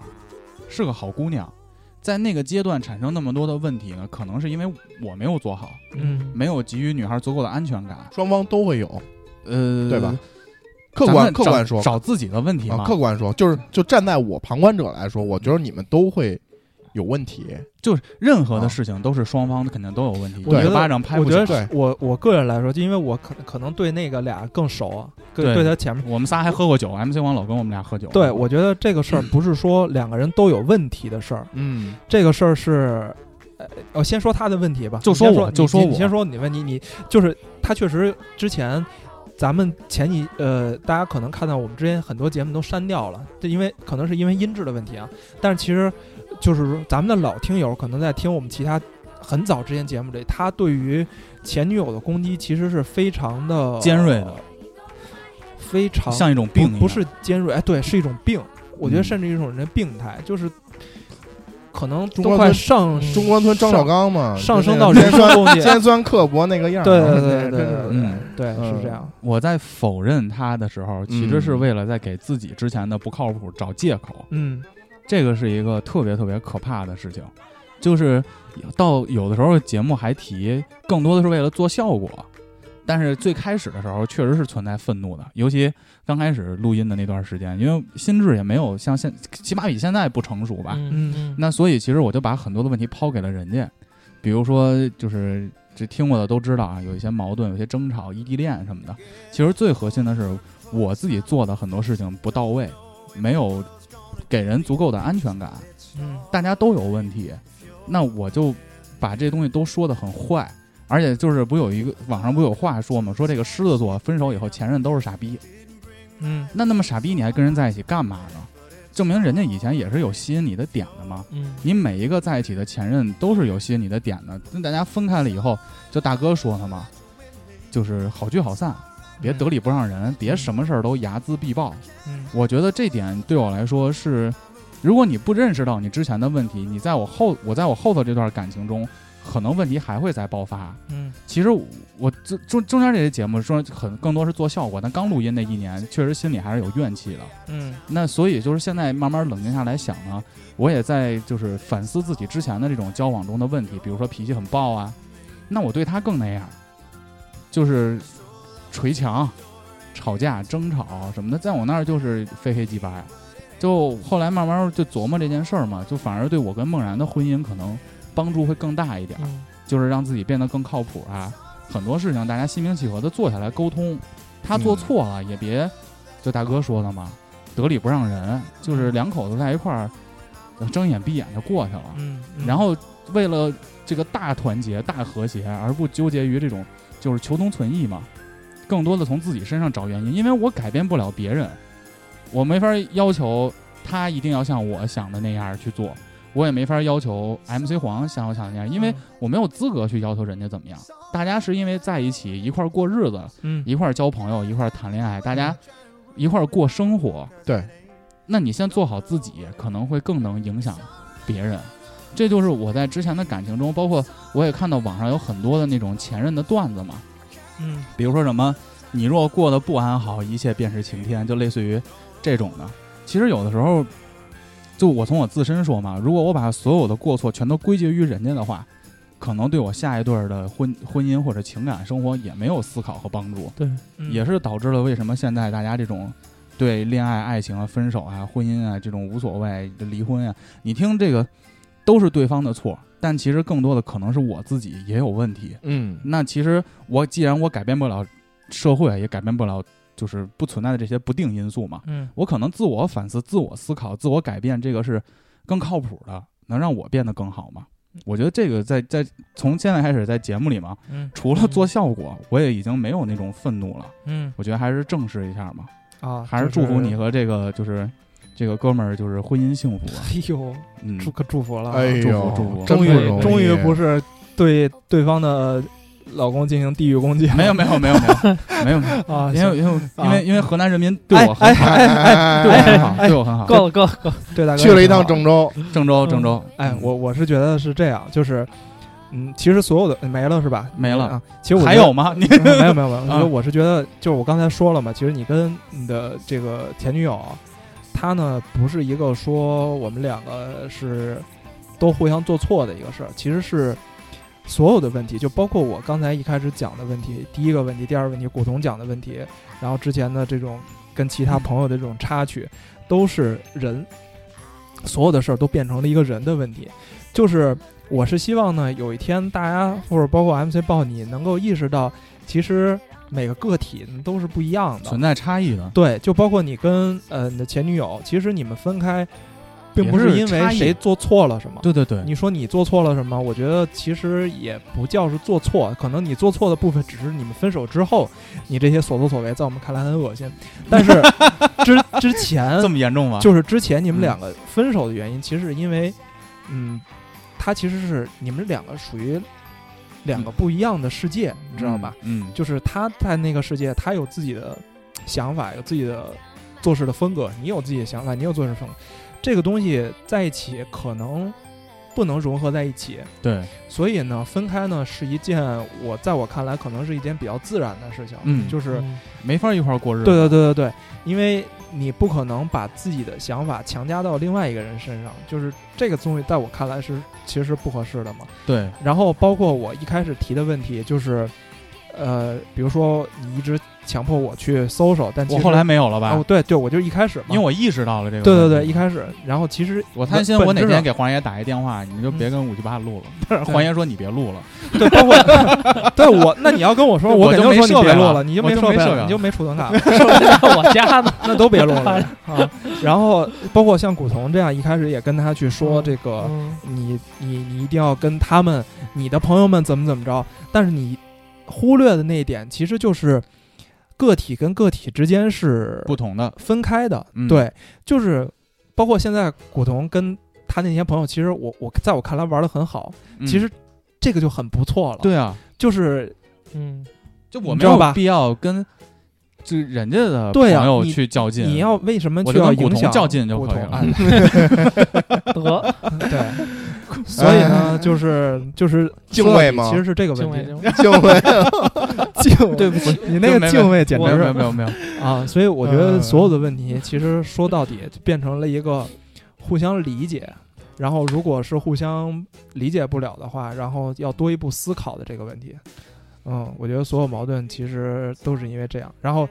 [SPEAKER 6] 是个好姑娘，在那个阶段产生那么多的问题呢，可能是因为我没有做好，
[SPEAKER 3] 嗯
[SPEAKER 6] 没有给予女孩足够的安全感，
[SPEAKER 4] 双方都会有，
[SPEAKER 6] 呃，
[SPEAKER 4] 对吧？客
[SPEAKER 6] 咱们
[SPEAKER 4] 观
[SPEAKER 6] 找
[SPEAKER 4] 客观说，
[SPEAKER 6] 找自己的问题
[SPEAKER 4] 啊，
[SPEAKER 6] 嘛，
[SPEAKER 4] 客观说，就是就站在我旁观者来说，我觉得你们都会有问题。
[SPEAKER 6] 就是任何
[SPEAKER 4] 啊
[SPEAKER 6] 的事情都是双方肯定都有问题，
[SPEAKER 3] 我
[SPEAKER 6] 一个
[SPEAKER 3] 觉得
[SPEAKER 6] 巴掌拍
[SPEAKER 3] 我
[SPEAKER 6] 不
[SPEAKER 3] 觉
[SPEAKER 6] 响
[SPEAKER 3] 得。
[SPEAKER 4] 对
[SPEAKER 3] 是我我个人来说，就因为我可可能对那个俩更熟啊，对
[SPEAKER 6] 对
[SPEAKER 3] 对他前面，
[SPEAKER 6] 我们仨还喝过酒，MC 王老跟我们俩喝酒。
[SPEAKER 3] 对我觉得这个 事儿不是说两个人都有问题的事儿，
[SPEAKER 4] 嗯，
[SPEAKER 3] 这个事儿是，呃，我先说他的问题吧，
[SPEAKER 6] 就
[SPEAKER 3] 你先
[SPEAKER 6] 说我
[SPEAKER 3] 你
[SPEAKER 6] 就说
[SPEAKER 3] 你你
[SPEAKER 6] 我
[SPEAKER 3] 先说你问你你就是他确实之前。咱们前几呃，大家可能看到我们之前很多节目都删掉了，这因为可能是因为音质的问题啊。但是其实，就是说咱们的老听友可能在听我们其他很早之前节目里，他对于前女友的攻击其实是非常的
[SPEAKER 6] 尖锐的，
[SPEAKER 3] 非
[SPEAKER 4] 啊
[SPEAKER 3] 常
[SPEAKER 6] 像一种病一样，
[SPEAKER 3] 不不是尖锐，哎，对，是一种病。我觉得
[SPEAKER 6] 嗯
[SPEAKER 3] 甚至一种人病态，就是可能都
[SPEAKER 4] 中关
[SPEAKER 3] 快
[SPEAKER 4] 村
[SPEAKER 3] 上
[SPEAKER 4] 中关村张绍刚嘛，
[SPEAKER 3] 上升
[SPEAKER 4] 就
[SPEAKER 3] 到人身
[SPEAKER 4] 那个尖酸
[SPEAKER 3] 攻击，
[SPEAKER 4] 尖酸刻薄啊那个样儿，
[SPEAKER 3] 对
[SPEAKER 4] 真
[SPEAKER 3] 对对
[SPEAKER 4] 是
[SPEAKER 3] 对
[SPEAKER 4] 真是
[SPEAKER 3] 对
[SPEAKER 6] 嗯
[SPEAKER 3] 对，
[SPEAKER 4] 嗯
[SPEAKER 3] 是这样。
[SPEAKER 6] 我在否认他的时候，其实是为了在给自己之前的不靠谱找借口。
[SPEAKER 3] 嗯
[SPEAKER 6] 这个是一个特别特别可怕的事情，就是到有的时候节目还提，更多的是为了做效果。但是最开始的时候，确实是存在愤怒的，尤其刚开始录音的那段时间，因为心智也没有像现，起码比现在不成熟吧。
[SPEAKER 5] 嗯嗯，
[SPEAKER 6] 那所以其实我就把很多的问题抛给了人家，比如说就是这听过的都知道啊，有一些矛盾、有些争吵、异地恋什么的。其实最核心的是我自己做的很多事情不到位，没有给人足够的安全感。
[SPEAKER 3] 嗯
[SPEAKER 6] 大家都有问题，那我就把这东西都说得很坏，而且就是不有一个网上不有话说吗？说这个狮子座分手以后前任都是傻逼，
[SPEAKER 3] 嗯
[SPEAKER 6] 那那么傻逼你还跟人在一起干嘛呢？证明人家以前也是有吸引你的点的嘛。
[SPEAKER 5] 嗯
[SPEAKER 6] 你每一个在一起的前任都是有吸引你的点的，那大家分开了以后，就大哥说的嘛，就是好聚好散，别得理不让人，别什么事儿都睚眦必报。
[SPEAKER 3] 嗯
[SPEAKER 6] 我觉得这点对我来说是，如果你不认识到你之前的问题，你在我后我在我后头这段感情中，可能问题还会再爆发。
[SPEAKER 3] 嗯
[SPEAKER 6] 其实我我这中中间这些节目说很更多是做效果，但刚录音那一年，确实心里还是有怨气的。
[SPEAKER 3] 嗯
[SPEAKER 6] 那所以就是现在慢慢冷静下来想呢，我也在就是反思自己之前的这种交往中的问题，比如说脾气很暴啊，那我对他更那样，就是捶墙、吵架、争吵什么的，在我那儿就是非黑即白。就后来慢慢就琢磨这件事儿嘛，就反而对我跟梦然的婚姻可能帮助会更大一点，就是让自己变得更靠谱啊，很多事情大家心平气和的坐下来沟通，他做错了也别，就大哥说的嘛，得理不让人，就是两口子在一块儿呃睁眼闭眼就过去了。
[SPEAKER 3] 嗯，
[SPEAKER 6] 然后为了这个大团结、大和谐，而不纠结于这种就是求同存异嘛，更多的从自己身上找原因，因为我改变不了别人，我没法要求他一定要像我想的那样去做，我也没法要求 MC 黄像我想的那样，因为我没有资格去要求人家怎么样。大家是因为在一起一块儿过日子，
[SPEAKER 3] 嗯
[SPEAKER 6] 一块儿交朋友，一块儿谈恋爱，大家一块儿过生活。
[SPEAKER 4] 对，
[SPEAKER 6] 那你先做好自己，可能会更能影响别人。这就是我在之前的感情中，包括我也看到网上有很多的那种前任的段子嘛，
[SPEAKER 3] 嗯
[SPEAKER 6] 比如说什么“你若过得不安好，一切便是晴天”，就类似于这种的。其实有的时候，就我从我自身说嘛，如果我把所有的过错全都归结于人家的话，可能对我下一对儿的婚婚姻或者情感生活也没有思考和帮助。
[SPEAKER 5] 对，
[SPEAKER 6] 也是导致了为什么现在大家这种对恋爱、爱情啊、分手啊、婚姻啊这种无所谓、离婚啊，你听这个都是对方的错，但其实更多的可能是我自己也有问题。
[SPEAKER 4] 嗯
[SPEAKER 6] 那其实我既然我改变不了社会，也改变不了就是不存在的这些不定因素嘛，
[SPEAKER 3] 嗯
[SPEAKER 6] 我可能自我反思、自我思考、自我改变，这个是更靠谱的，能让我变得更好嘛。我觉得这个在在从现在开始，在节目里嘛，
[SPEAKER 3] 嗯
[SPEAKER 6] 除了做效果，我也已经没有那种愤怒了。
[SPEAKER 3] 嗯
[SPEAKER 6] 我觉得还是正视一下嘛，
[SPEAKER 3] 啊，
[SPEAKER 6] 还是
[SPEAKER 3] 就
[SPEAKER 6] 祝福你。和这个就是这个哥们儿就是婚姻幸福啊，
[SPEAKER 3] 哎呦，
[SPEAKER 6] 嗯，
[SPEAKER 3] 祝可祝福了啊，
[SPEAKER 4] 哎
[SPEAKER 6] 祝
[SPEAKER 4] 呦
[SPEAKER 6] 福，祝福。
[SPEAKER 3] 终
[SPEAKER 4] 真不容
[SPEAKER 3] 于
[SPEAKER 4] 易
[SPEAKER 3] 终于不是对对方的老公进行地域攻击了，
[SPEAKER 6] 没有没有没有没 有没有没有，
[SPEAKER 3] 啊，
[SPEAKER 6] 因
[SPEAKER 3] 行
[SPEAKER 6] 为因为因
[SPEAKER 3] 啊
[SPEAKER 6] 为因为河南人民对我很好，
[SPEAKER 4] 哎哎
[SPEAKER 6] 对我很
[SPEAKER 3] 哎
[SPEAKER 6] 好，
[SPEAKER 3] 哎
[SPEAKER 6] 对我很好。
[SPEAKER 5] 够了够了，
[SPEAKER 3] 对大哥
[SPEAKER 4] 去了一趟
[SPEAKER 3] 挺好
[SPEAKER 4] 郑州，
[SPEAKER 6] 郑州郑州，
[SPEAKER 3] 哎，
[SPEAKER 6] 嗯
[SPEAKER 3] 我我是觉得是这样，就是，嗯，其实所有的没了是吧？
[SPEAKER 6] 没了
[SPEAKER 3] 啊。其实我
[SPEAKER 6] 还
[SPEAKER 3] 觉得
[SPEAKER 6] 有吗？你
[SPEAKER 3] 没有没有 没有，我觉
[SPEAKER 6] 啊
[SPEAKER 3] 得我是觉得，就是我刚才说了嘛，其实你跟你的这个前女友，她呢不是一个说我们两个是都互相做错的一个事儿，其实是所有的问题，就包括我刚才一开始讲的问题，第一个问题，第二个问题，古潼讲的问题，然后之前的这种跟其他朋友的这种插曲，都是人，所有的事儿都变成了一个人的问题，就是。我是希望呢，有一天大家或者包括 MC 豹你能够意识到，其实每个个体呢都是不一样的
[SPEAKER 6] 存。在差异的，
[SPEAKER 3] 对，就包括你跟呃你的前女友，其实你们分开，并不
[SPEAKER 6] 也是
[SPEAKER 3] 因
[SPEAKER 6] 差
[SPEAKER 3] 为
[SPEAKER 6] 异
[SPEAKER 3] 谁做错了什么。
[SPEAKER 6] 对对对，
[SPEAKER 3] 你说你做错了什么？我觉得其实也不叫是做错，可能你做错的部分只是你们分手之后，你这些所作所为在我们看来很恶心，但是之之前
[SPEAKER 6] 这么严重吗？
[SPEAKER 3] 就是之前你们
[SPEAKER 6] 嗯
[SPEAKER 3] 两个分手的原因，其实是因为，嗯，他其实是你们两个属于两个不一样的世界，你知道吧？
[SPEAKER 6] 嗯？
[SPEAKER 3] 就是他在那个世界，他有自己的想法，有自己的做事的风格，你有自己的想法，你有做事风格，这个东西在一起可能不能融合在一起，
[SPEAKER 6] 嗯，对，
[SPEAKER 3] 所以呢，分开呢是一件我在我看来可能是一件比较自然的事情，
[SPEAKER 6] 嗯
[SPEAKER 3] 就是。
[SPEAKER 6] 没法一块儿过日子。
[SPEAKER 3] 对对对对对，因为你不可能把自己的想法强加到另外一个人身上，就是这个东西在我看来是其实是不合适的嘛。
[SPEAKER 6] 对
[SPEAKER 3] 然后包括我一开始提的问题，就是呃，比如说你一直强迫我去搜索，但其
[SPEAKER 6] 我
[SPEAKER 3] 实
[SPEAKER 6] 后来没有了吧？
[SPEAKER 3] 啊，对对，我就一开始嘛，
[SPEAKER 6] 因为我意识到了这个。
[SPEAKER 3] 对对对，一。开始，然后其实
[SPEAKER 6] 我担心
[SPEAKER 3] 本
[SPEAKER 6] 我哪
[SPEAKER 3] 质
[SPEAKER 6] 天
[SPEAKER 3] 上嗯
[SPEAKER 6] 给黄爷打一电话，你就别跟五七八录了。但是
[SPEAKER 3] 对
[SPEAKER 6] 黄爷说你别录了，
[SPEAKER 3] 对，包括 对我，那你要跟我说，
[SPEAKER 6] 我
[SPEAKER 3] 肯
[SPEAKER 6] 就
[SPEAKER 3] 定
[SPEAKER 6] 没
[SPEAKER 3] 说你
[SPEAKER 6] 设
[SPEAKER 3] 别
[SPEAKER 6] 备
[SPEAKER 3] 录
[SPEAKER 6] 了
[SPEAKER 3] 了，你就
[SPEAKER 6] 我
[SPEAKER 3] 没
[SPEAKER 6] 就
[SPEAKER 3] 设
[SPEAKER 6] 没
[SPEAKER 3] 备
[SPEAKER 6] 设
[SPEAKER 3] 了，
[SPEAKER 6] 备
[SPEAKER 3] 你就没储存卡，
[SPEAKER 5] 在我家呢，
[SPEAKER 3] 那都别 录了啊。然后包括像古潼这样，一开始也跟他去说
[SPEAKER 5] 嗯
[SPEAKER 3] 这个，你你你一定要跟他们，你的朋友们怎么怎么着，但是你忽略的那一点，其实就是个体跟个体之间是
[SPEAKER 6] 不同的。
[SPEAKER 3] 分开的，
[SPEAKER 6] 嗯
[SPEAKER 3] 对，就是包括现在古潼跟他那些朋友，其实我我在我看来玩的很好，
[SPEAKER 6] 嗯
[SPEAKER 3] 其实这个就很不错了，，
[SPEAKER 6] 对啊，
[SPEAKER 3] 就是
[SPEAKER 5] 嗯，
[SPEAKER 6] 就我
[SPEAKER 3] 你
[SPEAKER 6] 没
[SPEAKER 3] 知道
[SPEAKER 6] 有
[SPEAKER 3] 吧
[SPEAKER 6] 必要跟就人家的朋
[SPEAKER 3] 对啊
[SPEAKER 6] 友
[SPEAKER 3] 你
[SPEAKER 6] 去较劲。
[SPEAKER 3] 你要为什么
[SPEAKER 6] 我
[SPEAKER 3] 去
[SPEAKER 6] 就
[SPEAKER 3] 要
[SPEAKER 6] 跟古
[SPEAKER 3] 影
[SPEAKER 6] 潼
[SPEAKER 3] 响
[SPEAKER 6] 较劲就
[SPEAKER 3] 古
[SPEAKER 6] 可以
[SPEAKER 3] 潼
[SPEAKER 6] 了
[SPEAKER 3] 啊
[SPEAKER 5] 得
[SPEAKER 3] 对，所以呢，就是就是
[SPEAKER 4] 敬
[SPEAKER 3] 说到
[SPEAKER 4] 畏
[SPEAKER 3] 底
[SPEAKER 4] 吗
[SPEAKER 3] 其实是这个
[SPEAKER 5] 敬
[SPEAKER 3] 问
[SPEAKER 5] 畏
[SPEAKER 3] 题，
[SPEAKER 5] 敬畏。
[SPEAKER 4] 敬畏，
[SPEAKER 3] 敬对不起，你那个敬畏简
[SPEAKER 6] 没
[SPEAKER 3] 直
[SPEAKER 6] 有没
[SPEAKER 3] 是
[SPEAKER 6] 有没有没有，
[SPEAKER 3] 啊，所以我觉
[SPEAKER 6] 嗯
[SPEAKER 3] 得所有的问题其实说到底就变成了一个互相理解，然后如果是互相理解不了的话，然后要多一步思考的这个问题。嗯，我觉得所有矛盾其实都是因为这样。然后，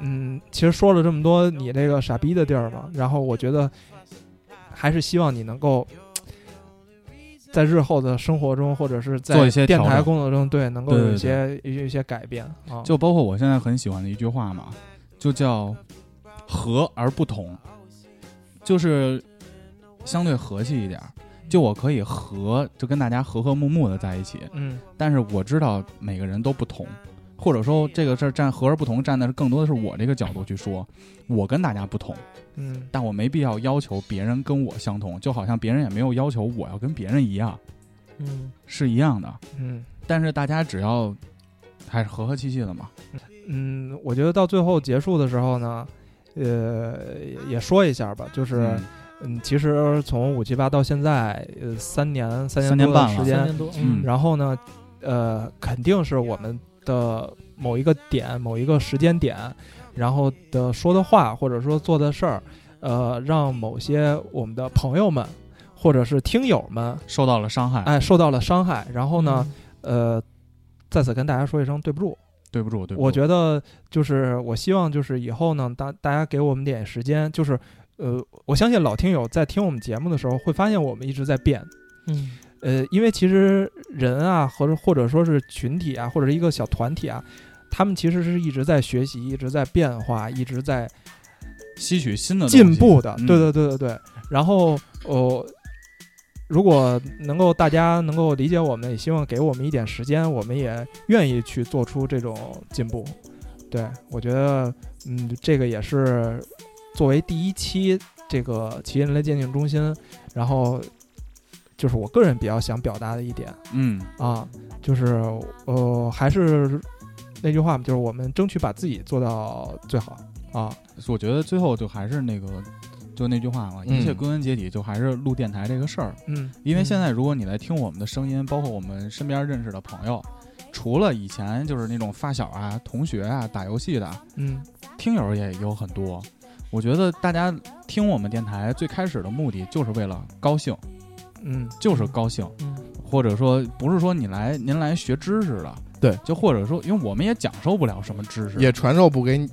[SPEAKER 3] 嗯，其实说了这么多你这个傻逼的地儿嘛，然后我觉得还是希望你能够。在日后的生活中，或者是
[SPEAKER 6] 做
[SPEAKER 3] 在
[SPEAKER 6] 一些
[SPEAKER 3] 电
[SPEAKER 6] 调
[SPEAKER 3] 台
[SPEAKER 6] 整
[SPEAKER 3] 工作中，对能够
[SPEAKER 6] 对
[SPEAKER 3] 有一
[SPEAKER 6] 对
[SPEAKER 3] 些有一些改变 啊。
[SPEAKER 6] 就包括我现在很喜欢的一句话嘛，就叫“和而不同”，就是相对和气一点儿。就我可以和，就跟大家和和睦睦的在一起，
[SPEAKER 3] 嗯，
[SPEAKER 6] 但是我知道每个人都不同，或者说这个事儿站和而不同站的是更多的是我这个角度去说，我跟大家不同，
[SPEAKER 3] 嗯
[SPEAKER 6] 但我没必要要求别人跟我相同，就好像别人也没有要求我要跟别人一样，
[SPEAKER 5] 嗯，
[SPEAKER 6] 是一样的。
[SPEAKER 3] 嗯
[SPEAKER 6] 但是大家只要还是和和气气的嘛，
[SPEAKER 3] 嗯，我觉得到最后结束的时候呢，呃，也说一下吧，就是
[SPEAKER 6] 嗯
[SPEAKER 3] 嗯其实从五七八到现在，呃，三年三
[SPEAKER 6] 三
[SPEAKER 3] 年
[SPEAKER 6] 年
[SPEAKER 3] 多的
[SPEAKER 6] 半了
[SPEAKER 3] 时
[SPEAKER 5] 三
[SPEAKER 3] 间，
[SPEAKER 5] 年多，
[SPEAKER 6] 嗯
[SPEAKER 3] 然后呢，呃，肯定是我们的某一个点、某一个时间点，然后的说的话或者说做的事儿，呃，让某些我们的朋友们或者是听友们，
[SPEAKER 6] 受到了伤害，
[SPEAKER 3] 哎，受到了伤害，然后
[SPEAKER 5] 后
[SPEAKER 3] 呢，，
[SPEAKER 5] 嗯
[SPEAKER 3] 呃，在此跟大家说一声对不住。
[SPEAKER 6] 对不住，对不嗯住。
[SPEAKER 3] 我觉得就是我希望就是以后呢，大大家给我们点时间，就是呃，我相信老听友在听我们节目的时候会发现我们一直在变。
[SPEAKER 5] 嗯
[SPEAKER 3] 呃，因为其实人啊，或者或者说是群体啊，或者是一个小团体啊，他们其实是一直在学习，一直在变化，一直在
[SPEAKER 6] 吸取新的东西
[SPEAKER 3] 进步的。
[SPEAKER 6] 嗯
[SPEAKER 3] 对对对对对。然后呃，如果能够大家能够理解我们，也希望给我们一点时间，我们也愿意去做出这种进步。对我觉得，嗯，这个也是作为第一期这个奇人类鉴定中心，然后就是我个人比较想表达的一点
[SPEAKER 6] 嗯，
[SPEAKER 3] 啊，就是呃，还是那句话嘛，就是我们争取把自己做到最好啊。
[SPEAKER 6] 我觉得最后就还是那个，就那句话嘛，
[SPEAKER 4] 嗯
[SPEAKER 6] 一切归根结底就还是录电台这个事儿。
[SPEAKER 3] 嗯，
[SPEAKER 6] 因为
[SPEAKER 5] 嗯
[SPEAKER 6] 现在如果你来听我们的声音，包括我们身边认识的朋友，除了以前就是那种发小啊、同学啊、打游戏的啊，
[SPEAKER 3] 嗯
[SPEAKER 6] 听友也有很多。我觉得大家听我们电台最开始的目的就是为了高兴，
[SPEAKER 3] 嗯
[SPEAKER 6] 就是高兴。
[SPEAKER 5] 嗯
[SPEAKER 6] 或者说不是说你来您来学知识的，
[SPEAKER 4] 对，
[SPEAKER 6] 就或者说因为我们也讲授不了什么知识，
[SPEAKER 4] 也传授不给你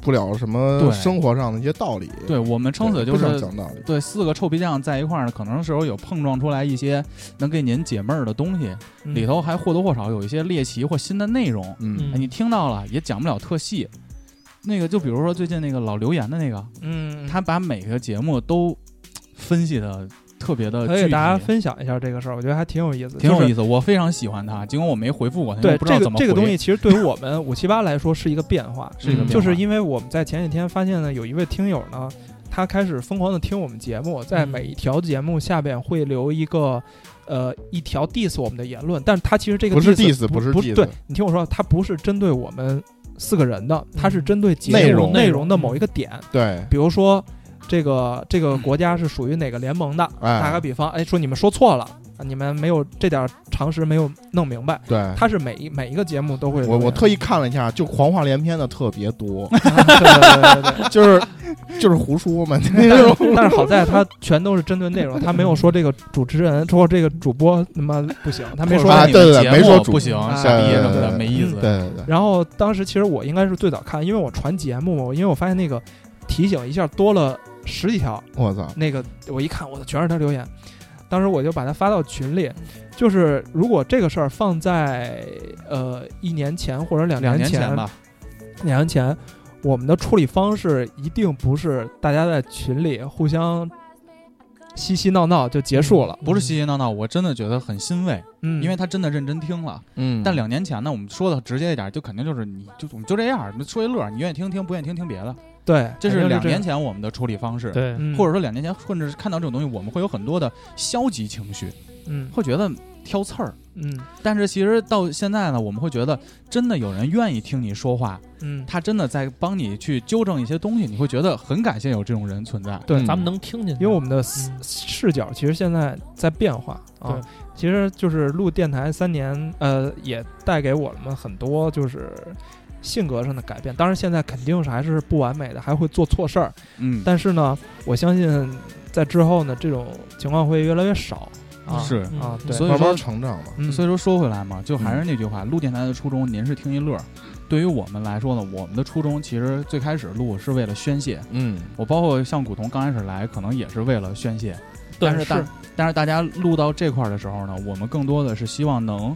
[SPEAKER 4] 不了什么
[SPEAKER 6] 对
[SPEAKER 4] 生活上的一些道理。
[SPEAKER 6] 对我们撑死
[SPEAKER 4] 对
[SPEAKER 6] 就
[SPEAKER 4] 不想
[SPEAKER 6] 是
[SPEAKER 4] 讲道理。
[SPEAKER 6] 对四个臭皮匠在一块儿呢，可能时候有碰撞出来一些能给您解闷儿的东西，
[SPEAKER 3] 嗯
[SPEAKER 6] 里头还或多或少有一些猎奇或新的内容，
[SPEAKER 4] 嗯
[SPEAKER 6] 哎你听到了也讲不了特细。那个就比如说最近那个老留言的那个，
[SPEAKER 3] 嗯，
[SPEAKER 6] 他把每个节目都分析的特别的
[SPEAKER 3] 可
[SPEAKER 6] 具
[SPEAKER 3] 以给
[SPEAKER 6] 体。
[SPEAKER 3] 大家分享一下这个事儿，我觉得还挺有意思，
[SPEAKER 6] 挺
[SPEAKER 3] 就
[SPEAKER 6] 有
[SPEAKER 3] 是
[SPEAKER 6] 意思，我非常喜欢他，尽管我没回复过他，因为
[SPEAKER 3] 对
[SPEAKER 6] 我不知道怎
[SPEAKER 3] 这个
[SPEAKER 6] 么
[SPEAKER 3] 这个
[SPEAKER 6] 回
[SPEAKER 3] 东西，其实对于我们五七八来说是一个变化，
[SPEAKER 6] 是一个
[SPEAKER 4] 嗯
[SPEAKER 6] 变
[SPEAKER 3] 就是
[SPEAKER 6] 化
[SPEAKER 3] 因为我们在前几天发现呢，有一位听友呢，他开始疯狂的听我们节目，在
[SPEAKER 5] 嗯
[SPEAKER 3] 每一条节目下边会留一个。呃，一条 diss 我们的言论，但是他其实这个
[SPEAKER 4] 不是 diss，
[SPEAKER 3] 不
[SPEAKER 4] 不是
[SPEAKER 3] 不
[SPEAKER 4] diss
[SPEAKER 3] 对你听我说，他不是针对我们四个人的，他是
[SPEAKER 5] 嗯
[SPEAKER 3] 针对节目
[SPEAKER 4] 内容
[SPEAKER 3] 内容的
[SPEAKER 6] 嗯
[SPEAKER 3] 某一个点，
[SPEAKER 4] 对，
[SPEAKER 3] 比如说这个这个国家是属于哪个联盟的，
[SPEAKER 4] 哎
[SPEAKER 3] 打个比方，哎，说你们说错了，啊你们没有这点常识没有弄明白，
[SPEAKER 4] 对，
[SPEAKER 3] 他是每一每一个节目都会
[SPEAKER 4] 哎我我特
[SPEAKER 3] 意
[SPEAKER 4] 意看了一下，就狂话连篇的特别多，
[SPEAKER 3] 对对对对对
[SPEAKER 4] 就是就是胡说 嘛，
[SPEAKER 3] 但是 但是好在他全都是针对内容，他没有说这个主持人，说这个主播他妈不行，他没说
[SPEAKER 4] 啊
[SPEAKER 6] 或者
[SPEAKER 3] 你
[SPEAKER 6] 你们
[SPEAKER 4] 对对
[SPEAKER 6] 节
[SPEAKER 4] 没
[SPEAKER 6] 目
[SPEAKER 4] 说主
[SPEAKER 6] 不行，
[SPEAKER 3] 啊
[SPEAKER 6] 傻逼什么
[SPEAKER 4] 对对
[SPEAKER 6] 的
[SPEAKER 4] 对
[SPEAKER 6] 没意
[SPEAKER 4] 对
[SPEAKER 6] 思。
[SPEAKER 4] 对对，
[SPEAKER 3] 然后当时其实我应该是最早看，因为我传节目嘛，因为我发现那个提醒一下多了十几条，
[SPEAKER 4] 我操，
[SPEAKER 3] 那个我一看，我操，全是他留言。当时我就把它发到群里，就是如果这个事儿放在呃一年前或者两
[SPEAKER 6] 两
[SPEAKER 3] 年
[SPEAKER 6] 年
[SPEAKER 3] 前，
[SPEAKER 6] 吧，
[SPEAKER 3] 两年前我们的处理方式一定不是大家在群里互相嬉嬉闹闹就结束了，
[SPEAKER 6] 不是嘻嘻闹闹，我真的觉得很欣慰，
[SPEAKER 3] 嗯，
[SPEAKER 6] 嗯因为他真的认真听了。
[SPEAKER 4] 嗯
[SPEAKER 6] 但两年前呢，我们说的直接一点，就肯定就是你就我们就这样，说一乐，你愿意听听，不愿意听听别的。
[SPEAKER 3] 对，
[SPEAKER 6] 这
[SPEAKER 3] 肯
[SPEAKER 6] 是
[SPEAKER 3] 定
[SPEAKER 6] 两
[SPEAKER 3] 哎这样
[SPEAKER 6] 年，前我们的处理方式，
[SPEAKER 5] 对，
[SPEAKER 3] 嗯
[SPEAKER 6] 或者说两年前，甚至是看到这种东西，我们会有很多的消极情绪，
[SPEAKER 3] 嗯
[SPEAKER 6] 会觉得挑刺儿。
[SPEAKER 3] 嗯
[SPEAKER 6] 但是其实到现在呢，我们会觉得真的有人愿意听你说话，
[SPEAKER 3] 嗯，
[SPEAKER 6] 他真的在帮你去纠正一些东西，你会觉得很感谢有这种人存在。
[SPEAKER 3] 对
[SPEAKER 5] 咱们能听见，
[SPEAKER 3] 因为我们
[SPEAKER 6] 嗯
[SPEAKER 3] 的视视角其实现在在变化啊
[SPEAKER 5] 对，
[SPEAKER 3] 其实就是录电台三年，呃，也带给我们很多就是性格上的改变。当然，现在肯定是还是不完美的，还会做错事儿。
[SPEAKER 6] 嗯，
[SPEAKER 3] 但是呢，我相信在之后呢，这种情况会越来越少啊。
[SPEAKER 6] 是。
[SPEAKER 5] 嗯
[SPEAKER 3] 啊，对，
[SPEAKER 6] 所以
[SPEAKER 4] 慢慢
[SPEAKER 6] 说
[SPEAKER 4] 成长嘛，
[SPEAKER 3] 嗯
[SPEAKER 6] 所以说说回来嘛，就还是那句话，录电台的初衷您是听一乐儿。对于我们来说呢，我们的初衷其实最开始录是为了宣泄，
[SPEAKER 4] 嗯，
[SPEAKER 6] 我包括像古潼刚开始来，可能也是为了宣泄。
[SPEAKER 5] 对
[SPEAKER 6] 但是大但是大家录到这块儿的时候呢，我们更多的是希望能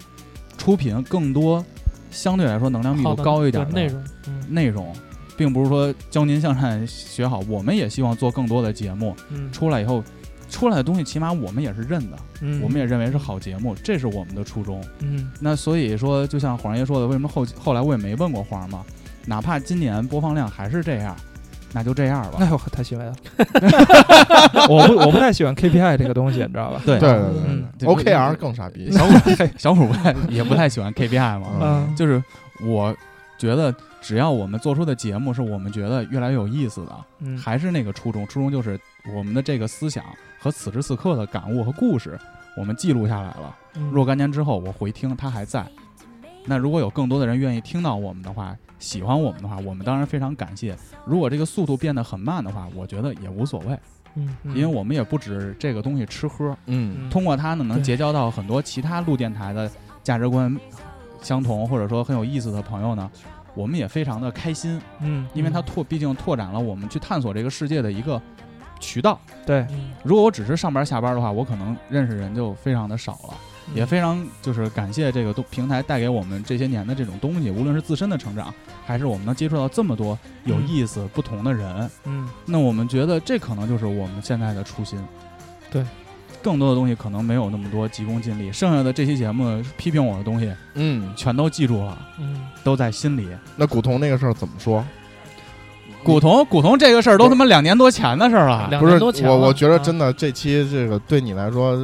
[SPEAKER 6] 出品更多相对来说能量密
[SPEAKER 5] 好
[SPEAKER 6] 度
[SPEAKER 5] 的
[SPEAKER 6] 高一点
[SPEAKER 5] 对
[SPEAKER 6] 的
[SPEAKER 5] 内容，嗯
[SPEAKER 6] 内容，并不是说教您向善学好，我们也希望做更多的节目
[SPEAKER 3] 嗯
[SPEAKER 6] 出来以后，出来的东西起码我们也是认的，
[SPEAKER 3] 嗯，
[SPEAKER 6] 我们也认为是好节目，这是我们的初衷。
[SPEAKER 3] 嗯
[SPEAKER 6] 那所以说，就像黄爷说的，为什么后后来我也没问过黄嘛？哪怕今年播放量还是这样，那就这样吧。
[SPEAKER 3] 哎呦，太欣慰了。 我不我不太喜欢 KPI 这个东西，你知道吧？
[SPEAKER 6] 对
[SPEAKER 4] 对对啊对
[SPEAKER 3] 嗯
[SPEAKER 4] 对，OKR 更傻逼，
[SPEAKER 6] 小虎小虎不太也不太喜欢 KPI 嘛，
[SPEAKER 3] 嗯，
[SPEAKER 6] 就是我觉得只要我们做出的节目是我们觉得越来越有意思的，
[SPEAKER 3] 嗯
[SPEAKER 6] 还是那个初衷，初衷就是我们的这个思想和此时此刻的感悟和故事，我们记录下来了。若干年之后我回听，它还在。那如果有更多的人愿意听到我们的话，喜欢我们的话，我们当然非常感谢。如果这个速度变得很慢的话，我觉得也无所谓，
[SPEAKER 5] 嗯
[SPEAKER 3] 嗯
[SPEAKER 6] 因为我们也不止这个东西吃喝，
[SPEAKER 4] 嗯
[SPEAKER 3] 嗯
[SPEAKER 6] 通过它呢，能
[SPEAKER 5] 对
[SPEAKER 6] 结交到很多其他录电台的价值观相同或者说很有意思的朋友呢，我们也非常的开心，
[SPEAKER 3] 嗯，
[SPEAKER 6] 因为它拓毕竟拓展了我们去探索这个世界的一个渠道。
[SPEAKER 3] 对，
[SPEAKER 5] 嗯
[SPEAKER 6] 如果我只是上班下班的话，我可能认识人就非常的少了。也非常就是感谢这个东平台带给我们这些年的这种东西，无论是自身的成长，还是我们能接触到这么多有意思、不同的人，
[SPEAKER 3] 嗯
[SPEAKER 6] 那我们觉得这可能就是我们现在的初心。
[SPEAKER 5] 对，
[SPEAKER 6] 更多的东西可能没有那么多急功近利，剩下的这期节目批评我的东西
[SPEAKER 4] 嗯，
[SPEAKER 6] 全都记住了，
[SPEAKER 5] 嗯，
[SPEAKER 6] 都在心里。
[SPEAKER 4] 那古潼那个事儿怎么说？
[SPEAKER 6] 古潼，古潼这个事儿都他妈两年多前的事儿了。
[SPEAKER 5] 两
[SPEAKER 4] 不是
[SPEAKER 5] 年多前
[SPEAKER 4] 我，
[SPEAKER 5] 了
[SPEAKER 4] 我觉得
[SPEAKER 5] 啊
[SPEAKER 4] 真的这期这个对你来说，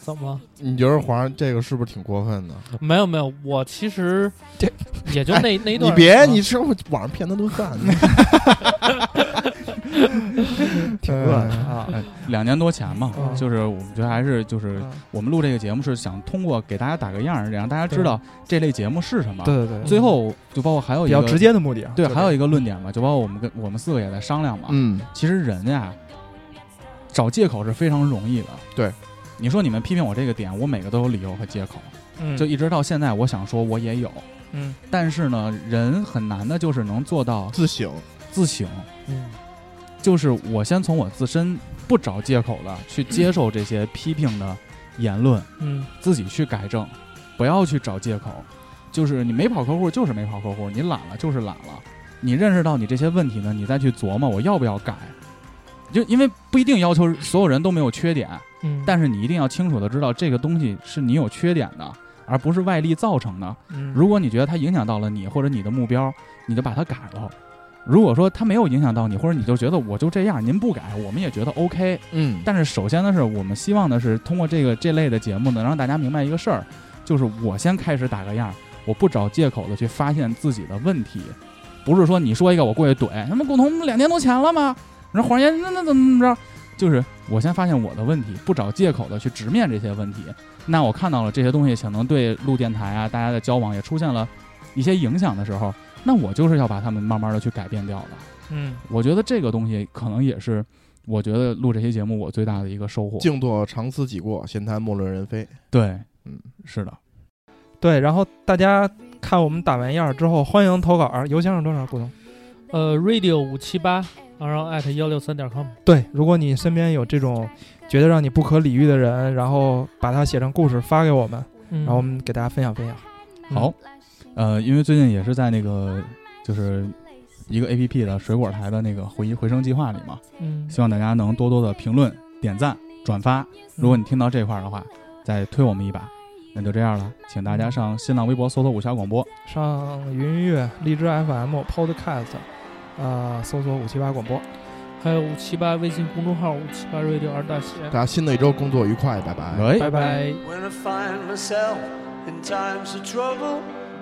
[SPEAKER 5] 怎么了？
[SPEAKER 4] 你觉得皇上这个是不是挺过分的？
[SPEAKER 5] 没有没有，我其实
[SPEAKER 3] 这
[SPEAKER 5] 也就那那一
[SPEAKER 4] 你
[SPEAKER 5] 段，
[SPEAKER 4] 别，
[SPEAKER 5] 啊
[SPEAKER 4] 你吃我网上骗他顿饭，挺
[SPEAKER 3] 对啊，
[SPEAKER 6] 哎两年多前嘛，
[SPEAKER 3] 嗯
[SPEAKER 6] 就是我们觉得还是就是
[SPEAKER 3] 嗯
[SPEAKER 6] 我们录这个节目是想通过给大家打个样儿，让大家知道这类节目是什么。
[SPEAKER 3] 对对对，
[SPEAKER 6] 最后就包括还有
[SPEAKER 3] 比
[SPEAKER 6] 一
[SPEAKER 3] 较
[SPEAKER 6] 个
[SPEAKER 3] 直，接的目的啊，
[SPEAKER 6] 对，
[SPEAKER 3] 就
[SPEAKER 6] 还有一个论点嘛，就包括我们跟我们四个也在商量嘛。
[SPEAKER 4] 嗯，
[SPEAKER 6] 其实人呀，找借口是非常容易的。
[SPEAKER 4] 对，
[SPEAKER 6] 你说你们批评我这个点，我每个都有理由和借口，
[SPEAKER 3] 嗯
[SPEAKER 6] 就一直到现在，我想说我也有，
[SPEAKER 3] 嗯
[SPEAKER 6] 但是呢，人很难的就是能做到
[SPEAKER 4] 自省，
[SPEAKER 6] 自省，
[SPEAKER 5] 嗯
[SPEAKER 6] 就是我先从我自身不找借口的去接受这些批评的言论，
[SPEAKER 3] 嗯
[SPEAKER 6] 自己去改正，不要去找借口。就是你没跑客户，就是没跑客户；你懒了，就是懒了。你认识到你这些问题呢，你再去琢磨我要不要改。就因为不一定要求所有人都没有缺点，
[SPEAKER 5] 嗯，
[SPEAKER 6] 但是你一定要清楚的知道这个东西是你有缺点的，而不是外力造成的。
[SPEAKER 3] 嗯，
[SPEAKER 6] 如果你觉得它影响到了你或者你的目标，你就把它改了。如果说它没有影响到你，或者你就觉得我就这样，您不改，我们也觉得 OK。
[SPEAKER 4] 嗯，
[SPEAKER 6] 但是首先呢，是我们希望的是通过这个这类的节目呢，能让大家明白一个事儿，就是我先开始打个样儿，我不找借口的去发现自己的问题，不是说你说一个我过去怼，他妈共同两年多前了吗？然后黄爷那那怎么着？就是我先发现我的问题，不找借口的去直面这些问题。那我看到了这些东西，可能对录电台啊，大家的交往也出现了一些影响的时候，那我就是要把他们慢慢的去改变掉的。
[SPEAKER 3] 嗯
[SPEAKER 6] 我觉得这个东西可能也是，我觉得录这些节目我最大的一个收获。
[SPEAKER 4] 静坐常思己过，闲谈莫论人非。
[SPEAKER 6] 对，
[SPEAKER 4] 嗯，
[SPEAKER 6] 是的，
[SPEAKER 3] 对，然后大家看我们打完样儿之后，欢迎投稿，邮箱是多少？古董？
[SPEAKER 5] 呃，radio 五七八，然后艾特幺六三点 com。
[SPEAKER 3] 对，如果你身边有这种觉得让你不可理喻的人，然后把它写成故事发给我们，
[SPEAKER 5] 嗯
[SPEAKER 3] 然后我们给大家分享分享。
[SPEAKER 6] 好，呃，因为最近也是在那个就是一个 A P P 的水果台的那个回忆回声计划里嘛，
[SPEAKER 5] 嗯，
[SPEAKER 6] 希望大家能多多的评论、点赞、转发。如果你听到这块儿的话，再推我们一把。那就这样了，请大家上新浪微博搜索“武侠广播
[SPEAKER 3] 上云音乐、荔枝 FM、Podcast，呃，搜索五七八广播。
[SPEAKER 5] 还有五七八微信公众号五七八 radio 二大写。
[SPEAKER 4] 大家新的一周工作愉快，拜”。拜。
[SPEAKER 6] 喂。
[SPEAKER 5] 拜拜。
[SPEAKER 7] When I find myself in times of trouble,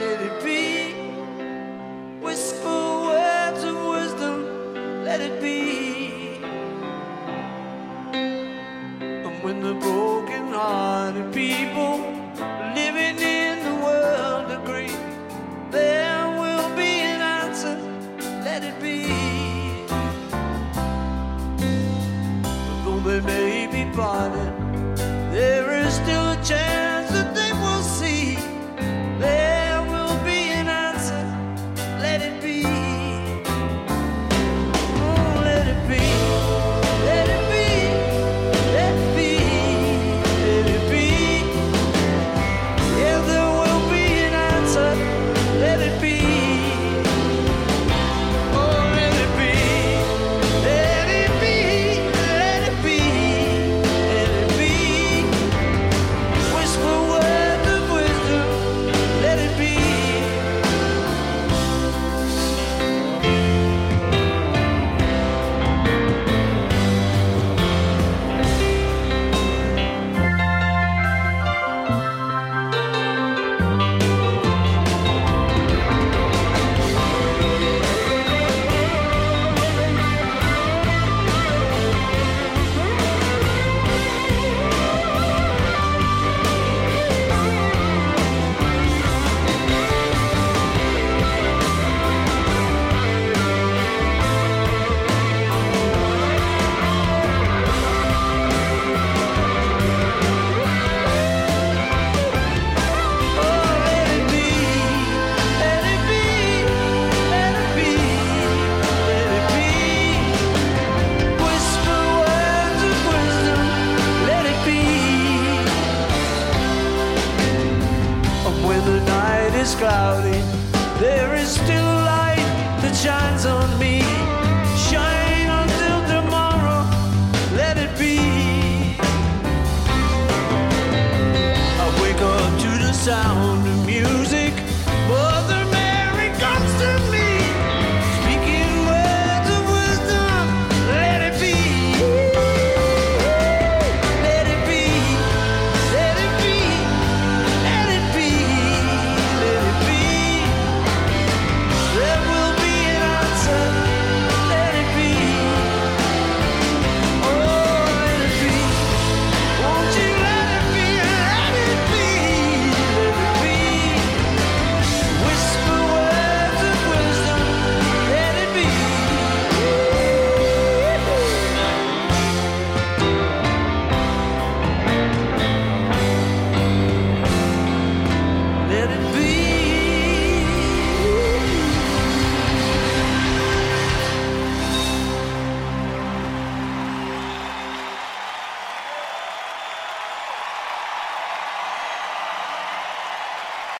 [SPEAKER 7] let it be. Whisper words of wisdom, let it be. And when the broken hearted people living in the world agree, there will be an answer, let it be. Though they may be parted Oh, Oh, Oh,